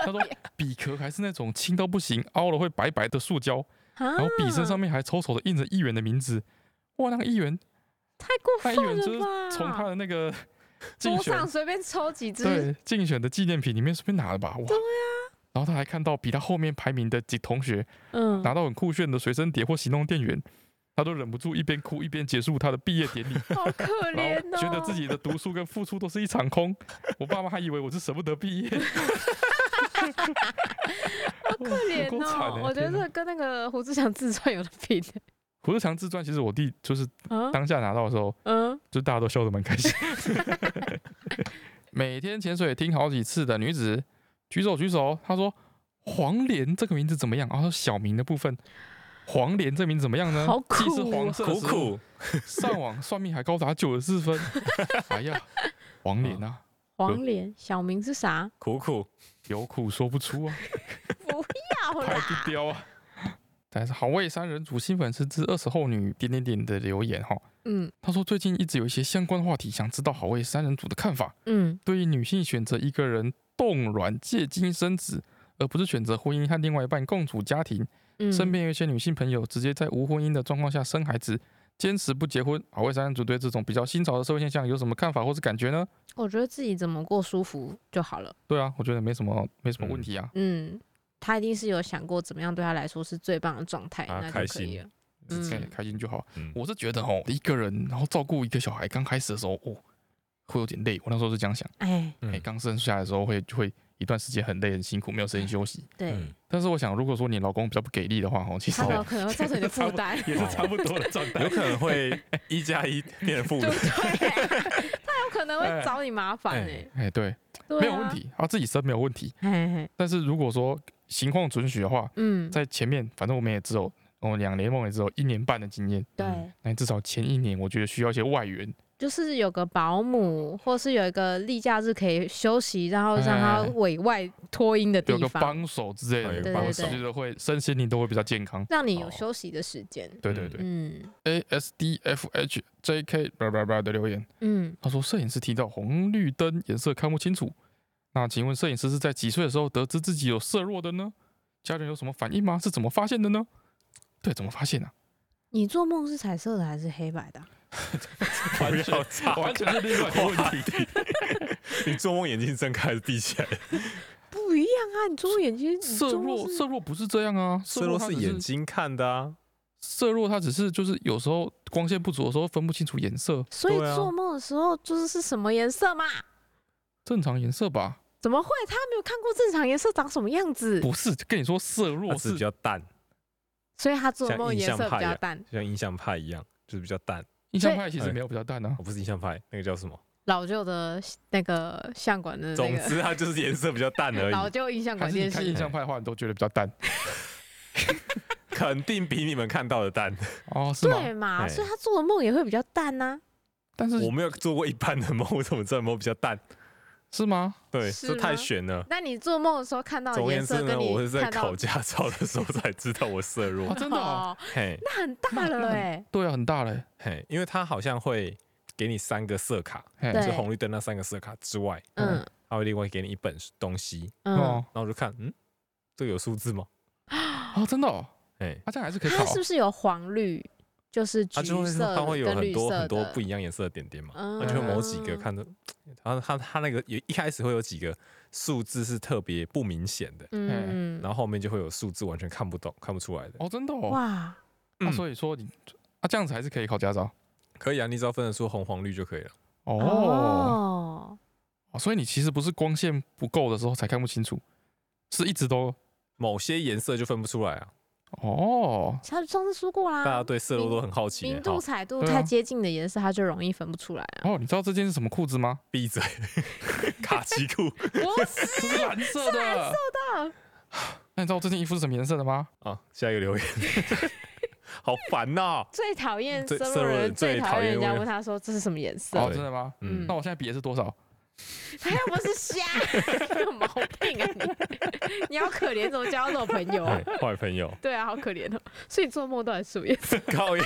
[SPEAKER 2] 他说笔壳还是那种轻到不行、凹了会白白的塑胶，
[SPEAKER 1] 然
[SPEAKER 2] 然后哦
[SPEAKER 1] 啊
[SPEAKER 2] 笔身上面还丑丑的印着议员的名字，哇，那个议员，
[SPEAKER 1] 太过
[SPEAKER 2] 那
[SPEAKER 1] 分
[SPEAKER 2] 议员就
[SPEAKER 1] 了
[SPEAKER 2] 是
[SPEAKER 1] 吧？
[SPEAKER 2] 从他的 那个竞
[SPEAKER 1] 啊桌
[SPEAKER 2] 选
[SPEAKER 1] 上随便抽几支，
[SPEAKER 2] 对竞选的纪念品里面随便拿的吧，哇，
[SPEAKER 1] 对
[SPEAKER 2] 啊，然后他还看到比他后面排名的几同学。
[SPEAKER 1] 嗯，
[SPEAKER 2] 拿到很酷炫的随身碟或行动电源，他都忍不住一边哭一边结束他的毕业典礼，
[SPEAKER 1] 好可
[SPEAKER 2] 然
[SPEAKER 1] 怜
[SPEAKER 2] 后
[SPEAKER 1] 哦，
[SPEAKER 2] 觉得自己的读书跟付出都是一场空。我爸妈还以为我是舍不得毕业，
[SPEAKER 1] 好可
[SPEAKER 2] 有够
[SPEAKER 1] 怜
[SPEAKER 2] 惨
[SPEAKER 1] 哦
[SPEAKER 2] 欸。
[SPEAKER 1] 我觉得
[SPEAKER 2] 天哪
[SPEAKER 1] 这跟那个胡志强自传有的比 的
[SPEAKER 2] 胡志强自传其实我弟就是
[SPEAKER 1] 啊，
[SPEAKER 2] 当下拿到的时候，
[SPEAKER 1] 嗯，
[SPEAKER 2] 就大家都笑得蛮 开心。每天潜水听好几次的女子举手举手，她说黄莲这个名字怎么样？然后小明的部分。黄莲这名字怎么样呢？
[SPEAKER 1] 好
[SPEAKER 2] 既是
[SPEAKER 1] 酷
[SPEAKER 2] 黄
[SPEAKER 1] 哦
[SPEAKER 2] 色的
[SPEAKER 3] 苦
[SPEAKER 2] 食物
[SPEAKER 3] 苦
[SPEAKER 2] 上网算命还高达九十四 分，哎呀，黄脸啊，
[SPEAKER 1] 黄连小明是啥？
[SPEAKER 3] 苦苦，
[SPEAKER 2] 有苦说不出啊，
[SPEAKER 1] 不要
[SPEAKER 2] 太低
[SPEAKER 1] 啦，
[SPEAKER 2] 调啊。但是好味三人组新粉丝之二十后女点点点的留言哈，
[SPEAKER 1] 嗯
[SPEAKER 2] 他说最近一直有一些相关话题，想知道好味三人组的看法，
[SPEAKER 1] 嗯
[SPEAKER 2] 对于女性选择一个人冻卵借精生子，而不是选择婚姻和另外一半共处家庭，
[SPEAKER 1] 嗯，
[SPEAKER 2] 身边有一些女性朋友直接在无婚姻的状况下生孩子，坚持不结婚，好味三人组对这种比较新潮的社会现象有什么看法或是感觉呢？
[SPEAKER 1] 我觉得自己怎么过舒服就好了。
[SPEAKER 2] 对啊，我觉得没什么没什么问题啊。
[SPEAKER 1] 嗯，他一定是有想过怎么样对他来说是最棒的状态，
[SPEAKER 3] 啊
[SPEAKER 1] 那
[SPEAKER 3] 开
[SPEAKER 1] 就可以
[SPEAKER 3] 心
[SPEAKER 1] 了。
[SPEAKER 2] 嗯，
[SPEAKER 1] 嗯
[SPEAKER 2] 开开心就好。
[SPEAKER 3] 嗯
[SPEAKER 2] 我是觉得哦，一个人然后照顾一个小孩，刚开始的时候哦，会有点累。我那时候是这样想，
[SPEAKER 1] 哎，
[SPEAKER 2] 哎、
[SPEAKER 3] 嗯
[SPEAKER 2] 刚生下来的时候会会一段时间很累很辛苦，没有时间休息。
[SPEAKER 1] 对，
[SPEAKER 3] 嗯
[SPEAKER 2] 但是我想，如果说你老公比较不给力的话，哦，其实
[SPEAKER 1] 他有可能会造成你的负担，
[SPEAKER 2] 也
[SPEAKER 1] 对
[SPEAKER 2] 是差不多的状态。
[SPEAKER 3] 有可能会一加一变成负
[SPEAKER 1] 不
[SPEAKER 3] 的，
[SPEAKER 1] 对啊？ 他有可能会找你麻烦哎，
[SPEAKER 2] 哎、对，
[SPEAKER 1] 对啊
[SPEAKER 2] 没有问。题，他自己生没有问题。
[SPEAKER 1] 嘿嘿嘿，
[SPEAKER 2] 但是如果说情况准许的话，
[SPEAKER 1] 嗯，
[SPEAKER 2] 在前面，反正我们也只有哦两联盟也只有一年半的经验，
[SPEAKER 1] 对，
[SPEAKER 2] 那至少前一年我觉得需要一些外援。
[SPEAKER 1] 就是有个保姆，或是有一个例假日可以休息，然后让他
[SPEAKER 2] 哎
[SPEAKER 1] 委外脱音的
[SPEAKER 2] 有
[SPEAKER 1] 地
[SPEAKER 2] 个
[SPEAKER 1] 方，
[SPEAKER 2] 帮手之类
[SPEAKER 3] 哦有
[SPEAKER 2] 的，
[SPEAKER 3] 个
[SPEAKER 2] 帮
[SPEAKER 1] 帮
[SPEAKER 2] 手
[SPEAKER 1] 手
[SPEAKER 2] 我觉得会身心灵都会比较健康。
[SPEAKER 1] 让你有
[SPEAKER 2] 哦
[SPEAKER 1] 休息的时间。
[SPEAKER 2] 对对对
[SPEAKER 1] 嗯
[SPEAKER 2] ，A S D F H J K 叭叭叭的留言，
[SPEAKER 1] 嗯，
[SPEAKER 2] 他说摄影师提到红绿灯颜色看不清楚，那请问摄影师是在几岁的时候得知自己有色弱的呢？家人有什么反应吗？是怎么发现的呢？对，怎么发现啊？
[SPEAKER 1] 你做梦是彩色的还是黑白的啊？
[SPEAKER 3] 不要炸
[SPEAKER 2] 完全是另外一个问题。
[SPEAKER 3] 问题。 你做梦眼睛睁开还是闭起来？
[SPEAKER 1] 不一样啊！你做梦眼睛你
[SPEAKER 2] 色
[SPEAKER 1] 做梦
[SPEAKER 2] 弱
[SPEAKER 1] 是
[SPEAKER 2] 色弱不是这样啊，
[SPEAKER 3] 色
[SPEAKER 2] 弱
[SPEAKER 3] 弱
[SPEAKER 2] 它
[SPEAKER 3] 是
[SPEAKER 2] 只
[SPEAKER 3] 眼睛看的啊，
[SPEAKER 2] 色弱它只是就是有时候光线不足的时候分不清楚颜色，
[SPEAKER 1] 所以
[SPEAKER 3] 对啊
[SPEAKER 1] 做梦的时候就是是什么颜色嘛？
[SPEAKER 2] 正常颜色吧？
[SPEAKER 1] 怎么会？他没有看过正常颜色长什么样子，
[SPEAKER 2] 不是，跟你说色
[SPEAKER 3] 它
[SPEAKER 2] 弱
[SPEAKER 3] 只是
[SPEAKER 2] 是
[SPEAKER 3] 比较淡，
[SPEAKER 1] 所以他做
[SPEAKER 3] 像
[SPEAKER 1] 梦
[SPEAKER 3] 印
[SPEAKER 1] 颜
[SPEAKER 3] 象
[SPEAKER 1] 色比
[SPEAKER 3] 派
[SPEAKER 1] 较
[SPEAKER 3] 啊
[SPEAKER 1] 淡。
[SPEAKER 3] 就像印象派一样，就是比较淡。
[SPEAKER 2] 印象
[SPEAKER 1] 所以
[SPEAKER 2] 派其实没有比较淡啊
[SPEAKER 3] 哦，。不是印象派，那个叫什么？
[SPEAKER 1] 老旧的那个相馆的那
[SPEAKER 3] 总
[SPEAKER 1] 个
[SPEAKER 3] 之它就是颜色比较淡 而
[SPEAKER 1] 老
[SPEAKER 3] 已，
[SPEAKER 1] 旧印象
[SPEAKER 2] 还
[SPEAKER 1] 馆
[SPEAKER 2] 是你
[SPEAKER 1] 电
[SPEAKER 2] 看印
[SPEAKER 1] 视，
[SPEAKER 2] 象派的话，你都觉得比较淡
[SPEAKER 3] 肯定比你们看到 的淡。
[SPEAKER 2] 哦，是吗？
[SPEAKER 1] 对嘛？
[SPEAKER 3] 哎
[SPEAKER 1] 所以他做的梦也会比较淡啊呐。
[SPEAKER 2] 但
[SPEAKER 1] 嗯
[SPEAKER 2] 是
[SPEAKER 3] 我没有做过一般的梦，我怎么知道有没有比较淡？
[SPEAKER 2] 是吗？
[SPEAKER 3] 对，
[SPEAKER 1] 是
[SPEAKER 3] 这
[SPEAKER 1] 吗
[SPEAKER 3] 太悬了。
[SPEAKER 1] 那你做梦的时候看到的
[SPEAKER 3] 总而言
[SPEAKER 1] 颜
[SPEAKER 3] 之
[SPEAKER 1] 色跟
[SPEAKER 3] 呢，我是
[SPEAKER 1] 你
[SPEAKER 3] 在
[SPEAKER 1] 看到
[SPEAKER 3] 考驾照的时候才知道我色
[SPEAKER 2] 哦，
[SPEAKER 3] 弱。
[SPEAKER 2] 真的哦、
[SPEAKER 1] 哦，
[SPEAKER 3] 嘿，
[SPEAKER 1] 那很大了哎。
[SPEAKER 2] 对啊，很大嘞。
[SPEAKER 3] 嘿，因为它好像会给你三个色卡，
[SPEAKER 2] 嘿
[SPEAKER 3] 就
[SPEAKER 1] 对
[SPEAKER 3] 红绿灯那三个色卡之外，
[SPEAKER 1] 嗯
[SPEAKER 3] 它会另外给你一本东西，
[SPEAKER 1] 嗯，
[SPEAKER 2] 哦
[SPEAKER 3] 然后我就看，嗯，这个有数字吗？
[SPEAKER 2] 啊，真的哦，
[SPEAKER 3] 哎，
[SPEAKER 2] 啊，这样还是可以
[SPEAKER 1] 它
[SPEAKER 2] 考
[SPEAKER 1] 是
[SPEAKER 2] 哦
[SPEAKER 1] 不。是有黄绿，就是橘
[SPEAKER 3] 它啊就会
[SPEAKER 1] 色
[SPEAKER 3] 它会有
[SPEAKER 1] 跟
[SPEAKER 3] 很
[SPEAKER 1] 绿
[SPEAKER 3] 多
[SPEAKER 1] 色
[SPEAKER 3] 很多
[SPEAKER 1] 的
[SPEAKER 3] 不一样颜色的点点嘛，
[SPEAKER 1] 嗯
[SPEAKER 3] 那就会某几个看着，然后它它那个有一开始会有几个数字是特别不明显的，
[SPEAKER 1] 嗯，
[SPEAKER 3] 然后后面就会有数字完全看不懂、看不出来的。
[SPEAKER 2] 哦，真的哦。
[SPEAKER 1] 哇，
[SPEAKER 2] 啊，
[SPEAKER 3] 嗯
[SPEAKER 2] 所以说你啊，这样子还是可以考驾照。
[SPEAKER 3] 可以啊，你只要分得出红黄绿就可以了。
[SPEAKER 2] 哦，
[SPEAKER 1] 哦，
[SPEAKER 2] 哦所以你其实不是光线不够的时候才看不清楚，是一直都
[SPEAKER 3] 某些颜色就分不出来啊，
[SPEAKER 2] 哦。
[SPEAKER 1] 他上次说过啦，啊
[SPEAKER 3] 大家对色弱都很好奇、
[SPEAKER 1] 明
[SPEAKER 3] 欸。
[SPEAKER 1] 度、
[SPEAKER 3] 好，
[SPEAKER 1] 彩度
[SPEAKER 2] 对啊
[SPEAKER 1] 太接近的颜色，它就容易分不出来 啊。
[SPEAKER 2] 哦，你知道这件是什么裤子吗？
[SPEAKER 3] 闭嘴，卡其裤
[SPEAKER 1] 不是
[SPEAKER 2] 这是蓝色的。蓝色
[SPEAKER 1] 的。
[SPEAKER 2] 那你知道我这件衣服是什么颜色的吗？
[SPEAKER 3] 啊！下一个留言， 好烦呐、
[SPEAKER 1] 最讨厌
[SPEAKER 3] 最
[SPEAKER 1] 色
[SPEAKER 3] 色
[SPEAKER 1] 弱
[SPEAKER 3] 弱
[SPEAKER 1] 人，
[SPEAKER 3] 人最
[SPEAKER 1] 最讨
[SPEAKER 3] 讨
[SPEAKER 1] 厌
[SPEAKER 3] 厌
[SPEAKER 1] 人家
[SPEAKER 3] 问
[SPEAKER 1] 问他说这是什么颜色，
[SPEAKER 2] 哦，
[SPEAKER 3] 对
[SPEAKER 2] 真的吗？
[SPEAKER 3] 嗯
[SPEAKER 2] 那我现在比的是多少？
[SPEAKER 1] 他又不是瞎，你 有毛病啊你！你 好可怜，怎么交到这种朋友啊
[SPEAKER 3] 哎？坏朋友，
[SPEAKER 1] 对啊，好可怜哦。所以你做梦到底是什么颜 色？
[SPEAKER 3] 靠腰。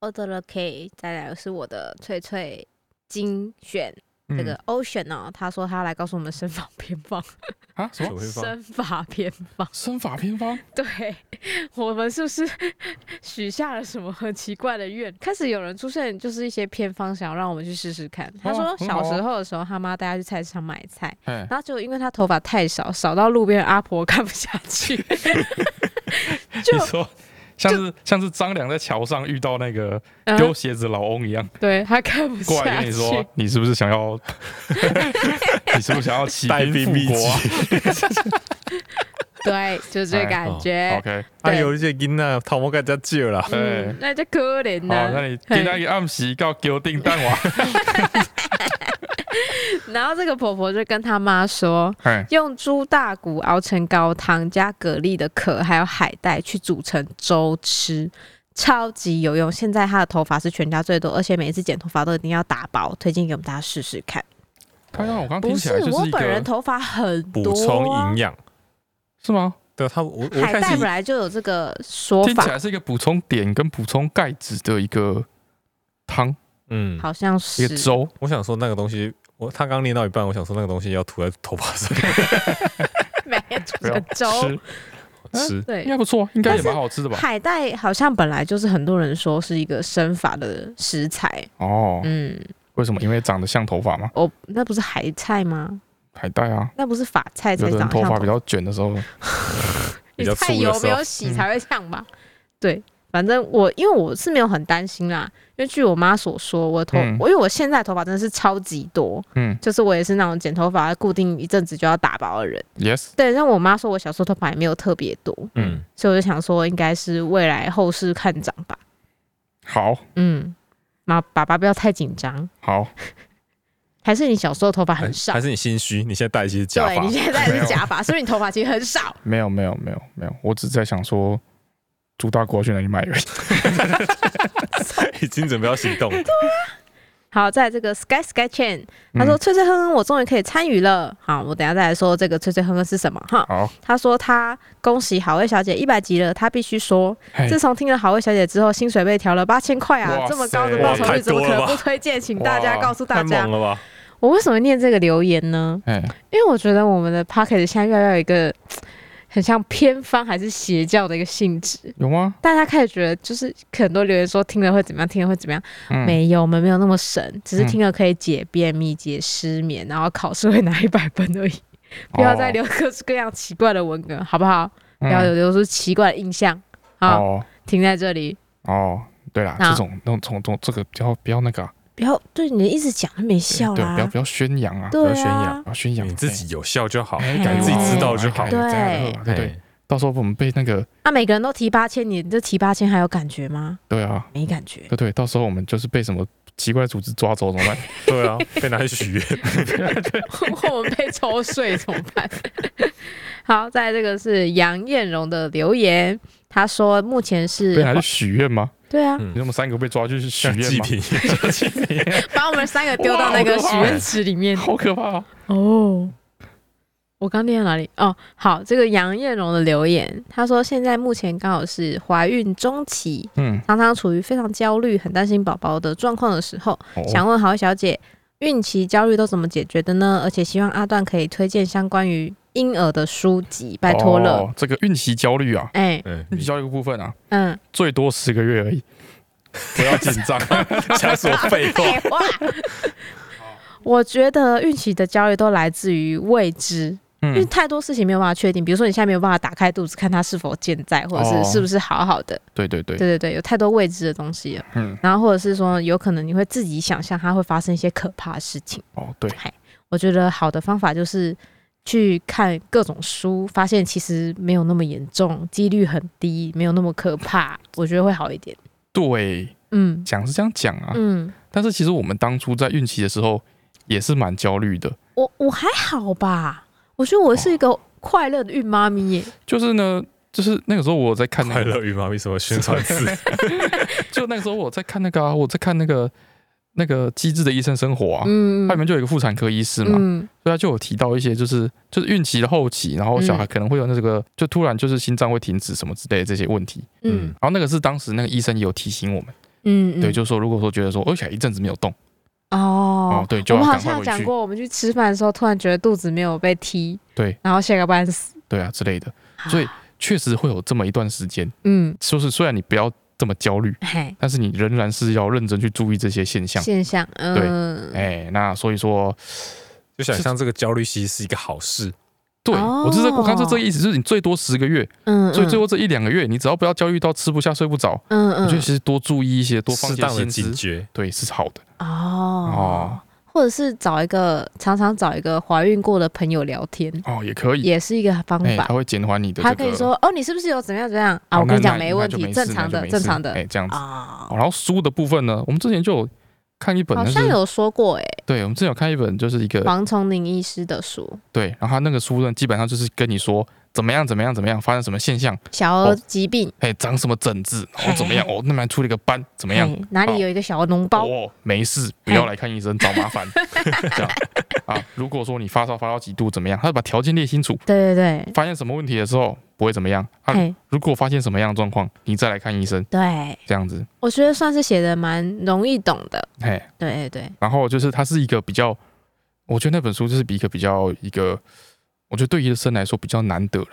[SPEAKER 4] o d e r K，再来是我的翠翠精选这个
[SPEAKER 2] 嗯
[SPEAKER 4] Ocean 哦，
[SPEAKER 1] 他说他要来告诉我们身法偏方，
[SPEAKER 2] 啊什
[SPEAKER 3] 什
[SPEAKER 2] 么
[SPEAKER 3] 么方？
[SPEAKER 1] 身法偏方。
[SPEAKER 2] 身法偏方？
[SPEAKER 1] 对，我们是不是许下了什么很奇怪的愿？开始有人出现，就是一些偏方，想要让我们去试试看。他说
[SPEAKER 2] 哦很好
[SPEAKER 1] 小
[SPEAKER 2] 啊
[SPEAKER 1] 时候的时候，他妈带他去菜市场买菜，
[SPEAKER 2] 哎，
[SPEAKER 1] 然后结果因为他头发太少，少到路边的阿婆看不下去，就
[SPEAKER 2] 你说像是像是张良在桥上遇到那个
[SPEAKER 1] 嗯啊
[SPEAKER 2] 丢鞋子老翁一样，
[SPEAKER 1] 对他看不
[SPEAKER 2] 过来
[SPEAKER 1] 下
[SPEAKER 2] 跟
[SPEAKER 1] 去
[SPEAKER 2] 你。说，你是不是想要？ 你是不是想要起
[SPEAKER 3] 带
[SPEAKER 2] 兵
[SPEAKER 3] 兵
[SPEAKER 2] 复
[SPEAKER 3] 秘 籍
[SPEAKER 2] 国啊
[SPEAKER 1] 对，就是这
[SPEAKER 2] 哎
[SPEAKER 1] 个感
[SPEAKER 3] 哦
[SPEAKER 1] 觉。
[SPEAKER 2] ？OK，
[SPEAKER 3] 哎呦，这囡仔头毛给人家借啦，
[SPEAKER 2] 哎
[SPEAKER 1] 嗯，，那就可怜
[SPEAKER 2] 好，
[SPEAKER 1] 呐
[SPEAKER 2] 哦那。你今仔日暗时到桥顶等我。
[SPEAKER 1] 然后这个婆婆就跟她妈说，
[SPEAKER 2] 哎，
[SPEAKER 1] 用猪大骨熬成高汤，加蛤蜊的壳还有海带去煮成粥吃，超级有用。现在她的头发是全家最多，而且每一次剪头发都一定要打薄，推荐给我们大家试试看。
[SPEAKER 2] 刚刚我刚刚听
[SPEAKER 1] 不
[SPEAKER 2] 起
[SPEAKER 1] 是
[SPEAKER 2] 来就
[SPEAKER 1] 我
[SPEAKER 2] 一
[SPEAKER 1] 本人
[SPEAKER 2] 个，
[SPEAKER 1] 头发很
[SPEAKER 3] 补
[SPEAKER 1] 多
[SPEAKER 3] 充
[SPEAKER 1] 啊、
[SPEAKER 3] 营养。
[SPEAKER 2] 是吗？
[SPEAKER 3] 对他，我我一
[SPEAKER 1] 海
[SPEAKER 3] 开
[SPEAKER 1] 带
[SPEAKER 3] 始
[SPEAKER 1] 本来就有这个说
[SPEAKER 2] 听起
[SPEAKER 1] 法，
[SPEAKER 2] 来是一个补充碘跟补充钙质的一个汤，
[SPEAKER 3] 嗯，
[SPEAKER 1] 好像
[SPEAKER 2] 一
[SPEAKER 1] 是
[SPEAKER 2] 个粥。
[SPEAKER 3] 我想说那个东西，我他刚念到一半，我想说那个东西要涂在头发上
[SPEAKER 1] 没有煮
[SPEAKER 2] 不要
[SPEAKER 1] 成粥，
[SPEAKER 2] 吃，
[SPEAKER 3] 吃。
[SPEAKER 1] 对
[SPEAKER 2] 应。该不错，啊应该也
[SPEAKER 1] 但是
[SPEAKER 2] 蛮好吃的吧？
[SPEAKER 1] 海带好像本来就是很多人说是一个生法的食材，
[SPEAKER 2] 哦，
[SPEAKER 1] 嗯，
[SPEAKER 2] 为什么？因为长得像头发嘛，
[SPEAKER 1] 哦，那不是海菜吗？
[SPEAKER 2] 海带啊。
[SPEAKER 1] 那不是法菜才
[SPEAKER 2] 有的人
[SPEAKER 1] 长得
[SPEAKER 2] 头
[SPEAKER 1] 像
[SPEAKER 2] 发比较卷的时候，
[SPEAKER 3] 比
[SPEAKER 1] 你
[SPEAKER 3] 较
[SPEAKER 1] 菜
[SPEAKER 3] 粗的
[SPEAKER 1] 有
[SPEAKER 3] 时
[SPEAKER 1] 没
[SPEAKER 3] 候
[SPEAKER 1] 有洗
[SPEAKER 2] 嗯
[SPEAKER 1] 才会像吧？对，反正我因为我是没有很担心啦，因为据我妈所说，我头、
[SPEAKER 2] 嗯
[SPEAKER 1] 我因为我现在头发真的是超级多，
[SPEAKER 2] 嗯
[SPEAKER 1] 就是我也是那种剪头发固定一阵子就要打薄的人。
[SPEAKER 2] ，yes，
[SPEAKER 1] 对，但我妈说我小时候头发也没有特别多，
[SPEAKER 3] 嗯，
[SPEAKER 1] 所以我就想说应该是未来后世看涨吧。
[SPEAKER 2] 好，
[SPEAKER 1] 嗯，妈爸爸不要太紧张，
[SPEAKER 2] 好，
[SPEAKER 1] 还是你小时候头发很
[SPEAKER 2] 哎
[SPEAKER 3] 还
[SPEAKER 1] 少
[SPEAKER 3] 还。是你心虚？你现在戴一些假
[SPEAKER 1] 对
[SPEAKER 3] 发
[SPEAKER 1] 你，现在
[SPEAKER 2] 没
[SPEAKER 1] 是
[SPEAKER 2] 有
[SPEAKER 1] 假发，所以你头发其实很少。
[SPEAKER 2] 没有，没有，没有，没有，我只是在想说，猪大锅去哪里买而已。
[SPEAKER 3] 已经准备要行动了。
[SPEAKER 1] 好，在这个 Sky Sky Chain，他
[SPEAKER 3] 嗯
[SPEAKER 1] 说：“脆脆哼哼，我终于可以参与了。”好，我等一下再来说这个脆脆哼哼是什么哈。
[SPEAKER 2] 好，
[SPEAKER 1] 他说他恭喜好味小姐一百集了，他必须说，
[SPEAKER 2] 嘿
[SPEAKER 1] 自从听了好味小姐之后，薪水被调了八千块啊
[SPEAKER 2] 哇，
[SPEAKER 1] 这么高的
[SPEAKER 2] 塞
[SPEAKER 1] 报酬
[SPEAKER 3] 哎哇
[SPEAKER 1] 率
[SPEAKER 3] 太
[SPEAKER 1] 怎么
[SPEAKER 3] 多
[SPEAKER 1] 可
[SPEAKER 3] 了
[SPEAKER 1] 能
[SPEAKER 3] 吧
[SPEAKER 1] 不推荐？请大家
[SPEAKER 2] 哇
[SPEAKER 1] 告诉大
[SPEAKER 3] 太
[SPEAKER 1] 家
[SPEAKER 3] 猛，了吧！
[SPEAKER 1] 我为什么念这个留言呢？
[SPEAKER 2] 哎，
[SPEAKER 1] 因为我觉得我们的 Pocket 现在越来越有一个很像偏方还是邪教的一个性质，
[SPEAKER 2] 有吗？
[SPEAKER 1] 大家开始觉得就是很多留言说听了会怎么样，听了会怎么样。
[SPEAKER 2] 嗯，
[SPEAKER 1] 没有，我们没有那么神，只是
[SPEAKER 2] 嗯
[SPEAKER 1] 听了可以解便秘、解失眠，然后考试会拿一百分而已。
[SPEAKER 2] 哦
[SPEAKER 1] 不要再留各式各样奇怪的文稿，好不好？
[SPEAKER 2] 不
[SPEAKER 1] 不要有留出奇怪的印象。好，
[SPEAKER 2] 嗯哦
[SPEAKER 1] 停在这里，
[SPEAKER 2] 哦，对啦，
[SPEAKER 1] 好
[SPEAKER 2] 这种那种从从这个比较比较那个啊，
[SPEAKER 4] 不要对你一直讲都没
[SPEAKER 2] 对，
[SPEAKER 4] 笑
[SPEAKER 2] 对不要
[SPEAKER 4] 啦，
[SPEAKER 2] 不要宣扬啊，
[SPEAKER 4] 对
[SPEAKER 3] 不要宣
[SPEAKER 4] 啊
[SPEAKER 3] 扬，
[SPEAKER 2] 啊宣扬
[SPEAKER 3] 你自己有效就好，
[SPEAKER 2] 哎，哎
[SPEAKER 1] 改
[SPEAKER 2] 改
[SPEAKER 1] 你自己知道
[SPEAKER 3] 就好
[SPEAKER 2] 改改
[SPEAKER 1] 对
[SPEAKER 2] 对对，
[SPEAKER 3] 哎，
[SPEAKER 2] 到时候我们被那个
[SPEAKER 1] 那、啊每个人都提八千，你这提八千还有感觉吗？
[SPEAKER 2] 对啊，
[SPEAKER 1] 没感 觉。
[SPEAKER 2] 对对，到时候我们就是被什么奇怪组织抓走怎么办？
[SPEAKER 3] 对啊，被拿去 许愿。
[SPEAKER 1] 我们被抽税怎么办？ 好，在这个是杨艳荣的留言，他说目前
[SPEAKER 2] 被
[SPEAKER 1] 是
[SPEAKER 2] 拿去许愿吗？
[SPEAKER 1] 对啊，
[SPEAKER 2] 你
[SPEAKER 3] 嗯，
[SPEAKER 2] 我们三个被抓去许
[SPEAKER 3] 像
[SPEAKER 2] 愿
[SPEAKER 3] 祭
[SPEAKER 2] 吗？
[SPEAKER 3] 品，
[SPEAKER 1] 把我们三个丢到那个
[SPEAKER 2] 哇好
[SPEAKER 1] 许
[SPEAKER 2] 可怕
[SPEAKER 1] 愿池里面。
[SPEAKER 2] 好可怕哦！
[SPEAKER 1] 哦，我刚念到哪里？哦，好，这个杨艳荣的留言，她说现在目前刚好是怀孕中期，
[SPEAKER 2] 嗯，
[SPEAKER 1] 常常处于非常焦虑、很担心宝宝的状况的时候，
[SPEAKER 2] 哦
[SPEAKER 1] 想问好小姐，孕期焦虑都怎么解决的呢？而且希望阿段可以推荐相关于婴儿的书籍，拜托了。
[SPEAKER 2] 哦这个孕期焦虑啊，
[SPEAKER 1] 哎、
[SPEAKER 3] 嗯，
[SPEAKER 2] 孕期焦虑的部分啊，
[SPEAKER 1] 嗯，
[SPEAKER 2] 最多十个月而已，不要紧张。
[SPEAKER 3] 讲什么废话？
[SPEAKER 2] 哎
[SPEAKER 1] 废话。嗯 我觉得孕期的焦虑都来自于未知，因为
[SPEAKER 2] 嗯，
[SPEAKER 1] 太多事情没有办法确定。比如说，你现在没有办法打开肚子看它是否健在，或者
[SPEAKER 2] 哦
[SPEAKER 1] 是是不是好好的。
[SPEAKER 2] 对对对，
[SPEAKER 1] 对对对，有太多未知的东西了。
[SPEAKER 2] 嗯，
[SPEAKER 1] 然后或者是说，有可能你会自己想象它会发生一些可怕的事情。哎
[SPEAKER 2] 哦对，
[SPEAKER 1] 我觉得好的方法就是去看各种书，发现其实没有那么严重，几率很低，没有那么可 怕，我觉得会好一点。
[SPEAKER 2] 对，
[SPEAKER 1] 嗯
[SPEAKER 2] 讲是这样讲啊，
[SPEAKER 1] 嗯，
[SPEAKER 2] 但是其实我们当初在孕期的时候也是蛮焦虑的，
[SPEAKER 1] 我我还好吧，我觉得我是一个快乐的孕妈咪耶。
[SPEAKER 2] 就是呢，就是那个时候我在看那
[SPEAKER 3] 快
[SPEAKER 2] 个，
[SPEAKER 3] 乐与妈咪什么宣传词？
[SPEAKER 2] 就那个时候我在看那个啊，我在看那个那个《机智的医生生活》啊，
[SPEAKER 1] 嗯
[SPEAKER 2] 它里面就有一个妇产科医师嘛，
[SPEAKER 1] 嗯
[SPEAKER 2] 所以他就有提到一些就是就是孕期的后期，然后小
[SPEAKER 1] 嗯
[SPEAKER 2] 孩可能会有那这个就突然就是心脏会停止什么之类的这些问题，
[SPEAKER 1] 嗯
[SPEAKER 2] 然后那个是当时那个医生也有提醒我们，
[SPEAKER 1] 嗯，
[SPEAKER 2] 对，
[SPEAKER 1] 嗯
[SPEAKER 2] 就说如果说觉得说而且一阵子没有动，
[SPEAKER 1] 哦
[SPEAKER 2] 哦，对，就
[SPEAKER 1] 我
[SPEAKER 2] 要
[SPEAKER 1] 们好
[SPEAKER 2] 赶
[SPEAKER 1] 像有
[SPEAKER 2] 快回
[SPEAKER 1] 讲
[SPEAKER 2] 去，
[SPEAKER 1] 过，我们去吃饭的时候，突然觉得肚子没有被踢，
[SPEAKER 2] 对，
[SPEAKER 1] 然后吓个半死。
[SPEAKER 2] 对啊之类的，所以确实会有这么一段时间，
[SPEAKER 1] 嗯，
[SPEAKER 2] 就是虽然你不要这么焦虑，
[SPEAKER 1] 嘿，
[SPEAKER 2] 但是你仍然是要认真去注意这些现象。
[SPEAKER 1] 现象，嗯，
[SPEAKER 2] 哎、那所以说，
[SPEAKER 3] 就想象这个焦虑其实是一个好事，
[SPEAKER 2] 对、我是在我看是
[SPEAKER 1] 哦
[SPEAKER 2] 这个意思，就是你最多十个月，
[SPEAKER 1] 嗯，
[SPEAKER 2] 最、最
[SPEAKER 1] 嗯
[SPEAKER 2] 多这一两个月，你只要不要焦虑到吃不下睡不着，
[SPEAKER 1] 嗯
[SPEAKER 2] 我觉得
[SPEAKER 1] 嗯
[SPEAKER 2] 其实多注意一些，多放一
[SPEAKER 3] 适
[SPEAKER 2] 些
[SPEAKER 3] 当的
[SPEAKER 2] 心
[SPEAKER 3] 警
[SPEAKER 2] 思，
[SPEAKER 3] 觉。
[SPEAKER 2] 对，是好的。
[SPEAKER 1] 哦
[SPEAKER 2] 哦
[SPEAKER 1] 或者是找一个常常找一个怀孕过的朋友聊天，
[SPEAKER 2] 哦，也可以，
[SPEAKER 1] 也是一个方
[SPEAKER 2] 哎、
[SPEAKER 1] 法
[SPEAKER 2] 它。会减缓你的这
[SPEAKER 1] 他
[SPEAKER 2] 个。
[SPEAKER 1] 可以说：“哦，你是不是有怎么样怎么样啊？”
[SPEAKER 2] 哦
[SPEAKER 1] 我跟你
[SPEAKER 2] 那
[SPEAKER 1] 讲，
[SPEAKER 2] 那
[SPEAKER 1] 没
[SPEAKER 2] 那
[SPEAKER 1] 问
[SPEAKER 2] 就
[SPEAKER 1] 题，
[SPEAKER 2] 事
[SPEAKER 1] 正
[SPEAKER 2] 那
[SPEAKER 1] 常
[SPEAKER 2] 就
[SPEAKER 1] 的，
[SPEAKER 2] 没
[SPEAKER 1] 正
[SPEAKER 2] 事
[SPEAKER 1] 常的
[SPEAKER 2] 哎、这样子、
[SPEAKER 1] 啊
[SPEAKER 2] 哦。。然后书的部分呢，我们之前就有看一本，
[SPEAKER 1] 好
[SPEAKER 2] 就
[SPEAKER 1] 像
[SPEAKER 2] 是
[SPEAKER 1] 有说过哎，
[SPEAKER 2] 对，我们之前有看一本，就是一个
[SPEAKER 1] 黄崇宁医师的书
[SPEAKER 2] 对，然后他那个书呢，基本上就是跟你说怎么样怎么样怎么样，发生什么现象，
[SPEAKER 1] 《小儿疾病
[SPEAKER 2] 哎、长什么疹子，然后怎 么样，哦，那边还出了一个斑，怎》么样？
[SPEAKER 1] 哎，哪里有一个小儿脓包？
[SPEAKER 2] 哦，没事，不要来看医生，找 麻烦。这样啊，如果说你发烧发到几度怎么样，他把条件列清楚，
[SPEAKER 1] 对对对，
[SPEAKER 2] 发现什么问题的时候不会怎么样啊。
[SPEAKER 1] 哎
[SPEAKER 2] 如果发现什么样的状况，你再来看医生，
[SPEAKER 1] 对，
[SPEAKER 2] 这样子。
[SPEAKER 1] 我觉得算是写的蛮容易懂的。
[SPEAKER 2] 嘿，
[SPEAKER 1] 对对对，
[SPEAKER 2] 然后就是它是一个比较，我觉得那本书就是比一个比较一个，我觉得对医生来说比较难得了，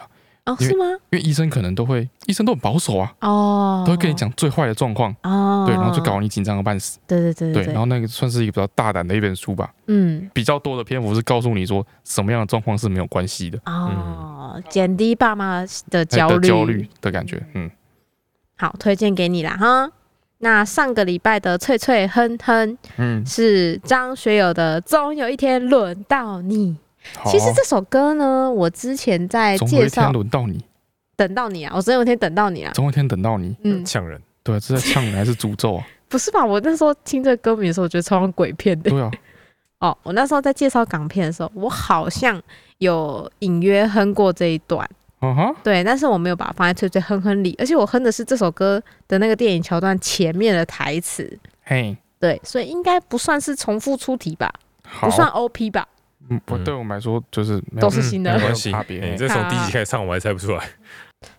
[SPEAKER 1] 哦，
[SPEAKER 2] 因为
[SPEAKER 1] 是吗？
[SPEAKER 2] 因为医生可能都会，医生都很保守啊，
[SPEAKER 1] 哦，
[SPEAKER 2] 都会跟你讲最坏的状况，
[SPEAKER 1] 哦，
[SPEAKER 2] 对，然后就搞你紧张个半死，
[SPEAKER 1] 对对对
[SPEAKER 2] 对，
[SPEAKER 1] 对
[SPEAKER 2] 然后那个算是一个比较大胆的一本书吧。
[SPEAKER 1] 嗯
[SPEAKER 2] 比较多的篇幅是告诉你说什么样的状况是没有关系的，
[SPEAKER 1] 哦，减低爸妈的
[SPEAKER 2] 嗯哎
[SPEAKER 1] 焦
[SPEAKER 2] 的
[SPEAKER 1] 虑，
[SPEAKER 2] 焦虑的感觉，嗯，
[SPEAKER 1] 好，推荐给你啦哈。那上个礼拜的脆脆哼哼
[SPEAKER 2] 嗯，
[SPEAKER 1] 是张学友的《总有一天轮到你》。
[SPEAKER 2] 好啊
[SPEAKER 1] 其实这首歌呢，我之前在
[SPEAKER 2] 总有
[SPEAKER 1] 介
[SPEAKER 2] 一天
[SPEAKER 1] 绍
[SPEAKER 2] 轮到你，
[SPEAKER 1] 等到你啊，我总有一天等到你啊。
[SPEAKER 2] 总有一天等到你，
[SPEAKER 1] 嗯，
[SPEAKER 3] 呛人，
[SPEAKER 2] 对啊，这在呛你还是诅 咒啊？
[SPEAKER 1] 不是吧？我那时候听这歌名的时候，我觉得超像鬼片的。
[SPEAKER 2] 对啊，
[SPEAKER 1] 哦，我那时候在介绍港片的时候，我好像有隐约哼过这一段。
[SPEAKER 2] 啊哈，
[SPEAKER 1] 对，但是我没有把它放在脆脆哼哼里，而且我哼的是这首歌的那个电影桥段前面的台词，
[SPEAKER 2] 嘿，
[SPEAKER 1] 对，所以应该不算是重复出题吧，
[SPEAKER 2] 好
[SPEAKER 1] 不，算 OP 吧，
[SPEAKER 2] 嗯，我对我们来说就是没有
[SPEAKER 1] 都是新的
[SPEAKER 2] 嗯
[SPEAKER 3] 没
[SPEAKER 2] 没有
[SPEAKER 3] 关系。
[SPEAKER 2] 差别
[SPEAKER 3] 哎
[SPEAKER 2] 哎
[SPEAKER 3] 你这从第一集开始唱，我还猜不出来。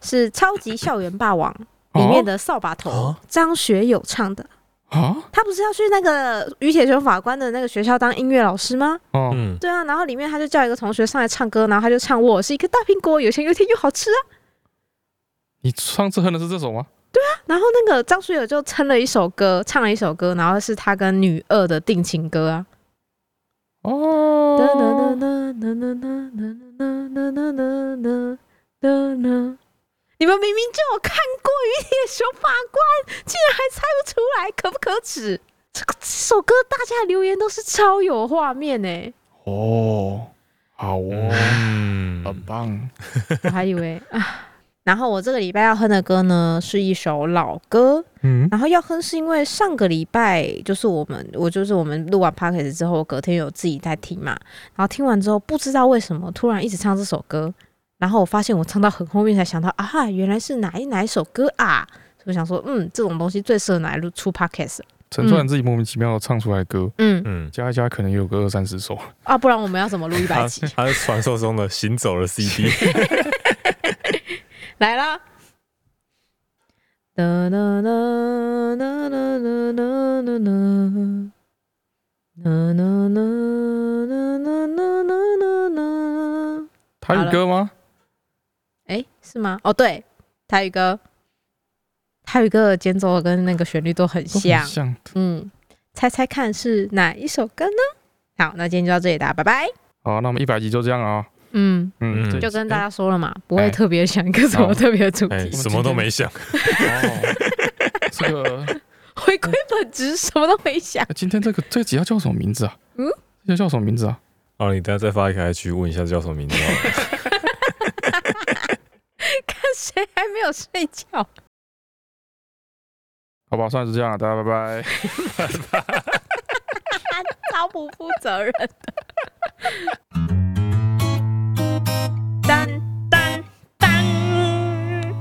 [SPEAKER 1] 是《超级校园霸王》
[SPEAKER 2] 哦
[SPEAKER 1] 里面的扫把
[SPEAKER 2] 嗯
[SPEAKER 1] 头
[SPEAKER 3] 哦，
[SPEAKER 1] 张学友唱的。
[SPEAKER 2] 啊，
[SPEAKER 1] 他不是要去那个于铁雄法官的那个学校当音乐老师吗？
[SPEAKER 2] 哦，
[SPEAKER 3] 嗯，
[SPEAKER 1] 对啊，然后里面他就叫一个同学上来唱歌，然后他就唱我是一个大苹果，有钱又甜又好吃啊。
[SPEAKER 2] 你上次哼的是这首吗？
[SPEAKER 1] 然后那个张学友就撑了一首歌，唱了一首歌，然后是他跟女二的定情歌啊。哒哒哒
[SPEAKER 2] 哦，
[SPEAKER 1] 哒哒哒哒哒哒哒哒哒哒。你们明明就有看过《雨铁熊法官》，竟然还猜不出来，可不可耻？这个这首歌大家留言都是超有画面呢、
[SPEAKER 2] 哦，好哦，
[SPEAKER 3] 嗯
[SPEAKER 2] 很棒，
[SPEAKER 1] 我还以为啊。然后我这个礼拜要哼的歌呢，是一首老歌。
[SPEAKER 2] 嗯，
[SPEAKER 1] 然后要哼是因为上个礼拜就是我们我就是我们录完 p o d c a s t 之后，隔天有自己在听嘛，然后听完之后不知道为什么突然一直唱这首歌，然后我发现我唱到很后面才想到啊，原来是哪一哪一首歌啊，所以我想说嗯，这种东西最适合拿来录出 p o d c a s t
[SPEAKER 2] 陈川自己莫名其妙的唱出来的歌，
[SPEAKER 1] 嗯
[SPEAKER 3] 嗯，
[SPEAKER 2] 加一加可能也有个二三十首，
[SPEAKER 1] 啊，不然我们要怎么录一百
[SPEAKER 3] 他
[SPEAKER 1] 集？
[SPEAKER 3] 他是传说中的行走 的哎 CD，
[SPEAKER 1] 来啦！哒啦啦啦啦啦啦啦啦啦。啦啦啦啦啦啦啦啦啦，
[SPEAKER 2] 台语
[SPEAKER 1] 是吗？哦，对，台语歌，台语歌的间奏跟那个旋律都很像。
[SPEAKER 2] 像
[SPEAKER 1] 嗯，猜猜看是哪一首歌呢？好，那今天就到这里啦，拜拜。
[SPEAKER 2] 好，那我们一百集就这样了啊。
[SPEAKER 1] 嗯，
[SPEAKER 2] 嗯，
[SPEAKER 3] 嗯
[SPEAKER 2] 这
[SPEAKER 1] 就跟大
[SPEAKER 2] 哎
[SPEAKER 1] 家说了嘛，不会
[SPEAKER 2] 哎
[SPEAKER 1] 特别想一个什么
[SPEAKER 2] 好
[SPEAKER 1] 特别的主题，
[SPEAKER 3] 哎，
[SPEAKER 2] 我们
[SPEAKER 3] 什么都
[SPEAKER 2] 今天
[SPEAKER 3] 没想，
[SPEAKER 2] 哦， 这个
[SPEAKER 1] 回归本质，什么都没想。
[SPEAKER 2] 哎今天这个这个集要叫什么名字啊？
[SPEAKER 1] 嗯，
[SPEAKER 2] 要叫什么名字啊？
[SPEAKER 3] 哦，你等下再发一个 IG 问一下叫什么名字好了。
[SPEAKER 1] 看谁还没有睡觉。
[SPEAKER 2] 好吧，算是这样了，大家拜拜。
[SPEAKER 1] 超不负责 任的。当当当，